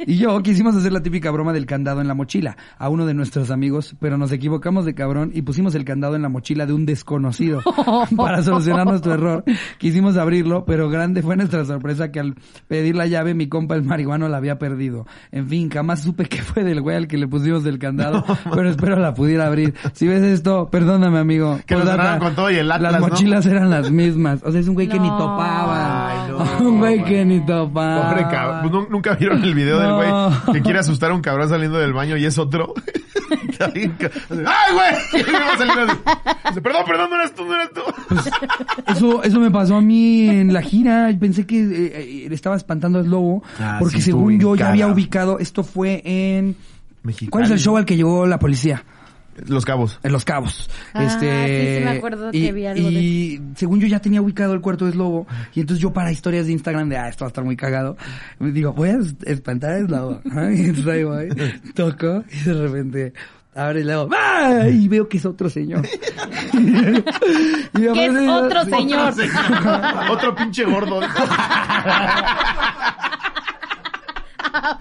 S1: Y yo quisimos hacer la típica broma del candado en la mochila a uno de nuestros amigos, pero nos equivocamos de cabrón y pusimos el candado en la mochila de un desconocido. Para solucionar nuestro error, quisimos abrirlo, pero grande fue nuestra sorpresa que al pedir la llave mi compa el marihuano la había perdido. En fin, jamás supe qué fue del güey al que le pusimos el candado, pero espero la pudiera abrir. Si ves esto, perdóname amigo.
S2: Que lo
S1: Postdata,
S2: cerraron con todo y el Atlas,
S1: Las
S2: ¿no?
S1: mochilas eran las mismas. O sea, es un güey que ni
S3: No.
S1: topaba.
S2: Ay,
S1: <laughs>
S2: no,
S1: un güey
S2: güey.
S1: que ni topaba.
S2: Pobre cabrón. Pues nun- Nunca vieron el video
S1: Ah.
S2: del
S1: No.
S2: güey que quiere asustar a un cabrón saliendo del baño y es otro. <laughs> Está bien ca- ¡Ay, güey! Y va saliendo así. Dice, Perdón, perdón, no eres tú, no eres tú.
S1: Pues, Eso, eso me pasó a mí en la gira. Pensé que eh, eh, estaba espantando al lobo.
S2: Ah,
S1: porque
S2: sí, estuvo
S1: según yo ya
S2: ubicada.
S1: había ubicado. Esto fue en.
S2: Mexicali.
S1: ¿Cuál es el show al que llegó la policía?
S2: Los cabos.
S1: En Los Cabos.
S3: Ah,
S1: este,
S3: sí, sí me acuerdo que
S1: y,
S3: vi algo de
S1: y según yo ya tenía ubicado el cuarto de Slobo. Y entonces yo para historias de Instagram de, ah, esto va a estar muy cagado. me Digo, voy a es- espantar a <laughs> Slobo. ¿no? Y entonces ahí voy, toco y de repente abre el hago, ¡ah! Y veo que es otro señor. <laughs> Y me
S3: Que es
S1: aparece-
S3: otro señor.
S2: Otro pinche gordo.
S1: Ah.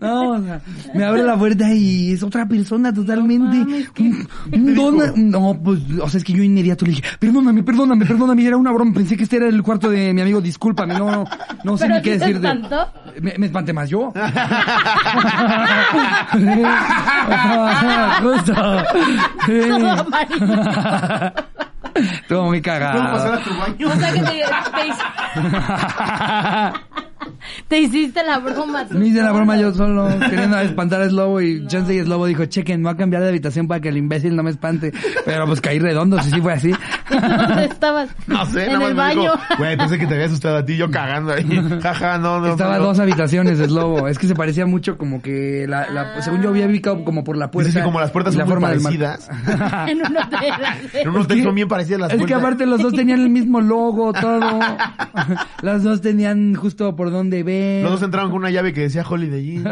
S1: No, o sea, me abre la puerta y es otra persona totalmente. Un- un dona- no, pues, o sea, es que yo inmediato le dije, perdóname, perdóname, perdóname, era una broma, pensé que este era el cuarto de mi amigo, discúlpame, no, no, no sé
S3: ¿Pero
S1: ni qué
S3: sí te
S1: decirte.
S3: espantó?
S1: Me, me espanté más yo. <laughs> Justo. Sí.
S3: Todo amarillo.
S1: <laughs> Estuvo muy
S2: ¿Puedo pasar
S1: cagado.
S2: a tu baño?
S3: O sea
S2: <laughs>
S3: que te, te hici-
S1: <laughs>
S3: te hiciste la broma. tú
S1: Me hice la
S3: solo.
S1: broma yo solo, queriendo espantar a Slobo y Chance y Slobo dijo, chequen, me voy a cambiar de habitación para que el imbécil no me espante. Pero pues caí redondo, si sí fue
S2: <laughs>
S1: así.
S3: ¿Y tú dónde <laughs> estabas?
S2: No sé,
S3: En
S2: nada
S3: el
S2: más me
S3: baño. <laughs>
S2: dijo, Güey, pensé que te había asustado a ti, yo cagando
S1: <laughs>
S2: ahí. Jaja, no, no.
S1: Estaba a
S2: no, no.
S1: dos habitaciones, Slobo. Es que se parecía mucho como que la, la-
S2: Ah,
S1: según yo había ubicado como por la puerta.
S2: Dices que como las puertas
S1: y
S2: son muy
S1: del mar- <laughs>
S2: parecidas.
S3: En un hotel.
S2: En unos textos son bien parecidas las
S1: Es que
S2: puertas.
S1: aparte los dos tenían el mismo logo,
S2: <laughs>
S1: todo. Las dos tenían justo por donde ver.
S2: Los dos entraron con una llave que decía Holiday Inn.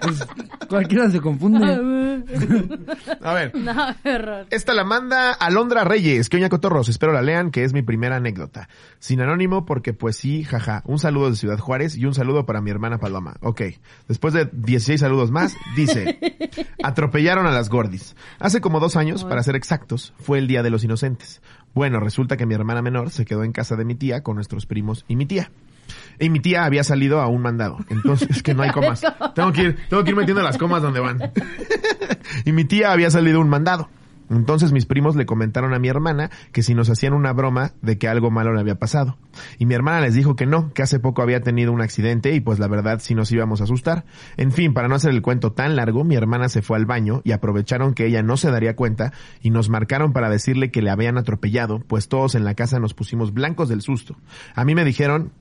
S1: Pues, cualquiera se
S2: <laughs>
S1: confunde.
S2: A ver.
S3: <laughs> No, qué horror.
S2: Esta la manda Alondra Reyes, que oña cotorros, espero la lean, que es mi primera anécdota. Sin anónimo, porque pues sí, jaja. Un saludo de Ciudad Juárez y un saludo para mi hermana Paloma. Ok. Después de 16 saludos más, dice, atropellaron a las gordis. Hace como dos años, para ser exactos, fue el Día de los Inocentes. Bueno, resulta que mi hermana menor se quedó en casa de mi tía con nuestros primos y mi tía. Y mi tía había salido a un mandado. Entonces, es que no hay comas. Tengo que ir, tengo que ir metiendo las comas donde van. Y mi tía había salido un mandado. Entonces mis primos le comentaron a mi hermana que si nos hacían una broma de que algo malo le había pasado. Y mi hermana les dijo que no, que hace poco había tenido un accidente y pues la verdad sí nos íbamos a asustar. En fin, para no hacer el cuento tan largo, mi hermana se fue al baño y aprovecharon que ella no se daría cuenta y nos marcaron para decirle que le habían atropellado, pues todos en la casa nos pusimos blancos del susto. A mí me dijeron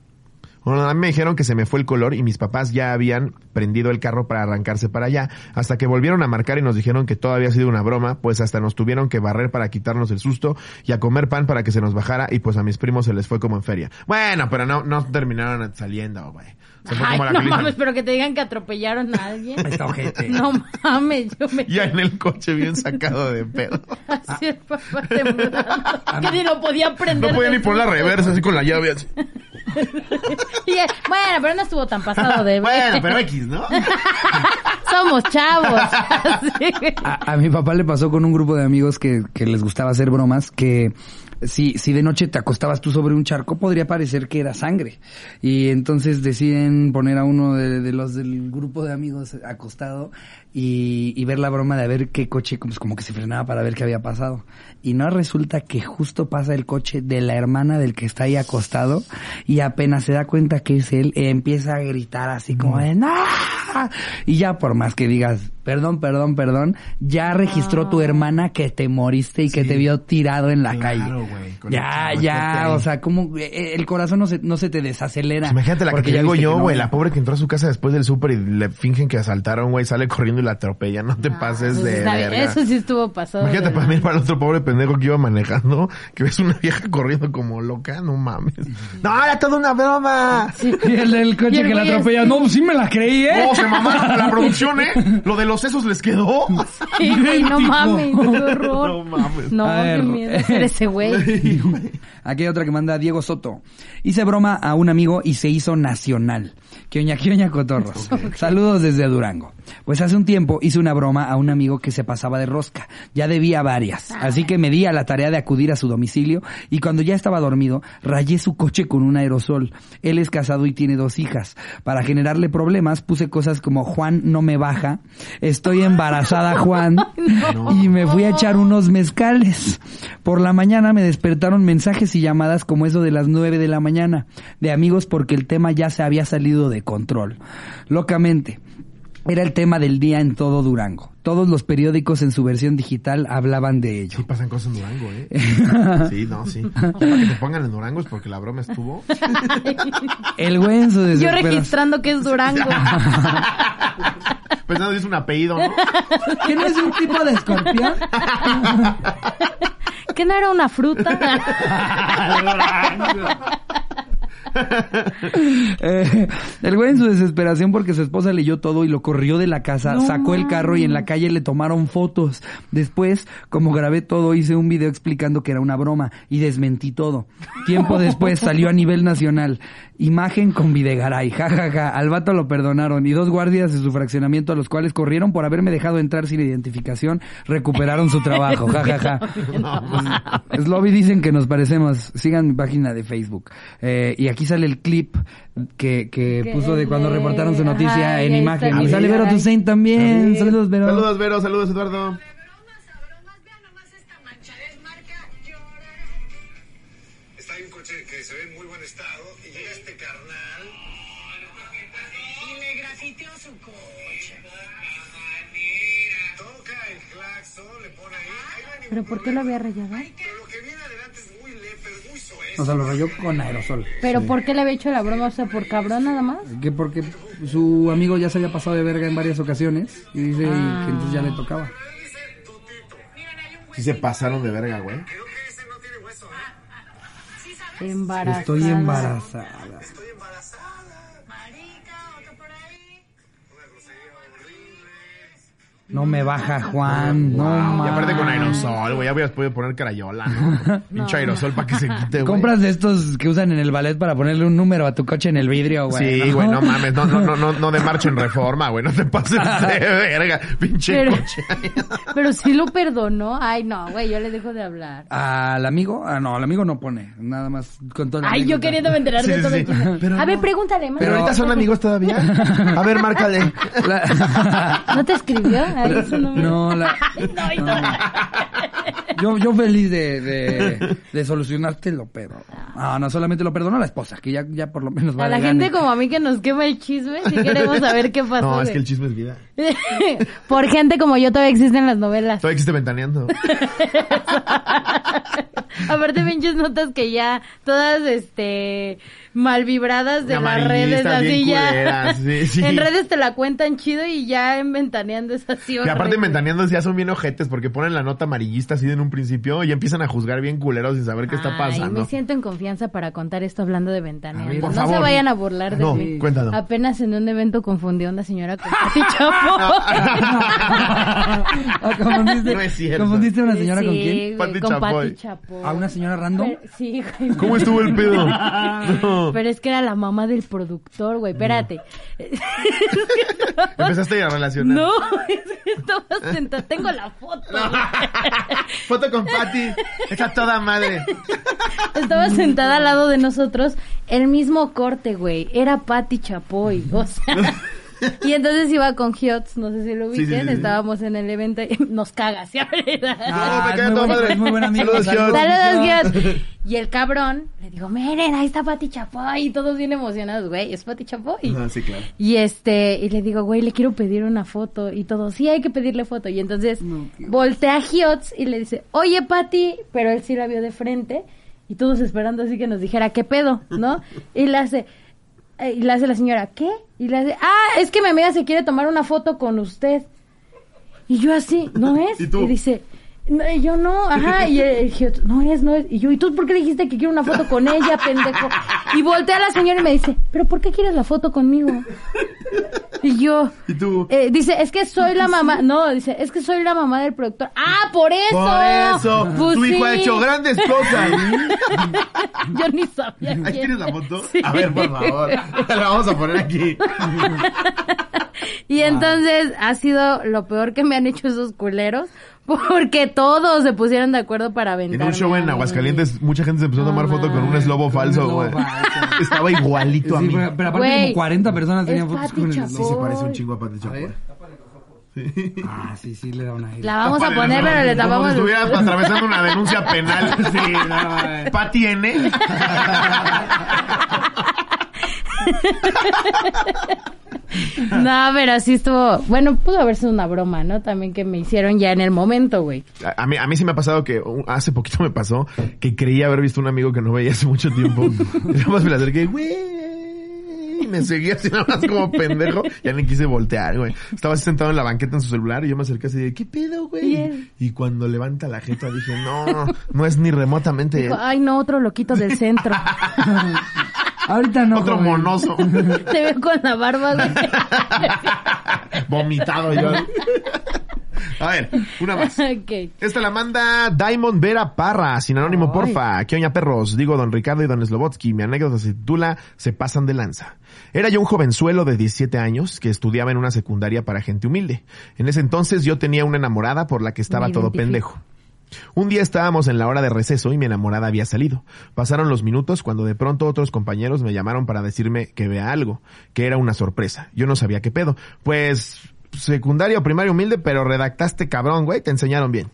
S2: bueno, a mí me dijeron que se me fue el color y mis papás ya habían prendido el carro para arrancarse para allá, hasta que volvieron a marcar y nos dijeron que todo había sido una broma, pues hasta nos tuvieron que barrer para quitarnos el susto y a comer pan para que se nos bajara y pues a mis primos se les fue como en feria. Bueno, pero no, no terminaron saliendo, güey. Se fue
S3: Ay,
S2: como la
S3: no
S2: película.
S3: mames, pero que te digan que atropellaron a alguien.
S1: Está ojete.
S3: No mames, yo me...
S2: <laughs> Ya en el coche bien sacado de pedo.
S3: <laughs> Así el papá temblando. Que ni lo podía prender.
S2: No podía
S3: del
S2: ni poner la
S3: susto.
S2: reversa así con la llave
S3: <laughs>
S2: así.
S3: Y él, Bueno, pero no estuvo tan pasado de...
S2: <laughs> Bueno, pero X, ¿no?
S3: <laughs> Somos chavos. Así.
S1: A, a mi papá le pasó con un grupo de amigos que, que les gustaba hacer bromas que si, si de noche te acostabas tú sobre un charco, podría parecer que era sangre. Y entonces deciden poner a uno de, de los del grupo de amigos acostado y, y ver la broma de a ver qué coche, pues como que se frenaba para ver qué había pasado. Y no resulta que justo pasa el coche de la hermana del que está ahí acostado y apenas se da cuenta que es él, eh, empieza a gritar así como de ¡No! Y ya por más que digas, perdón, perdón, perdón, ya registró tu hermana que te moriste y que
S4: Sí.
S1: te vio tirado en la
S4: Claro,
S1: calle.
S4: güey, con
S1: ya,
S4: el
S1: ya,
S4: chamacote ahí.
S1: o sea, como eh, el corazón no se, no se te desacelera. <laughs>
S2: Pues imagínate la que
S1: porque ya
S2: llego
S1: viste
S2: yo,
S1: no, <laughs>
S2: güey. la pobre que entró a su casa después del súper y le fingen que asaltaron, güey. Sale corriendo y la atropella. No te pases
S3: Pues
S2: de
S3: está bien,
S2: verga.
S3: Eso sí estuvo pasado.
S2: Imagínate
S3: de
S2: para mí,
S3: verdad.
S2: para el otro pobre pendejo que iba manejando, que ves una vieja corriendo como loca, no mames. ¡No, era toda una
S3: <laughs>
S2: broma!
S3: Sí.
S1: Y el del
S3: Y
S1: coche
S3: el
S1: que la
S3: güey
S1: atropella.
S3: es-
S1: No, sí me la creí, ¿eh?
S2: ¡Oh, se mamaron con la producción, eh! Lo de los sesos les quedó.
S3: Sí, güey, no mames, qué horror.
S2: <laughs> No mames.
S3: No,
S1: A
S3: qué
S1: ver. eh.
S3: miedo ser ese
S2: <laughs>
S3: güey.
S1: <laughs> Aquí hay otra que manda Diego Soto. Hice broma a un amigo y se hizo nacional. Quioña, quioña, cotorros. Saludos desde Durango. Pues hace un tiempo hice una broma a un amigo que se pasaba de rosca. Ya debía varias. Así que me di a la tarea de acudir a su domicilio y cuando ya estaba dormido, rayé su coche con un aerosol. Él es casado y tiene dos hijas. Para generarle problemas, puse cosas como Juan no me baja, estoy embarazada Juan <laughs> y me fui a echar unos mezcales. Por la mañana me despertaron mensajes y llamadas como eso de las 9 de la mañana, de amigos porque el tema ya se había salido de control. Locamente, era el tema del día en todo Durango. Todos los periódicos en su versión digital hablaban de ello.
S2: Sí pasan cosas en Durango,
S1: <laughs>
S2: eh. Sí, no, sí. Para que te pongan en Durango es porque la broma estuvo.
S1: El güey en su
S3: Yo
S1: desesperación-
S3: registrando que
S2: <laughs>
S3: es Durango.
S2: Pensando que Pues es un apellido,
S3: <laughs>
S2: ¿no?
S1: ¿Que no es un tipo de escorpión?
S3: ¿Que no era una fruta?
S1: <laughs> Eh, el güey en su desesperación porque su esposa leyó todo y lo corrió de la casa, sacó el carro y en la calle le tomaron fotos. Después, como grabé todo, hice un video explicando que era una broma y desmentí todo. Tiempo después salió a nivel nacional. Imagen con Videgaray, jajaja. Al vato lo perdonaron y dos guardias de su fraccionamiento a los cuales corrieron por haberme dejado entrar sin identificación, recuperaron su trabajo, jajaja.
S3: <laughs>
S1: Slobby dicen que nos parecemos. Sigan mi página de Facebook. Eh, y aquí sale el clip que, que
S3: Que
S1: puso de cuando
S3: de-
S1: reportaron su noticia
S3: ajá,
S1: en
S3: y ahí
S1: imagen.
S3: está
S1: Y
S2: el
S1: sale Vero
S3: Videgaray.
S1: Toussaint también. Saludos, Vero.
S2: Saludos, Vero. Saludos, Eduardo.
S5: bromas a bromas, vean nomás esta mancha, es marca llorar.
S6: Está ahí un coche que se ve en muy buen estado y llega este carnal.
S5: Y le grafiteó su coche.
S6: Toca el claxon, le pone ahí. ahí no hay ningún
S3: ¿Pero por qué lo había rayado?
S6: problema. Pero lo que viene adelante es muy leve, es muy soez.
S1: O sea, lo rayó con aerosol.
S3: ¿Pero por qué le había hecho la broma? O sea, por cabrón nada más.
S1: Que porque su amigo ya se había pasado de verga en varias ocasiones. Y dice
S3: Ah.
S1: que entonces ya le tocaba.
S2: Sí se pasaron de verga, güey.
S6: Creo que ese no tiene hueso,
S5: Ah,
S6: ¿eh?
S3: Embarazada.
S1: Estoy embarazada.
S6: Estoy embarazada.
S5: Marica, otro por ahí.
S6: Una grosería horrible.
S1: No me baja, Juan. No
S2: Ah, Y
S1: mames.
S2: aparte con aerosol, güey. Ya hubieras podido poner carayola, ¿no? Pinche aerosol para que se quite, güey.
S1: Compras de estos que usan en el ballet para ponerle un número a tu coche en el vidrio, güey.
S2: Sí, güey, no mames, no, no, no, no, no de marcha en reforma, güey, no te pases de verga, pinche
S3: Pero,
S2: coche.
S3: pero sí lo perdonó. Ay, no, güey, yo le dejo de hablar.
S1: <laughs> Al amigo, ah, no, al amigo no pone, nada más con todo
S3: Ay, yo queriéndome enterar
S2: Sí,
S3: de
S2: sí,
S3: todo
S2: sí.
S3: el chisme.
S2: Pero
S3: A ver, pregúntale, más.
S1: Pero ahorita
S2: son amigos todavía. A ver, márcale. <laughs>
S3: <laughs> ¿No
S1: <laughs>
S3: te escribió? Ay, eso no me-
S1: No, la-
S3: <laughs>
S1: <laughs>
S3: Ay, no, no.
S1: Yo, yo feliz de, de, de solucionarte lo pedo. No, no, solamente lo perdonó la esposa, que ya, ya por lo menos va
S3: A la
S1: de
S3: gente
S1: gane. <laughs>
S3: como a mí que nos quema el chisme, si queremos saber qué
S2: <laughs>
S3: pasó.
S2: No, es
S3: güey.
S2: que el chisme es vida.
S3: <laughs> Por gente como yo todavía existen las novelas.
S2: Todavía existe
S3: <laughs>
S2: ventaneando.
S3: Aparte, pinches notas que ya todas, este, mal vibradas de las redes,
S2: Amarillistas,
S3: así
S2: bien
S3: ya.
S2: culeras,
S3: <laughs>
S2: sí, sí.
S3: En redes te la cuentan chido y ya en ventaneando es así.
S2: Y aparte
S3: horrible.
S2: en ventaneando ya son bien ojetes porque ponen la nota amarillista así en un principio y empiezan a juzgar bien culeros sin saber qué está
S3: Ay,
S2: pasando.
S3: me siento en confianza para contar esto hablando de ventaneando.
S1: A ver,
S3: no
S1: por
S3: se
S2: favor.
S3: vayan a burlar de
S2: No,
S3: mí.
S2: cuéntalo.
S3: Apenas en un evento confundí a una señora con Pati
S1: <laughs>
S3: <laughs> Chapoy.
S1: Ah, confundiste,
S2: No es cierto.
S1: confundiste a una señora con quién?
S3: Sí, güey,
S2: Pati
S3: con
S2: Chapoy.
S3: Pati Chapoy.
S1: A una señora random.
S3: Pero- Sí, güey.
S2: ¿Cómo estuvo el
S3: <laughs>
S2: pedo? No.
S3: Pero es que era la mamá del productor, güey. Espérate.
S2: Empezaste a relacionar.
S3: <laughs> No, es que estaba sentada. Tengo la foto. güey.
S2: Foto con Patty. Está toda madre.
S3: Estaba sentada al lado de nosotros, el mismo corte, güey. Era Patti Chapoy, o sea. Y entonces iba con Hiots, no sé si lo
S2: Sí,
S3: ubiquen,
S2: sí, sí, sí.
S3: estábamos en el evento y <laughs> nos cagas, ¿sí? Ah,
S2: No, me
S1: es
S2: cae
S1: muy
S2: toda
S1: buen-
S2: madre.
S1: es muy buen amigo.
S2: Saludos, Hiots. <laughs>
S3: Saludos, Hiots. Y el cabrón le digo, miren, ahí está Pati Chapoy. Y todos bien emocionados, güey, es Pati Chapoy.
S2: Ah, sí, claro.
S3: Y este, y le digo, güey, le quiero pedir una foto. Y todo, sí, hay que pedirle foto. Y entonces voltea a Hiots y le dice, oye, Pati, pero él sí la vio de frente. Y todos esperando así que nos dijera, ¿qué pedo? ¿No?
S2: <laughs>
S3: Y le hace, eh, y le hace la señora, ¿qué? Y le hace, ah, es que mi amiga se quiere tomar una foto con usted. Y yo así,
S2: <laughs>
S3: ¿no es?
S2: ¿Y tú?
S3: dice, "No, y yo no, ajá. Y el Hiots, no es, no es. Y yo, ¿y tú por qué dijiste que quiero una foto con ella, pendejo? Y voltea a la señora y me dice, ¿pero por qué quieres la foto conmigo? Y
S2: <laughs>
S3: yo.
S2: ¿Y tú?
S3: eh, dice, es que soy la mamá. No, dice, es que soy la mamá del productor. ¡Ah, por eso!
S2: Por eso,
S3: Pues
S2: tu hijo ha
S3: sí.
S2: hecho grandes cosas.
S3: <laughs> Yo ni sabía.
S2: ¿Ahí
S3: quién.
S2: tienes la foto?
S3: Sí.
S2: A ver, por favor. La vamos a poner aquí.
S3: <laughs> Y entonces ha sido lo peor que me han hecho esos culeros. Porque todos se pusieron de acuerdo para vender.
S2: En un show en Aguascalientes, mucha gente se empezó a tomar foto Ah, con un eslobo falso,
S1: eslobo
S2: güey.
S1: falso.
S2: <laughs> Estaba igualito a
S1: Sí,
S2: mí.
S1: pero, pero aparte
S3: Güey,
S1: como 40 personas
S3: es
S1: tenían fotos
S3: Pati
S1: con el
S3: Chapoy.
S2: Sí se
S1: eslobo.
S2: parece un chingo a Pati Chapoy.
S1: Ah, sí, sí, le da una
S3: La vamos a poner, pero le
S2: Como si
S3: tapamos.
S2: estuvieras <laughs> atravesando una denuncia penal. Sí, <laughs>
S1: no, eh.
S2: Pati N.
S3: <laughs> No, pero sí estuvo. Bueno, pudo haber sido una broma, ¿no? También que me hicieron ya en el momento, güey.
S2: A a mí, a mí sí me ha pasado que uh, hace poquito me pasó que creía haber visto un amigo que no veía hace mucho
S3: <laughs>
S2: tiempo. Y nada más me le acerqué, güey. Me seguía así nada más como pendejo. Ya ni quise voltear, güey. Estaba así sentado en la banqueta en su celular y yo me acerqué así de, ¿qué pedo, güey?
S3: Bien.
S2: Y cuando levanta la jeta dije, no, no es ni remotamente.
S3: Dijo, "Ah,
S2: él.
S3: Ay, no, otro loquito del
S2: <laughs>
S3: centro. <laughs>
S1: Ahorita no.
S2: Otro
S1: joven.
S2: monoso. <laughs>
S3: Te veo con la barba, güey.
S2: Vomitado yo. A ver, una más.
S3: <laughs> Ok.
S2: Esta la manda Diamond Vera Parra, sin anónimo, porfa. ¿Qué oña perros? Digo don Ricardo y don Slobotsky. Mi anécdota se titula Se pasan de lanza. Era yo un jovenzuelo de 17 años que estudiaba en una secundaria para gente humilde. En ese entonces yo tenía una enamorada por la que estaba
S3: Me
S2: todo
S3: identifico.
S2: pendejo. Un día estábamos en la hora de receso y mi enamorada había salido. Pasaron los minutos cuando de pronto otros compañeros me llamaron para decirme que vea algo, que era una sorpresa. Yo no sabía qué pedo. Pues secundario, primario humilde, pero redactaste cabrón, güey, te enseñaron bien.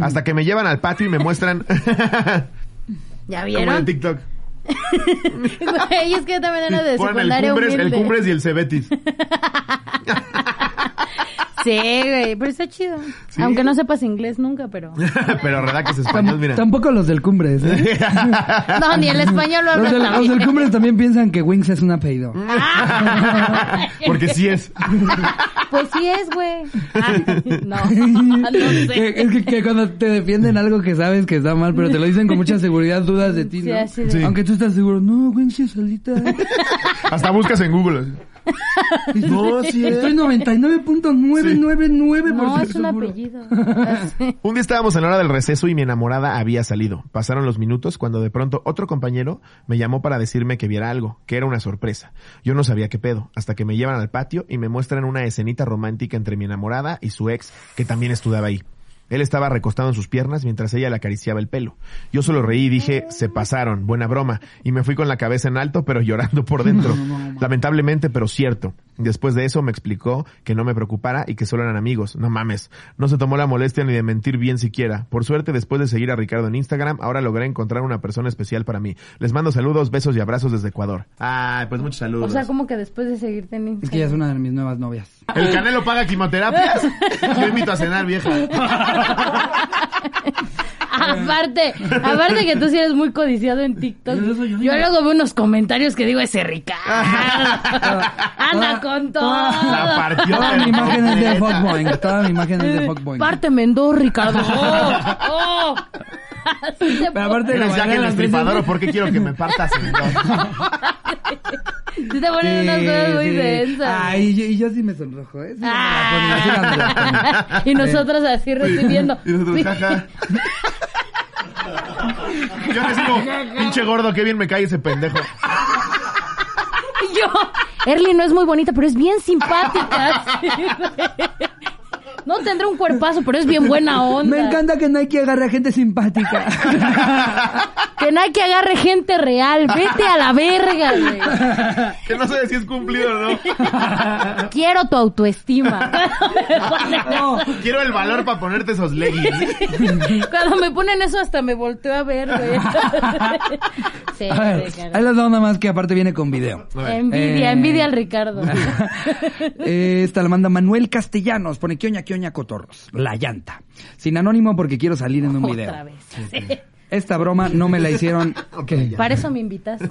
S2: Hasta que me llevan al patio y me
S3: <laughs>
S2: muestran como
S3: ¿Ya
S2: en
S3: vieron?
S2: TikTok.
S3: <laughs> Güey, es que yo también era de
S2: Ponen el
S3: secundaria
S2: cumbres, el
S3: humilde.
S2: cumbres y el
S3: <laughs>
S2: cebetis. <laughs>
S3: Sí, güey, pero está chido.
S2: Sí.
S3: Aunque no sepas inglés nunca,
S2: <laughs>
S3: pero...
S2: pero redactas español, mira.
S1: Tampoco los del Cumbres,
S2: <laughs>
S1: ¿eh?
S3: No, ni el español lo
S1: Los
S3: hablan
S1: del, los del
S3: también.
S1: Cumbres también piensan que Wings es un
S2: <laughs>
S1: apellido. <laughs>
S2: Porque sí es.
S3: Pues sí
S2: <laughs>
S3: es, güey. Ah, no, <laughs> no
S1: Que-
S3: sé.
S1: es que, que cuando te defienden algo que sabes que está mal, pero te lo dicen con mucha seguridad, dudas de ti,
S3: Sí,
S1: ¿no?
S3: así de-
S2: Sí.
S1: Aunque tú estás seguro, no, Wings es
S3: <laughs>
S1: solita.
S2: Hasta buscas en Google. No, sí es.
S1: Estoy 99.999%
S3: No, es un
S1: seguro.
S3: apellido.
S2: <laughs> Un día estábamos en la hora del receso y mi enamorada había salido. Pasaron los minutos cuando de pronto otro compañero me llamó para decirme que viera algo, que era una sorpresa. Yo no sabía qué pedo, hasta que me llevan al patio y me muestran una escenita romántica entre mi enamorada y su ex, que también estudiaba ahí. Él estaba recostado en sus piernas mientras ella le acariciaba el pelo. Yo solo reí y dije, se pasaron, buena broma, y me fui con la cabeza en alto pero <laughs> llorando por dentro. Lamentablemente, pero cierto. Después de eso me explicó que no me preocupara y que solo eran amigos. No mames. No se tomó la molestia ni de mentir bien siquiera. Por suerte, después de seguir a Ricardo en Instagram, ahora logré encontrar una persona especial para mí. Les mando saludos, besos y abrazos desde Ecuador. Ay, pues muchos
S3: O
S2: saludos.
S3: sea, como que después de seguirte en
S1: Es que ella
S3: Instagram.
S1: es una de mis nuevas novias.
S2: El canelo paga
S3: <laughs>
S2: quimioterapias. Yo invito a cenar, vieja.
S3: <laughs> Aparte, aparte que tú sí eres muy codiciado en TikTok.
S1: Yo soy yo.
S3: Yo luego veo unos comentarios que digo, ese
S1: <laughs>
S3: Ricardo.
S1: Toda-
S3: Anda con todo.
S1: toda-
S2: La partió.
S1: Toda mi imagen es de fuckboy. Toda mi imagen es de fuckboy.
S3: Párteme en dos, Eh,
S1: <laughs>
S3: Ricardo. Oh, oh. Así se
S1: Pero aparte de la
S2: ¿Eres
S1: manera
S2: Jack
S1: en
S2: el
S1: la que-
S2: Destripador o por qué quiero que me partas en
S3: <laughs>
S2: dos?
S3: Sí te ponen unas cosas muy
S1: Sí, sí.
S3: densas. Ah.
S1: Ay, y yo, y yo sí me sonrojo, ¿eh? Sí me la ponen, sí me la ponen.
S3: <laughs> y nosotros así recibiendo.
S2: Y nosotros,
S3: <laughs>
S2: jaja. Yo recibo, pinche gordo, qué bien me cae ese pendejo.
S3: Y yo, Erly no es muy bonita, pero es bien simpática. No tendrá un cuerpazo, pero es bien buena <laughs> onda.
S1: Me encanta que Nike agarre a gente simpática.
S3: <laughs> Que Nike agarre gente real. Vete a la verga, güey.
S2: Que no sé si es cumplido o no.
S3: Quiero tu autoestima.
S1: <laughs> No,
S2: Quiero el valor para ponerte esos leggings.
S3: Cuando me ponen eso hasta me volteo a ver, güey. Sí,
S1: a ver,
S3: sí, claro.
S1: ahí les da una más que aparte viene con video.
S2: A ver.
S3: Envidia,
S1: Eh.
S3: envidia al Ricardo.
S1: <laughs> Eh, Esta la manda Manuel Castellanos. Pone quioña, quioña, cotorros. La llanta. Sin anónimo porque quiero salir en un video.
S3: Otra vez. Sí.
S1: Esta broma no me la hicieron.
S2: <laughs>
S1: ¿Qué?
S3: Para eso me invitaste.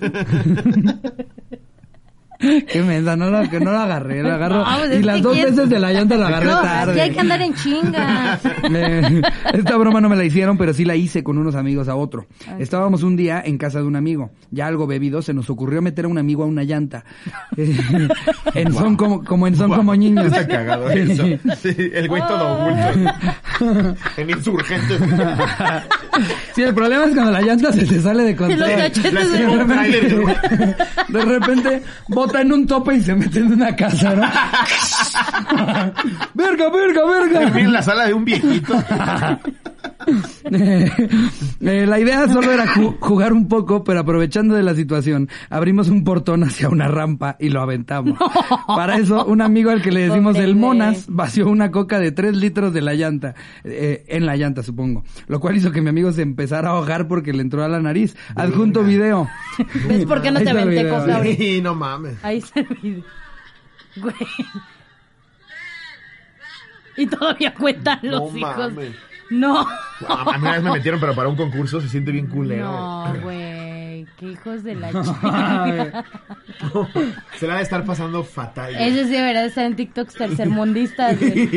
S1: Qué mensa, no la, que no la agarré, la agarro.
S3: No, pues
S1: y
S3: es
S1: las
S3: que
S1: dos
S3: ¿quién?
S1: veces de la llanta la agarré
S3: No,
S1: tarde.
S3: aquí hay que andar en chingas.
S1: <laughs> Me- esta broma no me la hicieron, pero sí la hice con unos amigos a otro.
S3: Ah,
S1: Estábamos un día en casa de un amigo, ya algo bebido, se nos ocurrió meter a un amigo a una llanta. <laughs> Eh, en son como, como en son como niños.
S2: Está cagado eso. Sí, el güey todo bulto. En insurgentes.
S1: Sí, el problema es cuando la llanta se te sale de
S3: Y los
S1: control.
S3: cachetes
S1: Y
S3: de...
S1: de
S2: Un tráiler, güey.
S1: repente, de repente bota en un tope y se mete en una casa, ¿no? <laughs> verga, verga, verga.
S2: En la sala de un viejito.
S1: Eh, eh, la idea solo era ju- jugar un poco, pero aprovechando de la situación, abrimos un portón hacia una rampa y lo aventamos. Para eso, un amigo al que le decimos
S3: Pobre
S1: el
S3: güey.
S1: Monas vació una coca de 3 litros de la llanta, eh, en la llanta supongo, lo cual hizo que mi amigo se empezara a ahogar porque le entró a la nariz. Adjunto video. <laughs>
S3: ¿Ves por qué no
S1: Ahí
S3: te
S1: está el
S3: aventé
S1: video,
S3: con Laura?
S2: Sí, no mames.
S3: Ahí se el video. Güey. Y todavía cuentan los
S2: No
S3: hijos.
S2: mames.
S3: No.
S2: A mí una vez me metieron, pero para un concurso se siente bien culero.
S3: No, güey. Qué hijos
S1: <laughs>
S3: de la
S1: Ay.
S3: chica.
S2: Se la ha de estar pasando fatal. güey.
S3: Eso sí debería estar en TikToks tercermundistas. güey.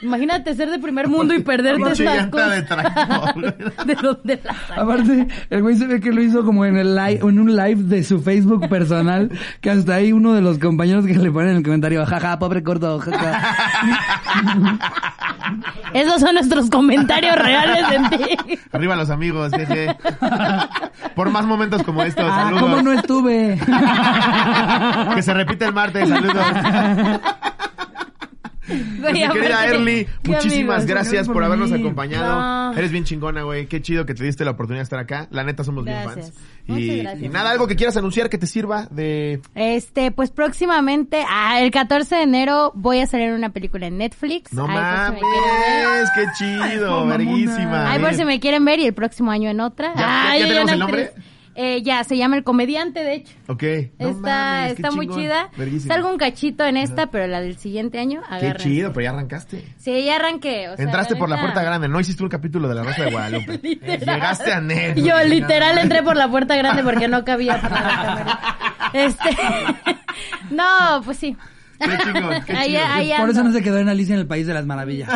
S3: Imagínate ser de primer mundo y perderte
S2: Pinche
S3: estas
S2: llanta de
S3: cosas.
S2: tractor.
S3: <laughs> ¿De dónde las
S1: <laughs>
S3: sacas?
S1: Aparte, el güey se ve que lo hizo como en el live, en un live de su Facebook personal, que hasta ahí uno de los compañeros que le ponen en el comentario, jaja, pobre corto, jaja. <laughs>
S3: Esos son nuestros comentarios reales en ti.
S2: Arriba los amigos,
S3: <laughs>
S2: jeje. Por más momentos como estos,
S1: Ah,
S2: saludos.
S1: ¿cómo no estuve?
S2: Que se repite el martes, saludos.
S3: Güey,
S2: Mi querida
S3: aparte-
S2: Erly,
S3: Qué
S2: muchísimas
S3: amigos.
S2: gracias por,
S1: por
S2: habernos
S1: venir.
S2: acompañado.
S3: No.
S2: Eres bien chingona, güey. Qué chido que te diste la oportunidad de estar acá. La neta, somos bien
S3: Gracias.
S2: fans.
S3: Muchas
S2: Y,
S3: gracias.
S2: y nada, algo que quieras anunciar que te sirva de...
S3: Este, pues próximamente, ah, el 14 de enero voy a salir una película en Netflix.
S2: No
S3: Ahí por si me quieren ver.
S2: mames, qué chido,
S1: mamona.
S2: verguísima.
S3: Ahí por si me quieren ver y el próximo año en otra.
S2: ¿Ya- ya- ya
S3: Ay, hay
S2: tenemos
S3: una
S2: el nombre?
S3: actriz. Eh, ya, se llama El Comediante, de hecho.
S2: Ok. No
S3: está
S2: mames, qué
S3: está muy
S2: chingón,
S3: chida.
S2: verguísima.
S3: Salgo un cachito en esta, pero la del siguiente año,
S2: Qué
S3: agarren.
S2: chido, pero ya arrancaste.
S3: Sí, ya arranqué. o sea,
S2: Entraste por la
S3: neta.
S2: puerta grande, no hiciste un capítulo de La Rosa de Guadalupe.
S3: <laughs> Literal.
S2: Llegaste a Ned.
S3: Yo literal entré por la puerta grande porque
S2: <laughs>
S3: no cabía por la cámara. Este. <laughs> No, pues sí.
S2: Qué chingón, qué
S3: Ahí-
S2: chido.
S3: ahí
S1: Por eso
S3: ando.
S1: no se quedó en Alicia en el País de las Maravillas.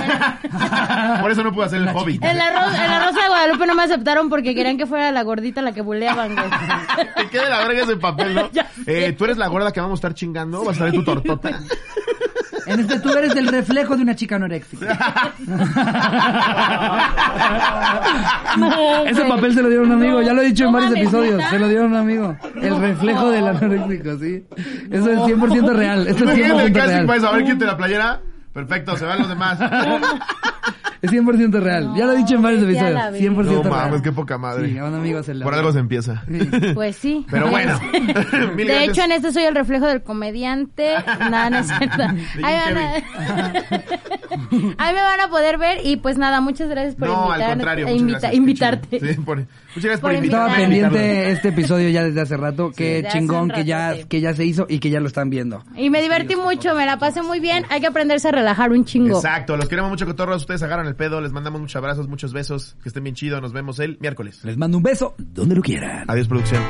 S2: <laughs> Por eso no pude hacer el hobby.
S3: En la, Ro- en la Rosa de Guadalupe no me aceptaron porque querían que fuera la gordita la que buleaban, güey.
S2: <laughs> <laughs> Te queda la verga ese papel, ¿no?
S3: <laughs> Ya sé.
S2: Eh, tú eres la gorda que vamos a estar chingando, vas a ver tu
S1: <laughs>
S2: tortota.
S1: En este tú eres el reflejo de una chica <laughs> anoréxica.
S3: No,
S1: Ese
S3: güey.
S1: papel se lo dieron a un amigo,
S3: No,
S1: ya lo he dicho en
S3: no
S1: varios
S3: mames,
S1: episodios.
S3: ¿neta?
S1: Se lo dieron a un amigo. El reflejo del anoréxico, sí. Eso es 100% real. Esto es
S2: Imagínate
S1: 100%
S2: el casting para
S1: real.
S2: saber quién te la playera. Perfecto, se van
S1: <laughs>
S2: los demás.
S1: Es 100% real. Ya lo he dicho en varios
S3: No, ya
S1: episodios.
S3: la vi.
S1: 100%
S2: No
S1: real.
S2: mames, qué
S1: Sí,
S2: poca
S1: a un
S2: madre.
S1: amigo se le-
S2: Por algo se empieza.
S3: Pues sí.
S2: Pero bueno. <laughs> Mil
S3: de
S2: gracias.
S3: hecho, en este soy el reflejo del comediante. Nada, no es cierto.
S2: Jim
S3: Ahí, van a... <laughs> Ahí me van a poder ver. Y pues nada, muchas gracias por
S2: No, al
S3: invitarnos-
S2: contrario.
S3: e
S2: muchas
S3: invita-
S2: gracias, qué
S3: invitarte.
S2: chido. Sí, por- muchas gracias por,
S3: Por
S2: invitarme.
S1: Estaba pendiente este episodio ya desde hace rato. Qué
S3: desde hace
S1: chingón
S3: un
S1: que
S3: rato,
S1: ya
S3: sí.
S1: que ya se hizo y que ya lo están viendo.
S3: Y me divertí mucho, me la pasé muy bien. Hay que aprenderse a relajar un chingo.
S2: Exacto, los queremos mucho, cotorros. Ustedes agarran el pedo. Les mandamos muchos abrazos, muchos besos. Que estén bien chidos. Nos vemos el miércoles.
S1: Les mando un beso donde lo quieran.
S2: Adiós, producción.